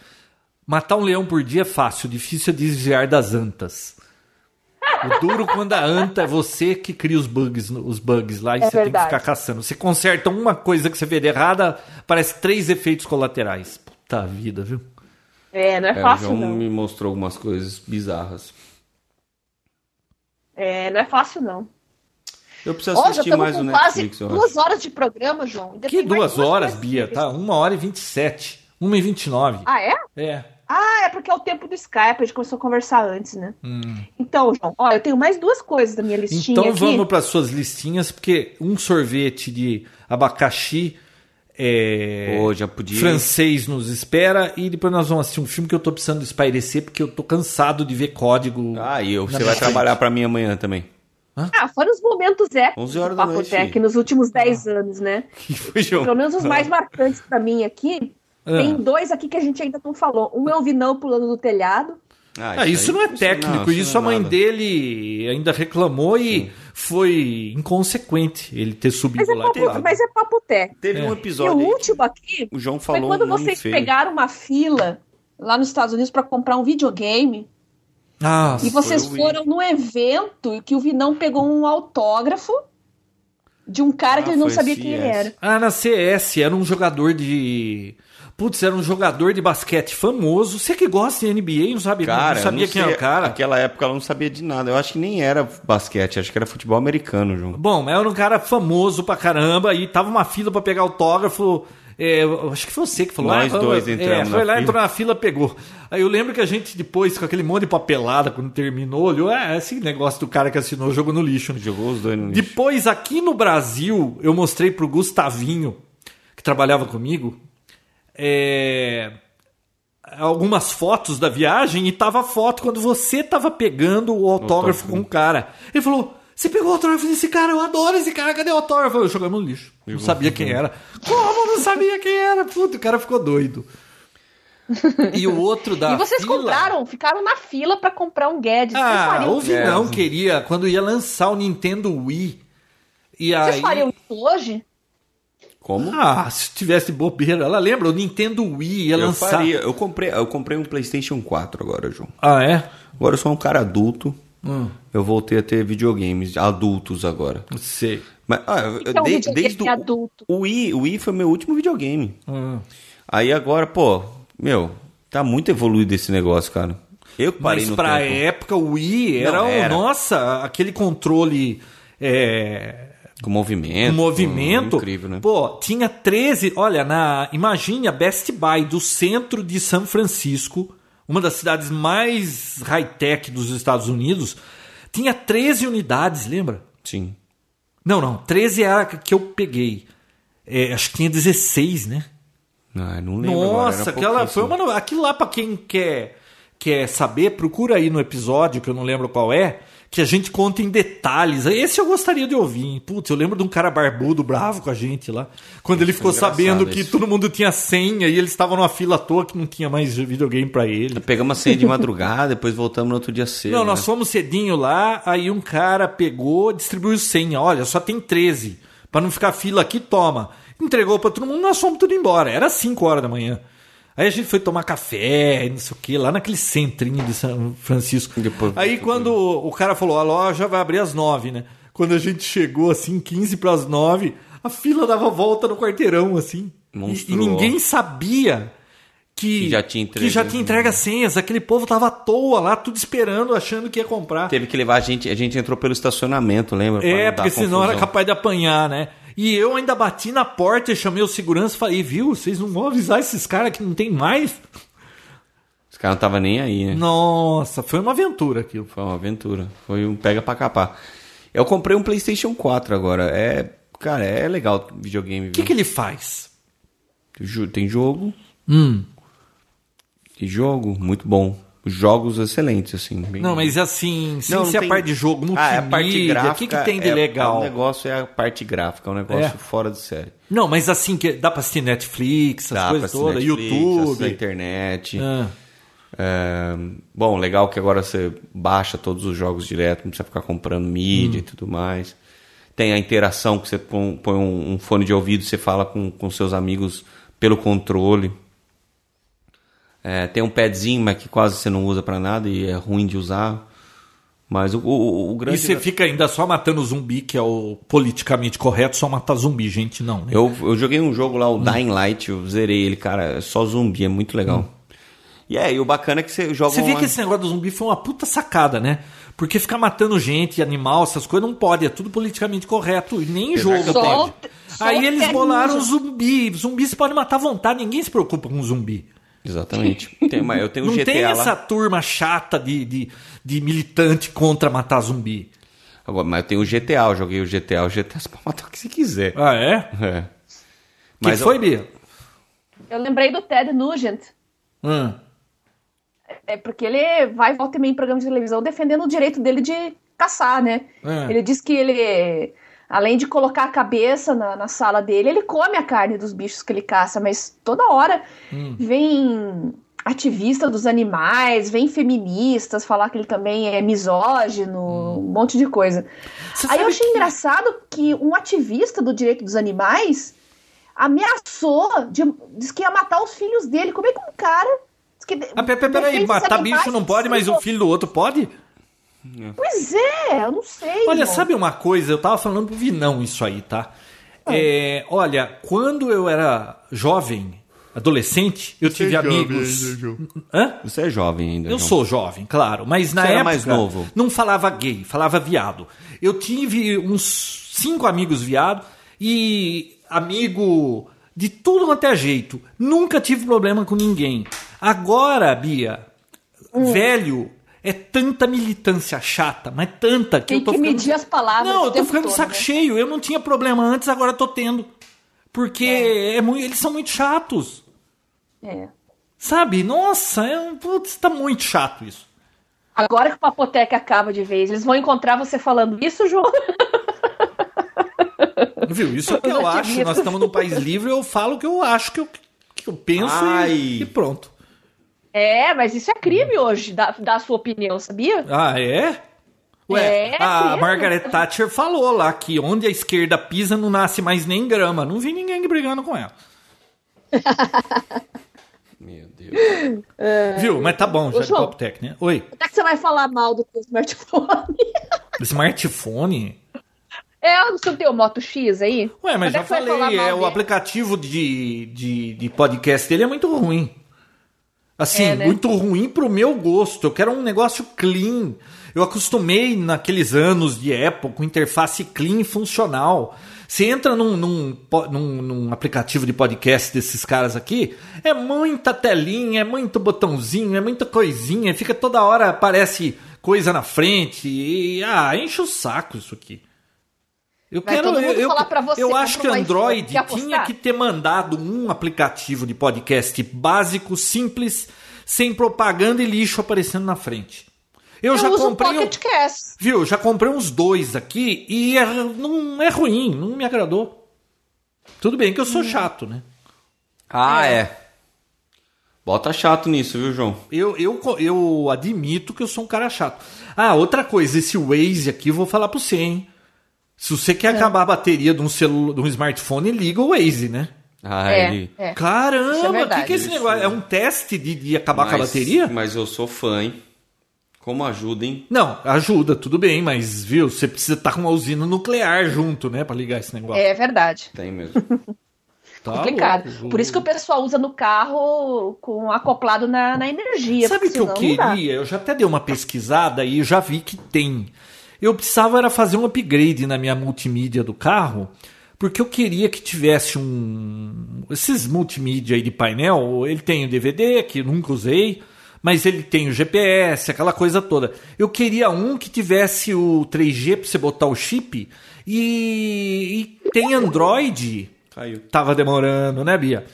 Matar um leão por dia é fácil, difícil é desviar das antas. O duro quando a anta é você que cria os bugs, os bugs lá e É você tem que verdade. ficar caçando. Você conserta uma coisa que você vê de errada, parece três efeitos colaterais. Puta vida, viu? É, não é, É, o fácil, João não. me mostrou algumas coisas bizarras. É, não é fácil, não. Eu preciso Ó, já assistir estamos mais no com quase Netflix. eu acho. duas horas de programa, João. Ainda Que tem mais duas horas, coisas Bia, incríveis. tá? Uma hora e vinte e sete. Uma e vinte e nove. Ah, é? É. Ah, é porque é o tempo do Skype, a gente começou a conversar antes, né? Então, João, ó, eu tenho mais duas coisas da minha listinha Hum. Então aqui. vamos para suas listinhas, porque um sorvete de abacaxi é, Pô, já podia. francês nos espera e depois nós vamos assistir um filme que eu tô precisando espairecer, porque eu tô cansado de ver código. Ah, e eu, Na você minha vai frente. trabalhar pra mim amanhã também. Ah, foram os momentos épicos 11 horas do da Papo noite, Tech filho. nos últimos 10 anos, né? Que foi, João? Pelo menos os mais marcantes pra mim aqui. Ah. Tem dois aqui que a gente ainda não falou. Um é o Vinão pulando do telhado. Ah, isso aí- não é técnico, não, isso, não a é mãe nada. dele ainda reclamou e foi inconsequente ele ter Mas subido é lá. e ter papo, dado. mas é papo Tech. Teve É. um E o episódio aí que último aqui o João foi falou um, quando muito vocês feio. pegaram uma fila lá nos Estados Unidos pra comprar um videogame Ah, e vocês foi foram no evento que o Vinão pegou um autógrafo de um cara que Ah, ele não foi sabia quem ele CS. era. Ah, na CS, era um jogador de. Putz, era um jogador de basquete famoso. Você que gosta de NBA, não sabe Cara, não eu sabia não quem era sei, o cara. Naquela época ela não sabia de nada. Eu acho que nem era basquete, acho que era futebol americano, João. Bom, mas era um cara famoso pra caramba e tava uma fila pra pegar autógrafo. É, eu acho que foi você que falou. Nós ah, dois é, entramos foi na lá, fila. entrou na fila, pegou. Aí eu lembro que a gente depois, com aquele monte de papelada, quando terminou, olhou, é, esse negócio do cara que assinou o jogo no lixo. né? Jogou os dois no lixo. Depois, aqui no Brasil, eu mostrei pro Gustavinho, que trabalhava comigo, é, algumas fotos da viagem e tava a foto quando você tava pegando o autógrafo Autógrafo. com o cara. Ele falou: Você pegou o autógrafo desse cara, eu adoro esse cara, cadê o autógrafo? Eu jogamos no lixo. Não sabia quem era. Como não sabia quem era? Puta, o cara ficou doido. E o outro da. E vocês fila- compraram, ficaram na fila pra comprar um Guedes. vocês Ah, fariam, o Vinão queria, quando ia lançar o Nintendo Wii. E vocês aí... um fariam isso hoje? Como? Ah, se tivesse bobeira. Ela lembra? O Nintendo Wii ia eu lançar. faria. Eu comprei, eu comprei um PlayStation 4 agora, João. Ah, é? Agora eu sou um cara adulto. Hum, Eu voltei a ter videogames adultos agora. não sei. Mas ah, eu- que é um de- videogame desde o adulto? O Wii, o Wii foi meu último videogame. Hum. Aí agora, pô, meu, tá muito evoluído esse negócio, cara. Eu que parei Mas no pra tempo. época, o Wii era, Não, era. Um, nossa, aquele controle é, Com movimento. com movimento. hum, incrível, né? Pô, tinha 13. Olha, na, imagine a Best Buy do centro de São Francisco, uma das cidades mais high-tech dos Estados Unidos, tinha 13 unidades, lembra? Sim. Não, não, 13 era a que eu peguei. É, acho que tinha 16, né? Ah, eu não lembro agora, Nossa, era assim. aquela foi uma pouquíssimo. no- aquilo lá pra quem quer quer saber, procura aí no episódio que eu não lembro qual é, que a gente conta em detalhes. Esse eu gostaria de ouvir. hein? Putz, eu lembro de um cara barbudo bravo com a gente lá, quando ele ficou engraçado sabendo que isso. todo mundo tinha senha e eles estavam numa fila à toa que não tinha mais videogame pra ele. Pegamos a ceia de madrugada, depois voltamos no outro dia cedo. Não, né? nós fomos cedinho lá, aí um cara pegou, distribuiu senha. Olha, só tem 13. Pra não ficar fila aqui, toma. Entregou pra todo mundo, nós fomos tudo embora. Era 5 horas da manhã. Aí a gente foi tomar café, não sei o que, lá naquele centrinho de São Francisco. Depois- aí quando o cara falou, a loja vai abrir às 9, né? Quando a gente chegou, assim, 15 pras 9, a fila dava volta no quarteirão, assim. E- E, Monstruoso. ninguém sabia que, Que já tinha que já entregue. tinha entregue as senhas. Aquele povo tava à toa lá, tudo esperando, achando que ia comprar. Teve que levar a gente. A gente entrou pelo estacionamento, lembra? Pra É, não dar porque senão era confusão. capaz de apanhar, né? E eu ainda bati na porta e chamei o segurança e falei, viu, vocês não vão avisar esses caras que não tem mais? Os caras não estavam nem aí, né? Nossa, foi uma aventura aquilo. Foi uma aventura. Foi um pega pra capar. Eu comprei um PlayStation 4 agora. É. Cara, é legal videogame. O que, que ele faz? Tem jogo. Hum. Tem jogo, muito bom. Jogos excelentes, assim. bem- Não, mas assim, sem Não, não ser tem- a parte de jogo, multimídia, Ah, é a parte gráfica. o que, que tem de é- legal? O negócio é a parte gráfica, é um negócio É. fora de série. Não, mas assim, que dá pra assistir Netflix, essas Dá pra coisas assistir todas, Netflix, assistir YouTube. internet. Ah, É, bom, legal que agora você baixa todos os jogos direto, não precisa ficar comprando mídia e Hum. tudo mais. Tem a interação que você põe, põe um, um fone de ouvido, você fala com, com seus amigos pelo controle. É, tem um padzinho, mas que quase você não usa pra nada e é ruim de usar. Mas o, o, o grande. e você fica ainda só matando zumbi, que é o politicamente correto, só matar zumbi, gente, não. né? Eu, eu joguei um jogo Hum. lá, o Dying Light, eu zerei ele, cara, é só zumbi, é muito legal. E é, e o bacana é que você joga Hum. Você assim. vê online. que esse negócio do zumbi foi uma puta sacada, né? Porque ficar matando gente, animal, essas coisas, não pode. É tudo politicamente correto. E nem em Apesar que jogo eu tenho- pode. Só- Aí só eles termina. bolaram um zumbi. Zumbi se pode matar à vontade, ninguém se preocupa com zumbi. Exatamente. Tem, mas eu tenho um não GTA tem lá. essa turma chata de, de, de militante contra matar zumbi. Agora, mas eu tenho o GTA, eu joguei o GTA, o GTA você pode matar o que você quiser. Ah, é? É. Que Mas foi, eu- Bia? Eu lembrei do Ted Nugent. Hum. É porque ele vai e volta e meia em programa de televisão defendendo o direito dele de caçar, né? É. Ele diz que ele, além de colocar a cabeça na, na sala dele, ele come a carne dos bichos que ele caça, mas toda hora Hum. vem ativista dos animais, vem feministas falar que ele também é misógino, um monte de coisa. Hum. Você Aí eu sabe achei engraçado que um ativista do direito dos animais ameaçou, de, diz que ia matar os filhos dele. Como é que um cara. diz que de- Ah, pe- pe- peraí, defende os matar animais, bicho não pode, mas o diz- filho do outro pode? Pois é, eu não sei. Olha, irmão. sabe uma coisa? Eu tava falando pro Vinão isso aí, tá? É, olha, quando eu era jovem, adolescente, eu tive amigos. Hã? Você é jovem ainda. Eu João. sou jovem, claro, mas na Você era época mais novo. não falava gay, falava viado. Eu tive uns cinco amigos viado e amigo de tudo quanto é jeito. Nunca tive problema com ninguém. Agora, Bia, Hum. velho, é tanta militância chata, mas tanta que Tem eu tô que ficando- medir as palavras. não, o eu tô tempo ficando de todo, saco né? cheio. Eu não tinha problema antes, agora eu tô tendo. Porque é. muito, eles são muito chatos. É. Sabe? Nossa, é um, putz, tá muito chato isso. Agora que o Papoteca acaba de vez, eles vão encontrar você falando isso, João. Viu? Isso é o que Os eu acho. ativistas. Nós estamos num país livre, eu falo o que eu acho, que eu, que eu penso Ai. e, e pronto. É, mas isso é crime hoje, dar dar a sua opinião, sabia? Ah, é? Ué, É, a mesmo. Margaret Thatcher falou lá que onde a esquerda pisa não nasce mais nem grama. Não vi ninguém brigando com ela. Meu Deus. Viu? Mas tá bom, já Ô, é João. top tech, né? Oi. Até é que você vai falar mal do teu smartphone. Smartphone? É, você não tem o Moto X aí? Ué, Quando é mas já que você vai falar falei, mal é, o dele? aplicativo de, de, de podcast dele é muito ruim. Assim, É, né? muito ruim pro meu gosto. Eu quero um negócio clean. Eu acostumei naqueles anos de Apple com interface clean e funcional. Você entra num, num, po- num, num aplicativo de podcast desses caras aqui, é muita telinha, é muito botãozinho, é muita coisinha, fica toda hora, aparece coisa na frente. E, ah, enche o saco isso aqui. Eu Vai quero. todo mundo eu, eu- falar pra você, eu compra acho que um iPhone, Android quer apostar? tinha que ter mandado um aplicativo de podcast básico, simples, sem propaganda e lixo aparecendo na frente. Eu, já uso comprei. um- o Pocket Cast. Viu? Já comprei uns dois aqui e é- não é ruim, não me agradou. Tudo bem que eu sou Hum. chato, né? Ah, é. Bota chato nisso, viu, João? Eu, eu, co- eu admito que eu sou um cara chato. Ah, outra coisa, esse Waze aqui, eu vou falar pra você, hein? Se você É. quer acabar a bateria de um, celu... de um smartphone, liga o Waze, né? Ah, É, ele- é. Isso é Caramba, o verdade. que, que é esse Isso. negócio? É um teste de, de acabar com a Mas- bateria? Mas eu sou fã, hein? Como ajuda, hein? Não, ajuda, tudo bem, mas viu, você precisa estar com uma usina nuclear junto, né, Pra ligar esse negócio. É verdade. Tem mesmo. Tá complicado. louco. Por isso que o pessoal usa no carro com acoplado na, na energia. Sabe o que porque eu senão não dá. queria? Eu já até dei uma pesquisada e já vi que tem. Eu precisava era fazer um upgrade na minha multimídia do carro, porque eu queria que tivesse um. Esses multimídia aí de painel, ele tem o DVD, que eu nunca usei, Mas ele tem o GPS, aquela coisa toda. Eu queria um que tivesse o 3G pra você botar o chip e, e tem Android. Caiu. Tava demorando, né, Bia?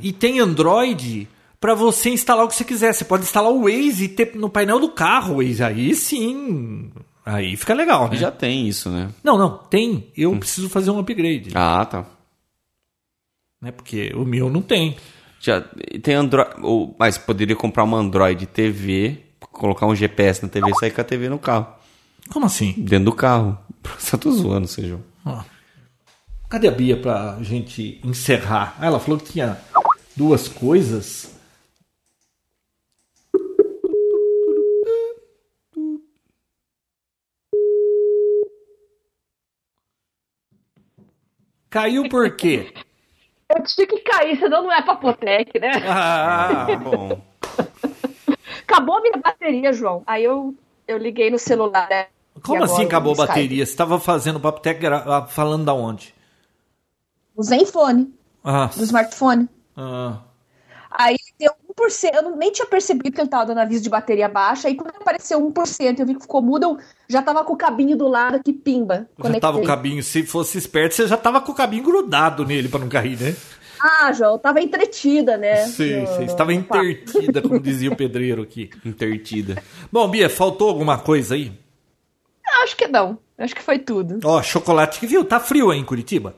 E tem Android pra você instalar o que você quiser. Você pode instalar o Waze e ter no painel do carro o Waze. Aí sim. Aí fica legal, né? Já tem isso, né? Não, não, tem. Eu preciso fazer um upgrade. Ah, tá. Né? Porque o meu não tem. Já tem Android. ou- Mas poderia comprar uma Android TV, colocar um GPS na TV e sair com a TV no carro. Como assim? Dentro do carro. Só tô zoando, Sejão. Ó. Cadê a Bia pra gente encerrar? Ah, ela falou que tinha duas coisas. Caiu por quê? Eu tinha que cair, senão não é papotec, né? Ah, bom. Acabou a minha Bateria, João. Aí eu, eu liguei no celular. né? como E assim agora acabou a o Skype. bateria? Você tava fazendo papo Tech gra- ah, falando da onde? O Zenfone, Ah, do smartphone. ah. Aí deu 1%. Eu não- nem tinha percebido que ele tava dando aviso de bateria baixa. Aí quando apareceu 1%, eu vi que ficou mudo. Eu já tava com o cabinho do lado aqui, pimba. Já tava o conectei. cabinho, se fosse esperto, você já tava com o cabinho grudado nele pra não cair, né? Ah, João, eu tava entretida, né? Sim, No- sim. Estava no papo. intertida, como dizia o pedreiro aqui. Intertida. Bom, Bia, faltou alguma coisa aí? Ah, é Acho que não. Acho que foi tudo. Ó, chocolate que viu, tá frio aí em Curitiba?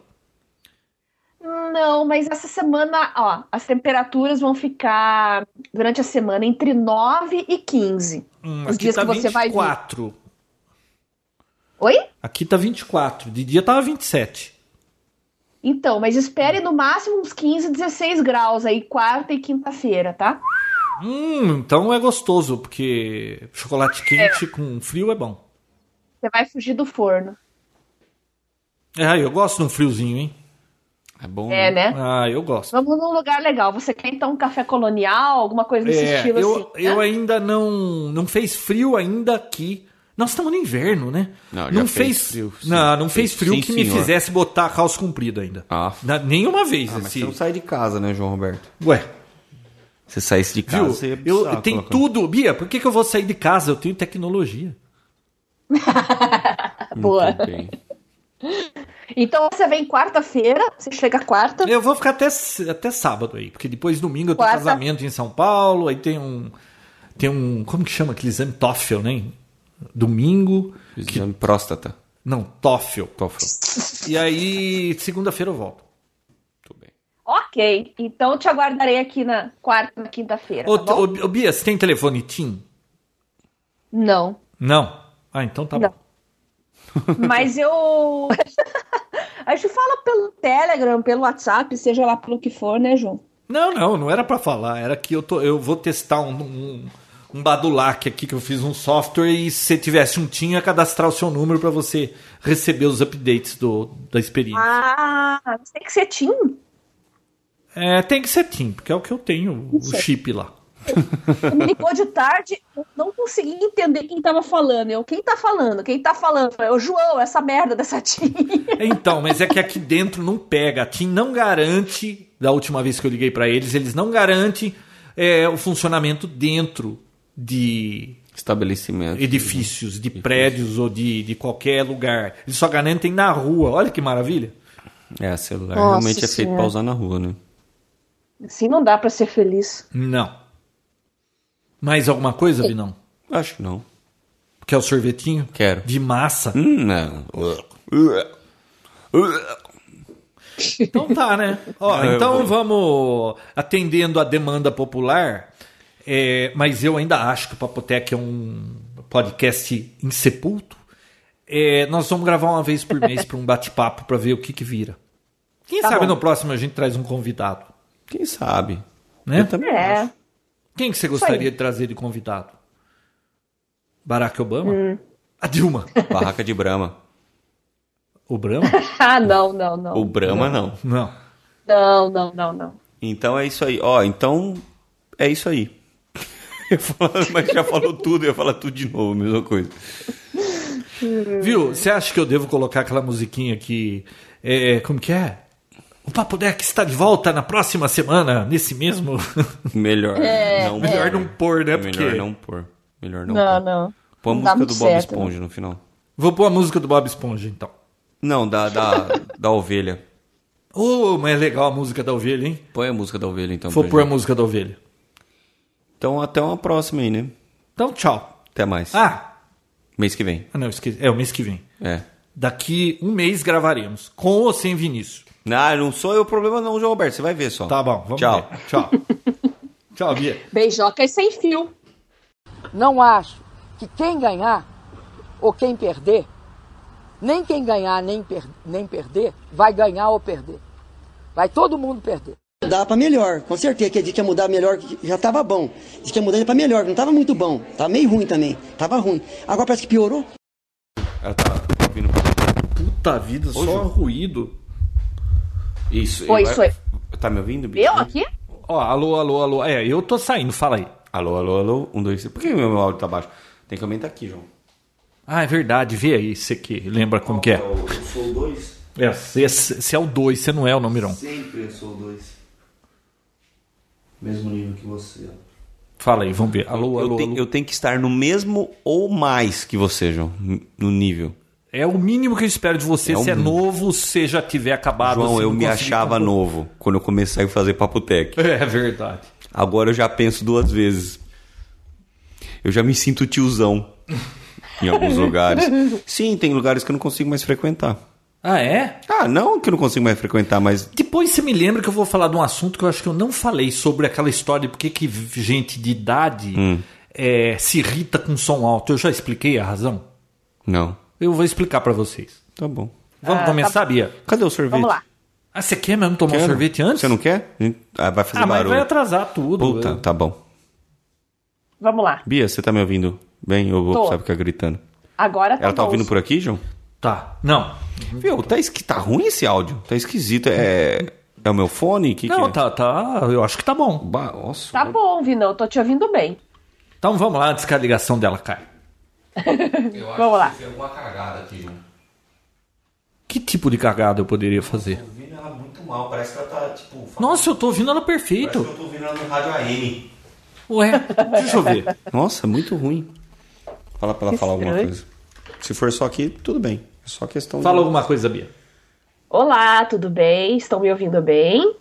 Não, mas essa semana, ó, as temperaturas vão ficar durante a semana entre 9 e 15. Hum, Os aqui dias tá que você vai vir. 24. Oi? Aqui tá 24. De dia tava 27. Então, mas espere no máximo uns 15, 16 graus aí, quarta e quinta-feira, tá? Hum, então é gostoso, porque chocolate quente com frio é bom. Você vai fugir do forno. Ah, eu gosto de um friozinho, hein? É bom. É, né? né? Ah, eu gosto. Vamos num lugar legal. Você quer então um café colonial, alguma coisa desse É, estilo eu, assim? eu né? ainda não. Não fez frio ainda aqui. Nós estamos no inverno, né? Não, já fez, fez frio, sim. Não, não fez Fez- frio sim, que me senhor. fizesse botar a calça comprida ainda. Ah, f- Na- nenhuma vez. ah, mas esse- você não sai de casa, né, João Roberto? Ué, Você saísse de casa, viu? você é ia Eu, precisar tem colocar. tudo. Bia, por que, que eu vou sair de casa? Eu tenho tecnologia. Muito Uhum. Boa. bem. Então você vem quarta-feira, você chega quarta. Eu vou ficar até, s- até sábado aí, porque depois domingo eu tenho Quarta. casamento em São Paulo, aí tem um. Tem um. Como que chama aquele exame? Toffel, né? Domingo. Exame próstata. Não, Toffel. Toffel. E aí, segunda-feira eu volto. Muito bem. Ok. Então eu te aguardarei aqui na quarta, na quinta-feira. Ô, tá bom? ô, ô, Bia, você tem telefone TIM? Não. Não. Ah, então tá Não. bom. Mas eu. A gente fala pelo Telegram, pelo WhatsApp, seja lá pelo que for, né, João? Não, não, não era pra falar. Era que eu, tô, eu vou testar um, um, um Badulac aqui que eu fiz um software e se você tivesse um TIM, ia cadastrar o seu número pra você receber os updates do, da experiência. Ah, mas tem que ser Tim. É, tem que ser TIM, porque é o que eu tenho, o Isso. chip lá. Me ligou de tarde, eu não consegui entender quem tava falando. Eu, quem tá falando? Quem tá falando? Eu, João, essa merda dessa Tim. Então, mas é que aqui dentro não pega. A TIM não garante, da última vez que eu liguei pra eles, eles não garantem é, o funcionamento dentro de Estabelecimento. edifícios, de prédios ou de, de qualquer lugar. Eles só garantem na rua. Olha que maravilha. É, celular Nossa realmente é feito Senhora. pra usar na rua, né? Assim não dá pra ser feliz. Não. Mais alguma coisa, Vinão? Acho que não. Quer o sorvetinho? Quero. De massa? Hum, não. Então tá, né? Ó, Não, eu então vou- vamos atendendo a demanda popular, é, mas eu ainda acho que o Papotec é um podcast insepulto. É, nós vamos gravar uma vez por mês para um bate-papo para ver o que que vira. Quem Tá sabe bom. no próximo a gente traz um convidado, Quem sabe? né? Eu também É. acho. Quem que você aí. gostaria de trazer de convidado? Barack Obama? A Dilma? Barraca de Brahma. O Brahma? Ah, não, não, não. O Brahma não. Não. Não, não, não, não. Então é isso aí. Ó, então é isso aí. Eu falo- mas já falou tudo, eu ia falar tudo de novo, a mesma coisa. Viu? Você acha que eu devo colocar aquela musiquinha que. É, como que é? O Papo Deck está de volta na próxima semana, nesse mesmo. tipo, Melhor É, não Melhor não pôr, né? Melhor Porque- não pôr. Melhor não, Não, pôr. não. Põe a Não dá música é do muito Bob certo, né? Esponja no final. Vou pôr a música do Bob Esponja, então. Não, da, da, da ovelha. Ô, mas é legal a música da ovelha, hein? Põe a música da ovelha então. Vou pra pôr a gente. música da ovelha. Então até uma próxima aí, né? Então, tchau. Até mais. Ah, Mês que vem. ah, não, esqueci. É o mês que vem. É. Daqui um mês gravaremos. Com ou sem Vinícius. Ah, não sou eu o problema não, João Roberto. Você vai ver só. Tá bom, vamos Tchau. ver. Tchau. Tchau, Bia. é Beijocas sem fio. Não acho que quem ganhar ou quem perder, nem quem ganhar nem, per- nem perder, vai ganhar ou perder. Vai todo mundo perder. Mudar pra melhor, com certeza. Que a gente ia mudar melhor, que já tava bom. Diz que ia mudar pra melhor, que não tava muito bom. Tava meio ruim também. Tava ruim. Agora parece que piorou. Ela tá ouvindo. Puta vida, só ruído. Isso. Oi, eu- sou Tá me ouvindo, Bia? Eu aqui? Ó, alô, alô, alô. É, eu tô saindo, fala aí. Alô, alô, alô. Um, dois, três. Por que meu áudio tá baixo? Tem que aumentar aqui, João. Ah, é verdade, vê aí, você que lembra como que é. Eu, eu sou o dois. É, Você você é o 2, você não é o número 1. Um. Sempre eu sou o dois. Mesmo nível que você. ó. Fala aí, vamos ver. Alô, eu, alô, te- alô. eu tenho que estar no mesmo ou mais que você, João. No nível. É o mínimo que eu espero de você. É o se é mínimo. novo, se já tiver acabado. João, se eu não me conseguir achava compor- novo quando eu comecei a fazer papotec. É verdade. Agora eu já penso duas vezes. Eu já me sinto tiozão em alguns lugares. Sim, tem lugares que eu não consigo mais frequentar. Ah, é? Ah, não que eu não consigo mais frequentar, mas Depois você me lembra que eu vou falar de um assunto que eu acho que eu não falei sobre aquela história de por que que gente de idade Hum. é, se irrita com som alto. Eu já expliquei a razão. não. Eu vou explicar pra vocês. Tá bom. Vamos começar, Bia? Cadê o sorvete? Vamos lá. Ah, você quer mesmo tomar Quero. um sorvete antes? Você não quer? Ah, vai fazer Ah, mas barulho. vai atrasar tudo. Puta, tá bom. Vamos lá. Bia, você tá me ouvindo bem? Eu vou Tô. sabe ficar gritando. Agora tá Ela tá bom. ouvindo por aqui, João? Tá. Não. Viu, tá, esqui... tá ruim esse áudio. Tá esquisito. É, é o meu fone? Que não, que é? tá, tá. Eu acho que tá bom. Ba- Nossa. Tá bom, Vinão, tô te ouvindo bem. Então vamos lá, antes que a ligação dela cai. Vamos lá. Tem alguma cagada aqui, João. Que tipo de cagada eu poderia fazer? ouvindo ela muito mal, parece que ela tá, tipo, falando, Nossa, eu tô ouvindo ela perfeito. tô ouvindo ela no rádio AM. Ué, deixa eu ver. Nossa, muito ruim. Fala pra ela falar alguma estranho. coisa. Se for só aqui, tudo bem. É só questão Fala de... alguma coisa, Bia. Olá, tudo bem? Estão me ouvindo bem?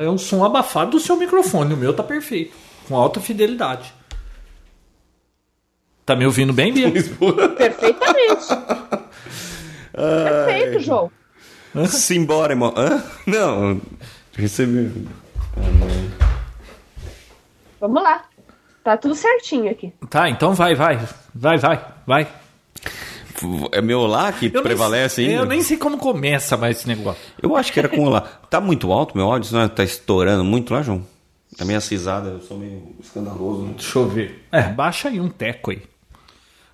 É, é um som abafado do seu microfone. O meu tá perfeito. Com alta fidelidade. Tá me ouvindo bem, Bia? Perfeitamente. Perfeito, João. Simbora, irmão. Hã? Não, recebi... Vamos lá. Tá tudo certinho aqui. tá, então vai, vai. Vai, vai, vai. É meu olá que Eu nem- prevalece ainda? Eu nem sei como começa mais esse negócio. Eu acho que era com olá. Tá muito alto meu áudio? Não é? Tá estourando muito lá, João? A minha cisada, Tá eu sou meio escandaloso. né? Deixa eu ver. É, baixa aí um teco aí.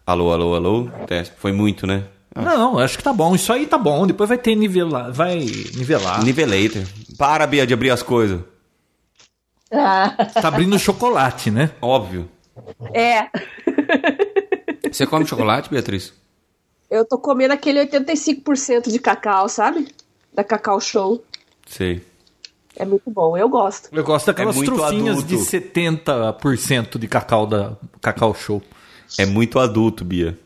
Alô, alô, alô. Teste. Foi muito, né? Não, acho que tá bom. Isso aí tá bom. Depois vai ter nivelar. Vai Ah. nivelar. Nivelator. Para, Bia, de abrir as coisas. Ah. Tá abrindo chocolate, né? Óbvio. É, Você come chocolate, Beatriz? eu tô comendo aquele 85% de cacau, sabe? Da Cacau Show. Sei. É muito bom, eu gosto. Eu gosto daquelas É muito trufinhas adulto. de 70% de cacau da Cacau Show. É muito adulto, Bia.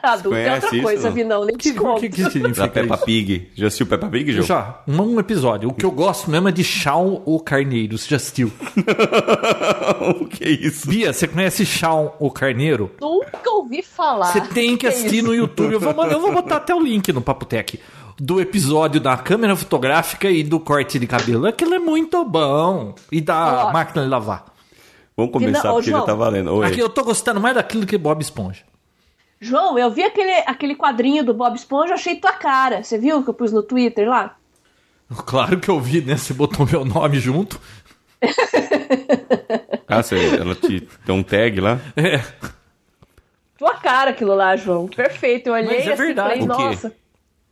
Adulto é conhece outra isso, coisa, não? Vinão, nem te O conto. que, que Da significa Peppa isso? Pig. é Já assistiu Peppa Pig, João? Já, um, um episódio. O que eu gosto mesmo é de Shaun o Carneiro. Você já assistiu? o que é isso? Bia, você conhece Shaun o Carneiro? Nunca ouvi falar. é Você tem que assistir no YouTube. Eu vou, mandar- eu vou botar até o link no Papotec. Do episódio da câmera fotográfica e do corte de cabelo. Aquilo é muito bom. E da Ó. máquina de lavar. Vamos começar Não, ô, porque já João. tá valendo. Oi. Aqui, eu tô gostando mais daquilo que Bob Esponja. João, eu vi aquele, aquele quadrinho do Bob Esponja, achei tua cara. Você viu que eu pus no Twitter lá? Claro que eu vi, né? Você botou meu nome junto. Ah, você, ela te deu um tag lá? É. Tua cara aquilo lá, João. Perfeito, eu olhei Mas é assim, verdade. falei, O quê? nossa.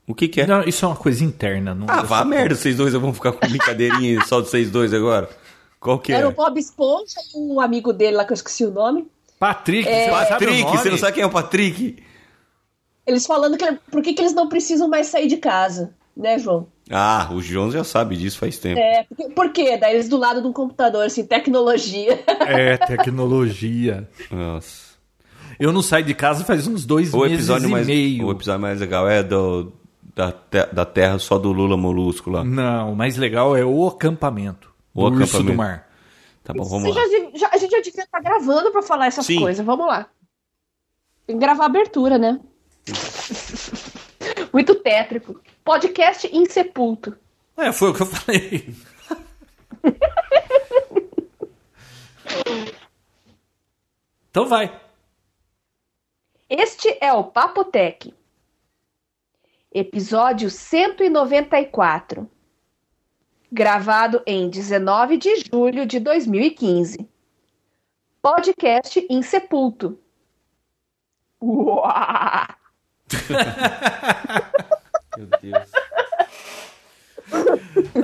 O que que é? Não, isso é uma coisa interna. Não é assim. Ah, vá a merda, vocês dois vão ficar com brincadeirinha só de vocês dois agora? Qual que é? Era o Bob Esponja e um amigo dele lá que eu esqueci o nome. Patrick, você sabe o É. Patrick, nome? você não sabe quem é o Patrick? Eles falando que por que, que eles não precisam mais sair de casa, né, João? Ah, o Jones já sabe disso faz tempo. É, porque- por quê? Daí eles do lado de um computador, assim, tecnologia. É, tecnologia. Nossa. Eu não saio de casa faz uns dois O meses episódio, e mais, meio. o episódio mais legal é do, da, te- da Terra só do Lula Molusco lá. Não, o mais legal é o acampamento. O O do urso do acampamento. mar. Tá bom, Você vamos lá. já- já- a gente já devia estar gravando pra falar essas Sim. coisas. Vamos lá. Tem que gravar a abertura, né? Muito tétrico. Podcast Insepulto. É, foi o que eu falei. então vai. Este é o Papotec. Episódio 194. Gravado em 19 de julho de 2015. Podcast Insepulto. Uau! Meu Deus.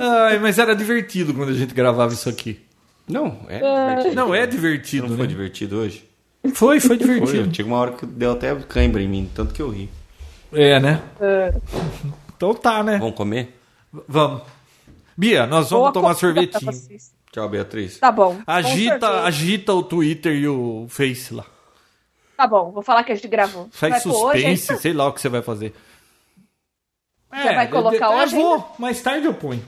Ai, mas era divertido quando a gente gravava isso aqui. Não, é Ah. divertido. Não, é Não divertido, foi né? divertido hoje? Foi, foi Foi, eu divertido. tinha uma hora que deu até cãibra em mim, tanto que eu ri. É, né? Então tá, né? Vamos comer? Vamos. Bia, nós vamos tomar sorvetinho. Tchau, Beatriz. Tá bom. Com Agita, certeza. agita o Twitter e o Face lá. Tá bom, vou falar que a gente gravou. Vai Faz pôr hoje, suspense, sei lá o que você vai fazer. É, Já vai colocar eu, hoje Eu vou, mais tarde eu ponho.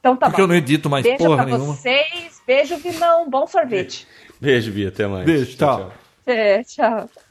Então tá Porque bom. eu não edito mais Beijo porra pra nenhuma. vocês. Beijo, Vinão. Bom sorvete. Beijo, Bia. Até mais. Beijo, tchau. É, tchau.